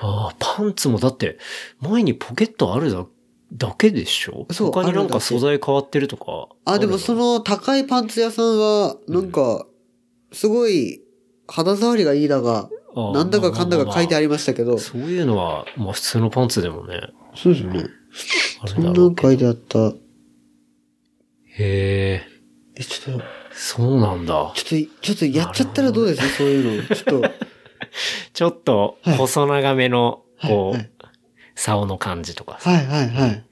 Speaker 2: ああ、パンツもだって、前にポケットあるだ、だけでしょ
Speaker 3: そう
Speaker 2: 他になん
Speaker 3: あるだ
Speaker 2: か
Speaker 3: け
Speaker 2: 素材変わってるとか
Speaker 3: あ、でも
Speaker 2: る
Speaker 3: その高いパンツ屋さんは、なんか、すごい肌触りがいいだが、
Speaker 2: あ
Speaker 3: なんだかかんだか書いてあ
Speaker 2: る。
Speaker 3: りましたけど。
Speaker 2: そういうのは、まあ普通のパンツでもね、
Speaker 3: そうですね。
Speaker 2: あ
Speaker 3: そ
Speaker 2: る
Speaker 3: ん
Speaker 2: だ
Speaker 3: な
Speaker 2: ろ
Speaker 3: の
Speaker 2: うけど。
Speaker 3: 書いてあった。
Speaker 2: へえ、
Speaker 3: え、ちょっと、
Speaker 2: そうなんだ。
Speaker 3: ちょっと、ちょっとやっちゃったらどうですそういうの。ちょっと。
Speaker 2: ちょっと、
Speaker 3: はい
Speaker 2: 細長めの、こ
Speaker 3: はいは
Speaker 2: う、竿の感じとかさ。
Speaker 3: はいはいはい。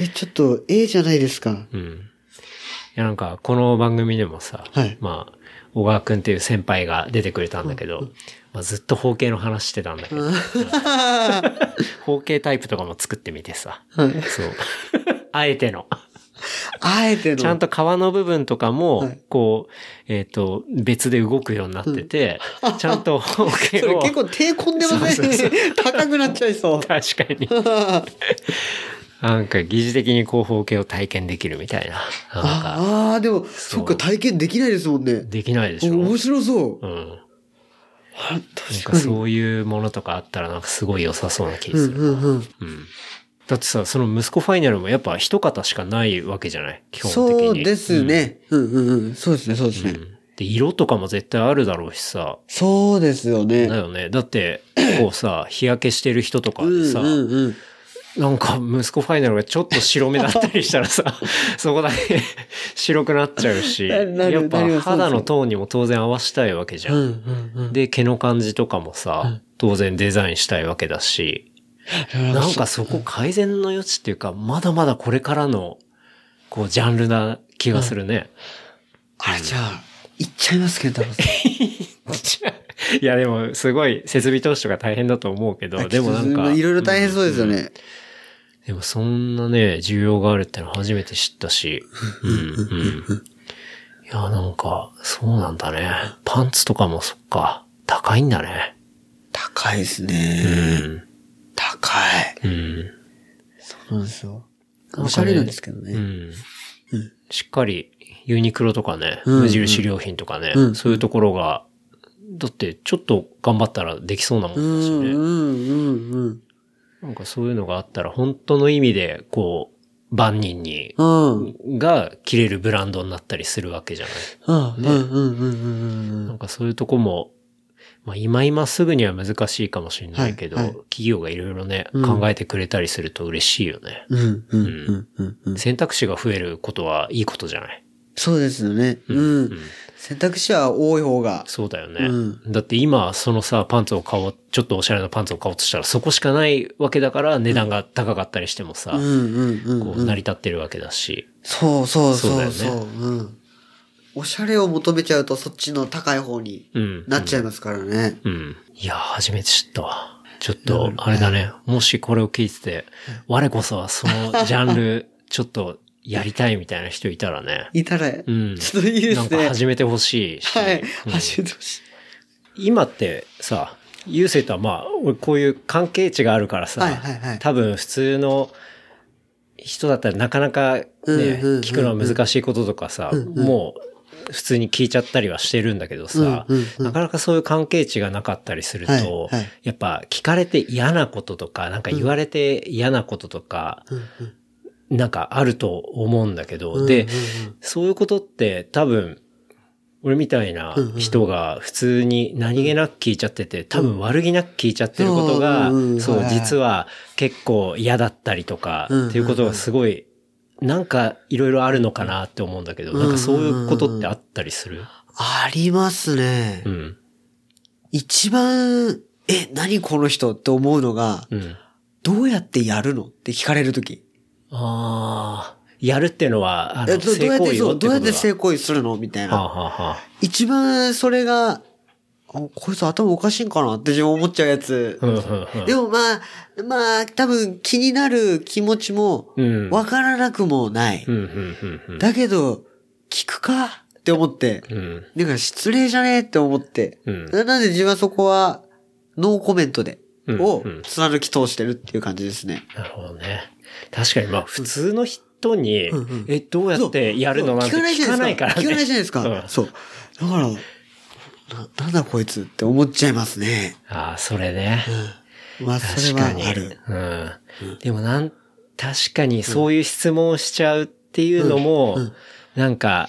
Speaker 3: え、ちょっと、ええじゃないで
Speaker 2: <laughs>
Speaker 3: すか。
Speaker 2: うん。いや、なんか、この番組でもさ、
Speaker 3: はい
Speaker 2: まあ、小川くんっていう先輩が出てくれたんだけど、まあ、ずっと包茎の話してたんだけど、
Speaker 3: は
Speaker 2: 包茎タイプとかも作ってみてさ、
Speaker 3: い。
Speaker 2: そう。あえての。
Speaker 3: あえての。
Speaker 2: ちゃんと皮の部分とかも、
Speaker 3: はい
Speaker 2: こう、えっ、と、別で動くようになってて、ちゃんと包
Speaker 3: そ
Speaker 2: 茎
Speaker 3: れ
Speaker 2: を、
Speaker 3: 結構抵抗んでません、高くなっちゃいそう。
Speaker 2: 確かに、
Speaker 3: あ
Speaker 2: なんか疑似的にこう包茎を体験できるみたいな。なんか、
Speaker 3: あー、でも、そっか、体験できないですもんね。
Speaker 2: できないでしょ。
Speaker 3: 面白そうう。
Speaker 2: ん。
Speaker 3: あ
Speaker 2: なん
Speaker 3: 確
Speaker 2: か
Speaker 3: かに。
Speaker 2: そういうものとかあったらなんかすごい良さそうな気が
Speaker 3: う
Speaker 2: す
Speaker 3: ん
Speaker 2: る。
Speaker 3: うんう
Speaker 2: う
Speaker 3: ん。
Speaker 2: んだってさ、その息子ファイナルもやっぱ一方しかないわけじゃない基本的に。
Speaker 3: そうですね。うんうんうん。そうですね、そうです
Speaker 2: うん。
Speaker 3: ね。
Speaker 2: うんで、色とかも絶対あるだろうしさ。
Speaker 3: そうですよね。
Speaker 2: だよね。だって、こうさ、日焼けしてる人とか
Speaker 3: う
Speaker 2: で
Speaker 3: ん
Speaker 2: さ、
Speaker 3: うんうん。
Speaker 2: なんか息子ファイナルがちょっと白目だったりしたら
Speaker 3: <laughs>
Speaker 2: さ、そこだけ白くなっちゃうし、
Speaker 3: ななる
Speaker 2: やっ
Speaker 3: なり
Speaker 2: ぱ
Speaker 3: ます
Speaker 2: 肌のトーンにも当然合わせたいわけじゃ
Speaker 3: うん
Speaker 2: ん。
Speaker 3: うんうん。
Speaker 2: で、毛の感じとかもさ、当然デザインしたいわけだし、なんかそこ改善の余地っていうか、まだまだこれからの、こう、ジャンルな気がするね。
Speaker 3: あれじゃあ、行っちゃいますけど、
Speaker 2: <laughs> いや、でも、すごい、設備投資とか大変だと思うけど、でもなんか、
Speaker 3: <laughs> いろいろ大変そうですよ
Speaker 2: んん
Speaker 3: ね。
Speaker 2: でも、そんなね、需要があるってのは初めて知ったし、うん、うん。いや、なんか、そうなんだね。パンツとかもそっか、高いんだね。
Speaker 3: 高いです
Speaker 2: う
Speaker 3: ね。
Speaker 2: ん、
Speaker 3: 高
Speaker 2: う
Speaker 3: い。
Speaker 2: ん。
Speaker 3: そうなんですよ。おしゃれなんですけど
Speaker 2: う
Speaker 3: ね。
Speaker 2: ん。しっかりユニクロとかね、
Speaker 3: うんうん
Speaker 2: 無印良品とかね、
Speaker 3: うん
Speaker 2: そういうところが、だってちょっと頑張ったらできそうなも
Speaker 3: うん
Speaker 2: んですよね。
Speaker 3: うんうん
Speaker 2: なんかそういうのがあったら本当の意味で、こう、万人に、
Speaker 3: うん。うん。
Speaker 2: が着れるブランドになったりするわけじゃない。
Speaker 3: うんうんうんうんうんう。
Speaker 2: なんんかそういうとこも、まあ今今すぐには難しいかもしれないけど、
Speaker 3: はいはい
Speaker 2: 企業がいろいろね、
Speaker 3: うん
Speaker 2: 考えてくれたりすると嬉しいよね。
Speaker 3: うんうんうんうんうん。
Speaker 2: 選択肢が増えることはいいことじゃない。
Speaker 3: そうですよね。う
Speaker 2: うんん。
Speaker 3: 選択肢は多い方が。
Speaker 2: そうだよね。
Speaker 3: う
Speaker 2: だって今、そのさ、パンツを買おう、ちょっとおしゃれなパンツを買おうとしたら、そこしかないわけだから、値段が高かったりしてもさ、
Speaker 3: うんうんうん
Speaker 2: こ
Speaker 3: う。
Speaker 2: うん成り立ってるわけだし。
Speaker 3: そうそう
Speaker 2: そう
Speaker 3: そ
Speaker 2: だ
Speaker 3: う
Speaker 2: よ
Speaker 3: そう。
Speaker 2: ね
Speaker 3: うん。おしゃれを求めちゃうとそっちの高い方に
Speaker 2: うん。
Speaker 3: なっちゃいますからね。
Speaker 2: うん。いやー、初めて知ったわ。ちょっと、あれだね。もしこれを聞いてて、我こそはそのジャンル、 <laughs> ちょっとやりたいみたいな人いたらね。
Speaker 3: いたら、
Speaker 2: うん。
Speaker 3: ちょっといいで
Speaker 2: なん
Speaker 3: す
Speaker 2: か
Speaker 3: ね。
Speaker 2: 始めてほしいし。
Speaker 3: はい。
Speaker 2: うん
Speaker 3: 初めてほしい。
Speaker 2: 今ってさ、優勢とはまあ、俺こういう関係値があるからさ、
Speaker 3: はいはいはい
Speaker 2: 多分普通の人だったらなかなかね、
Speaker 3: うんうんうんうん
Speaker 2: 聞くのは難しいこととかさ、もう普通に聞いちゃったりはしてるんだけどさ、
Speaker 3: うんうんうん
Speaker 2: なかなかそういう関係値がなかったりすると、
Speaker 3: はいはい
Speaker 2: やっぱ聞かれて嫌なこととか、なんか言われて嫌なこととか、
Speaker 3: うんうん
Speaker 2: なんかあると思うんだけど、
Speaker 3: うん
Speaker 2: で、
Speaker 3: うんうん
Speaker 2: そういうことって多分、俺みたいな人が普通に何気なく聞いちゃってて、多分悪気なく聞いちゃってることが、
Speaker 3: うんうん
Speaker 2: そう
Speaker 3: は、い
Speaker 2: 実は結構嫌だったりとか、
Speaker 3: うん
Speaker 2: っていうことがすごい、なんかいろいろあるのかなって思うんだけど、
Speaker 3: ん
Speaker 2: なんかそういうことってあったりする
Speaker 3: ありますね。
Speaker 2: うん。
Speaker 3: 一番、え、何この人って思うのが、
Speaker 2: うん。
Speaker 3: どうやってやるのって聞かれるとき。
Speaker 2: ああ、やるっていうのは、あ
Speaker 3: え
Speaker 2: の、
Speaker 3: どどう
Speaker 2: 性
Speaker 3: やっ
Speaker 2: 行
Speaker 3: て
Speaker 2: 為を
Speaker 3: そ
Speaker 2: っ
Speaker 3: う、
Speaker 2: て
Speaker 3: どう
Speaker 2: こ
Speaker 3: や
Speaker 2: と
Speaker 3: っ
Speaker 2: だ
Speaker 3: て性行為するのみたい
Speaker 2: はあ
Speaker 3: な。
Speaker 2: はあはあ
Speaker 3: 一番それが、あこいつ頭おかしいんかなって自分思っちゃうやつ。
Speaker 2: うんうん
Speaker 3: でもまあ、まあ、多分気になる気持ちも、
Speaker 2: うん。
Speaker 3: わからなくもない。
Speaker 2: うん、うん、うん、うん
Speaker 3: だけど、聞くかって思って。
Speaker 2: うん。
Speaker 3: なんか失礼じゃねえって思って。
Speaker 2: うん
Speaker 3: ななんで自分はそこは、ノーコメントで、
Speaker 2: うん
Speaker 3: を
Speaker 2: うん
Speaker 3: 貫き通してるっていう感じですね。
Speaker 2: なるほどね。確かにまあ普通の人に、
Speaker 3: うんうん
Speaker 2: え、どうやってやるのなんて
Speaker 3: そう
Speaker 2: 聞かないからね。
Speaker 3: 聞かないじゃないですか。
Speaker 2: うん
Speaker 3: そう。だから、な、なんだこいつって思っちゃいますね。
Speaker 2: <laughs> ああ、それね。
Speaker 3: うん。まあ、そ
Speaker 2: 確
Speaker 3: れは
Speaker 2: かに。
Speaker 3: ある。
Speaker 2: うん。でもなん、確かにそういう質問をしちゃうっていうのも、なんか、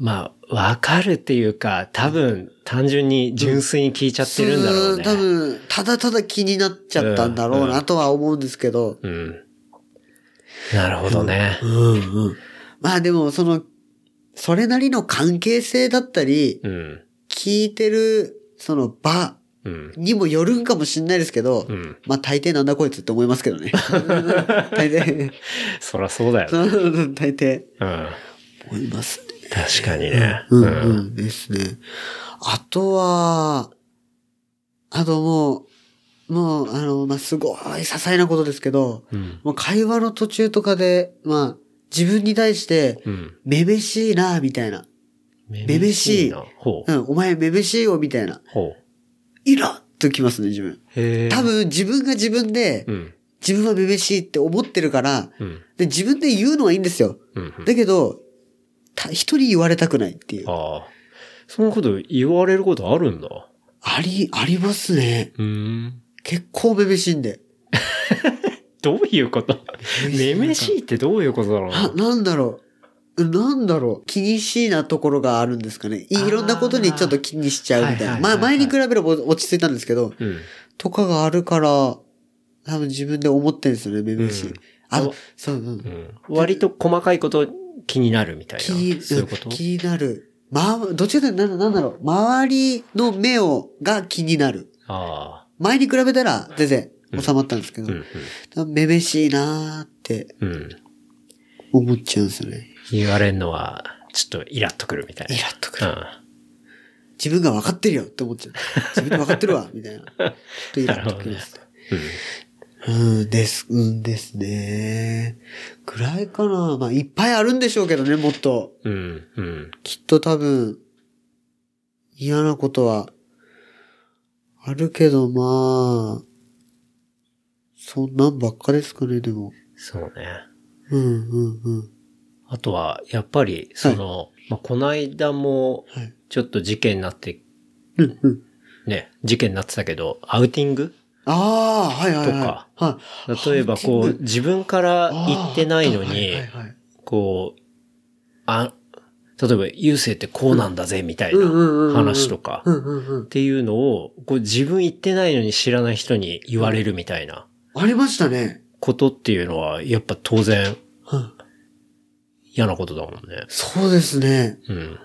Speaker 2: まあ、わかるっていうか、多分、単純に純粋に聞いちゃってるんだろうね。
Speaker 3: そ多分、ただただ気になっちゃったんだろう
Speaker 2: うんう
Speaker 3: なとは思うんですけど。
Speaker 2: うん。なるほどね。
Speaker 3: うんうん。まあでも、その、それなりの関係性だったり、
Speaker 2: うん。
Speaker 3: 聞いてる、その場
Speaker 2: うん。
Speaker 3: にもよるんかもしんないですけど、
Speaker 2: うん。
Speaker 3: まあ大抵なんだこいつって思いますけど
Speaker 2: <laughs>
Speaker 3: ね。大抵、
Speaker 2: そらそうだよね。
Speaker 3: 大抵
Speaker 2: うん。
Speaker 3: 思いますね。
Speaker 2: 確かにね。
Speaker 3: うんうんですね。あとは、あともう、もう、あの、まあ、すごい些細なことですけど、
Speaker 2: うん。
Speaker 3: もう会話の途中とかで、まあ、自分に対して、
Speaker 2: うん。
Speaker 3: めめしいな、みたいな。
Speaker 2: め
Speaker 3: めめしい
Speaker 2: なほう
Speaker 3: う。ん、お前めめしいよ、みたいな。
Speaker 2: ほ
Speaker 3: イラッときますね、自分。
Speaker 2: う。へえ。
Speaker 3: 多分、自分が自分で
Speaker 2: う、ん。
Speaker 3: 自分はめめしいって思ってるから、
Speaker 2: うん。
Speaker 3: で、自分で言うのはいいんですよ。
Speaker 2: うん。うん。
Speaker 3: だけど、た人に言われたくないっていう。あ
Speaker 2: ああ。そんなこと言われることあるんだ。
Speaker 3: り、ありますね。
Speaker 2: うん。
Speaker 3: 結構めめしいんで。
Speaker 2: どういうことめめしいってどういうことだろう
Speaker 3: な、
Speaker 2: な。
Speaker 3: なんだろう。なんだろう。気にしいなところがあるんですかね。いいろんなことにちょっと気にしちゃうみたい
Speaker 2: あー
Speaker 3: な。
Speaker 2: はいはい
Speaker 3: ま
Speaker 2: はい
Speaker 3: あ、
Speaker 2: はい
Speaker 3: 前に比べれば落ち着いたんですけど、
Speaker 2: うん。
Speaker 3: とかがあるから、多分自分で思ってるんですよね、めめしい。
Speaker 2: うん
Speaker 3: あ
Speaker 2: そう
Speaker 3: の、そう、う
Speaker 2: う
Speaker 3: ん。
Speaker 2: ん。割と細かいこと気になるみたいな。
Speaker 3: 気に、
Speaker 2: そういうこと
Speaker 3: 気になる。まあ、どっちかというと、なんなんだろう。周りの目を、が気になる。
Speaker 2: ああ。
Speaker 3: 前に比べたら、全然
Speaker 2: うん
Speaker 3: 収まったんですけど
Speaker 2: う、ん。
Speaker 3: めめしいなーって
Speaker 2: うん。うん。
Speaker 3: 思っちゃうんですよね。
Speaker 2: 言われるのは、ちょっとイラッとくるみたいな。
Speaker 3: イラッとく
Speaker 2: る。
Speaker 3: 自分が分かってるよって思っちゃう。自分で分かってるわ、み <laughs> たいな。ちょっとイラっときます。
Speaker 2: うん。
Speaker 3: うん、です、うんですね。ぐらいかな。まあ、いっぱいあるんでしょうけどね、もっと。
Speaker 2: うん。うん。
Speaker 3: きっと多分、嫌なことは、あるけど、まあ、そんなんばっかですかね、でも。
Speaker 2: そうね。
Speaker 3: うん、うん、うん。
Speaker 2: あとは、やっぱり、その、まあ、この間も
Speaker 3: はい、
Speaker 2: ちょっと事件になって、
Speaker 3: うん、うん。
Speaker 2: ね、事件になってたけど、アウティング
Speaker 3: ああ、はいはいはい。
Speaker 2: とか
Speaker 3: はい。
Speaker 2: 例えば、こ
Speaker 3: ハン
Speaker 2: う、
Speaker 3: ティング
Speaker 2: 自分から言ってないのに
Speaker 3: あーはい、はいはい
Speaker 2: こう、あ、例えば、優勢ってこうなんだぜ、みたい
Speaker 3: うんうんうんう
Speaker 2: なん話とか
Speaker 3: う、んうんうん
Speaker 2: っ。ていうのを、こう、自分言ってないのに知らない人に言われるみたいな
Speaker 3: ありましたね。
Speaker 2: ことっていうのは、やっぱ当然
Speaker 3: はい
Speaker 2: 嫌なことだもんね。
Speaker 3: そうですね。
Speaker 2: うん。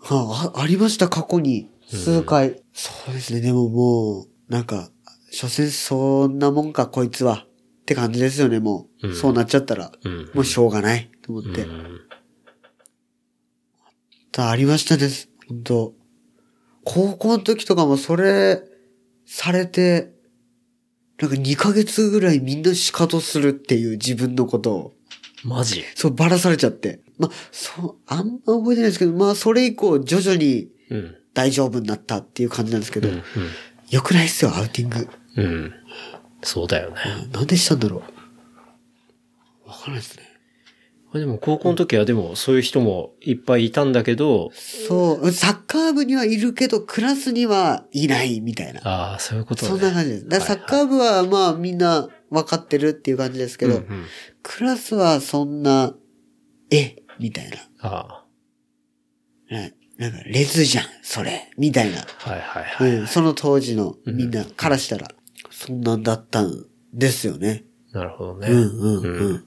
Speaker 3: はあ、ありました、過去に。数回。そうですね、でももう、なんか、所詮そんなもんか、こいつは。って感じですよね、もう。
Speaker 2: うん
Speaker 3: そうなっちゃったら。
Speaker 2: うん。
Speaker 3: もうしょうがない、と思って。
Speaker 2: うん
Speaker 3: ありましたです。本当高校の時とかもそれ、されて、なんか2ヶ月ぐらいみんな仕方するっていう自分のことを。
Speaker 2: マジ
Speaker 3: そう、ばらされちゃって。まあ、そう、あんま覚えてないですけど、まあ、それ以降、徐々に
Speaker 2: うん。
Speaker 3: 大丈夫になったっていう感じなんですけ
Speaker 2: う
Speaker 3: ど、
Speaker 2: ん。
Speaker 3: 良くないっすよ、アウティング。
Speaker 2: うん。うん。そうだよね。
Speaker 3: なんでしたんだろう。わからないですね。
Speaker 2: でも高校の時はでもそういう人もいっぱいいたんだけど、
Speaker 3: そう、サッカー部にはいるけど、クラスにはいないみたいな。
Speaker 2: ああ、そういうことだ
Speaker 3: そ
Speaker 2: ね。
Speaker 3: んな感じです。だからサッカー部はまあみんな分かってるっていう感じですけ
Speaker 2: うん
Speaker 3: ど、
Speaker 2: うん。
Speaker 3: クラスはそんな、え、みたいな。
Speaker 2: あ
Speaker 3: ななんか、レズじゃん、それ、みたいな。
Speaker 2: あ、はいはいはい。
Speaker 3: うん、その当時のみんなからしたら、そんなんだったんですよね。
Speaker 2: なるほどね。
Speaker 3: うんうんうん。
Speaker 2: うん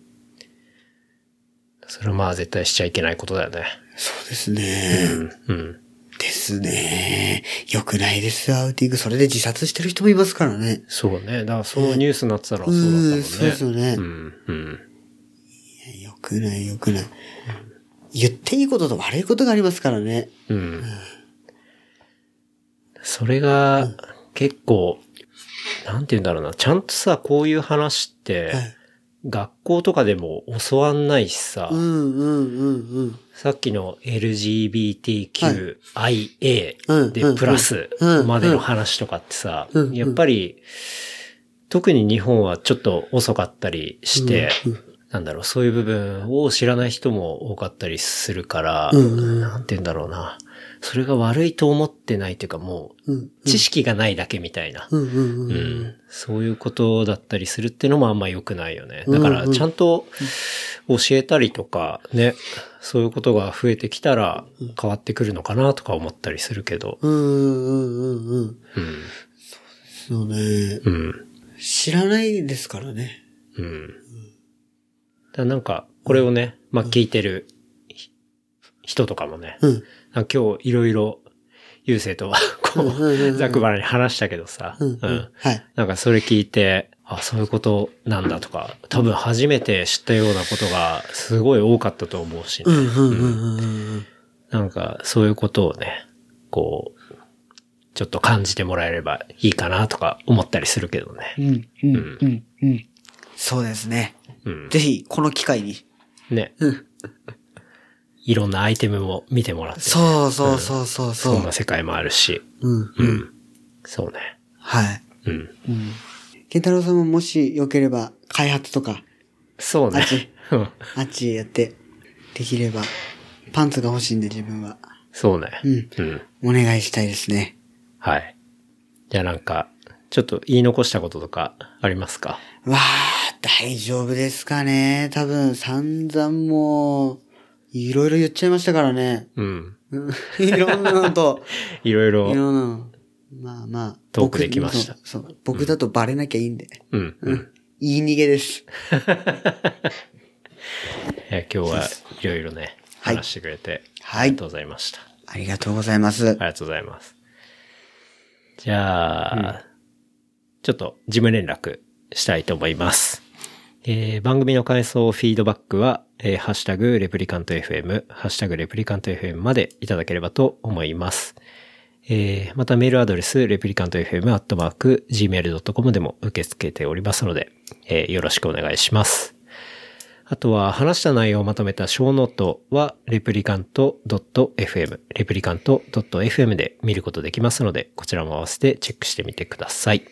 Speaker 2: それはまあ絶対しちゃいけないことだよね。
Speaker 3: そうですね。
Speaker 2: うん。
Speaker 3: ですね。良くないですよ、アウティング。それで自殺してる人もいますからね。
Speaker 2: そうね。だからそのニュースになってたらそううだったもん
Speaker 3: ん、
Speaker 2: ね。
Speaker 3: そうですよね
Speaker 2: う。ん。うん。
Speaker 3: いや良くない、良くない。言っていいことと悪いことがありますからね。
Speaker 2: うん。それが結構、なんて言うんだろうな。ちゃんとさ、こういう話って
Speaker 3: はい、
Speaker 2: 学校とかでも教わんないしさ、
Speaker 3: うんうんうんうん。
Speaker 2: さっきの LGBTQIA
Speaker 3: うんう
Speaker 2: で
Speaker 3: ん
Speaker 2: プラス
Speaker 3: うん
Speaker 2: までの話とかってさ
Speaker 3: うんう、ん
Speaker 2: やっぱり、特に日本はちょっと遅かったりして、なんだろう、そういう部分を知らない人も多かったりするから、
Speaker 3: うんうん
Speaker 2: なんて言うんだろうな。それが悪いと思ってないというかも
Speaker 3: うんうん
Speaker 2: う、知識がないだけみたいな。
Speaker 3: うんうん
Speaker 2: う
Speaker 3: うんうん。
Speaker 2: ん、そういうことだったりするっていうのもあんま良くないよね。だから、ちゃんと教えたりとか、ね、そういうことが増えてきたら変わってくるのかなとか思ったりするけど。
Speaker 3: うんうんうんうん。
Speaker 2: うん。
Speaker 3: そうね。
Speaker 2: うん。
Speaker 3: 知らないですからね。
Speaker 2: うん。だからなんか、これをね、まあ、聞いてるひ人とかもね、
Speaker 3: うん。
Speaker 2: なんか今日いろいろ、優勢とは、こう、ざくばらに話したけどさ、
Speaker 3: うんうん。はい。
Speaker 2: なんかそれ聞いて、あ、そういうことなんだとか、多分初めて知ったようなことがすごい多かったと思うし、
Speaker 3: うんうんうんうんうん。
Speaker 2: なんかそういうことをね、こう、ちょっと感じてもらえればいいかなとか思ったりするけどね
Speaker 3: う。んうんうんうん。そうですね。
Speaker 2: うん。
Speaker 3: ぜひ、この機会に。
Speaker 2: ね。いろんなアイテムも見てもらって、
Speaker 3: そうそうそうそうそ
Speaker 2: そん
Speaker 3: う
Speaker 2: な。世界もあるし、
Speaker 3: うん。
Speaker 2: うん。そうね。
Speaker 3: はい。
Speaker 2: うん。
Speaker 3: うん。健太郎さんももしよければ、開発とか、
Speaker 2: そうね
Speaker 3: あち。
Speaker 2: うん
Speaker 3: あっちやって、できれば、パンツが欲しいんで自分は。
Speaker 2: そうね。
Speaker 3: うん。
Speaker 2: うん。
Speaker 3: お願いしたいですね。
Speaker 2: はい。じゃあなんか、ちょっと言い残したこととかありますか
Speaker 3: わあ、大丈夫ですかね。多分、散々もう、いろいろ言っちゃいましたからね。 <laughs>
Speaker 2: うん。
Speaker 3: うんいろんなの
Speaker 2: <laughs>
Speaker 3: と、
Speaker 2: いろい
Speaker 3: いろん
Speaker 2: ろ、
Speaker 3: なの。まあまあ。
Speaker 2: トーク
Speaker 3: 僕
Speaker 2: できました
Speaker 3: そうそう僕だとバレなきゃいいんで。
Speaker 2: うん、う。
Speaker 3: うんん。言い逃げです。
Speaker 2: いや今日はいろいろね、
Speaker 3: はい
Speaker 2: 話してくれて、
Speaker 3: は
Speaker 2: あり
Speaker 3: い
Speaker 2: がと。うございました。
Speaker 3: ありがとうございます
Speaker 2: あ。りがとうございます。じゃあ、ちょっと事務連絡したいと思います。えー番組の感想、フィードバックは、えーハッシュタグレプリカント FM、ハッシュタグレプリカント FM までいただければと思います。えーまたメールアドレス、レプリカント FM アットマーク、gmail.com でも受け付けておりますので、えーよろしくお願いします。あとは話した内容をまとめた小ノートは replicant.fm、replicant.fm で見ることできますので、こちらも合わせてチェックしてみてください。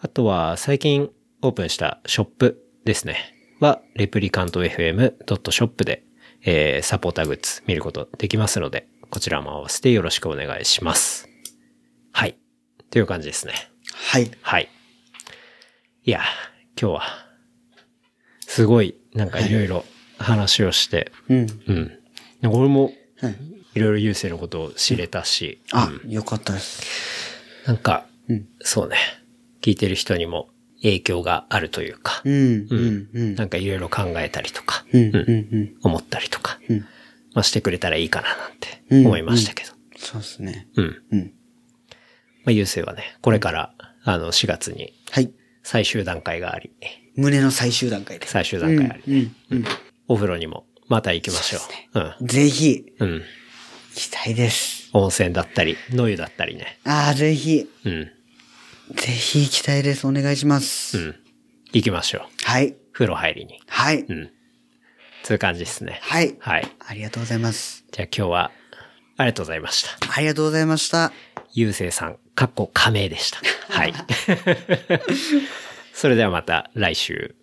Speaker 2: あとは最近オープンしたショップですね。は replicantfm.shop でえーサポーターグッズ見ることできますので、こちらも合わせてよろしくお願いします。はい。という感じですね。
Speaker 3: はい。
Speaker 2: はい。いや、今日は、すごい、なんかいろいろ話をして、
Speaker 3: うん。
Speaker 2: うん。なんか俺も、
Speaker 3: はい。
Speaker 2: いろいろ優勢のことを知れたし、
Speaker 3: あ、よかったです。
Speaker 2: なんか、
Speaker 3: うん。
Speaker 2: そうね、聞いてる人にも影響があるというか
Speaker 3: う、ん。うん。うん。
Speaker 2: なんかいろいろ考えたりとか、
Speaker 3: うん。うん。
Speaker 2: 思ったりとか、
Speaker 3: うん。
Speaker 2: まあ、してくれたらいいかななんて
Speaker 3: うん
Speaker 2: 思いましたけど。
Speaker 3: そうですね。
Speaker 2: うん。
Speaker 3: うん。
Speaker 2: まあ、優勢はね、これから、あの、4月に
Speaker 3: はい。
Speaker 2: 最終段階があり、
Speaker 3: 胸の最終段階です。
Speaker 2: 最終段階あり、
Speaker 3: うん。うん。
Speaker 2: お風呂にもまた行きましょう。
Speaker 3: ぜひ、
Speaker 2: うん。うん。
Speaker 3: 行きたいです。
Speaker 2: 温泉だったり、野湯だったりね。
Speaker 3: ああ、ぜひ、
Speaker 2: うん。
Speaker 3: ぜひ行きたいです。お願いしま
Speaker 2: う
Speaker 3: す。
Speaker 2: ん。行きましょう。
Speaker 3: はい。
Speaker 2: 風呂入りに。
Speaker 3: はい。
Speaker 2: うん。そういう感じですね。
Speaker 3: はい。
Speaker 2: はい。
Speaker 3: ありがとうございます。
Speaker 2: じゃあ今日は、ありがとうございました。
Speaker 3: ありがとうございました。
Speaker 2: ゆうせいさん、 <laughs> かっこ仮名でした。はい。それではまた来週。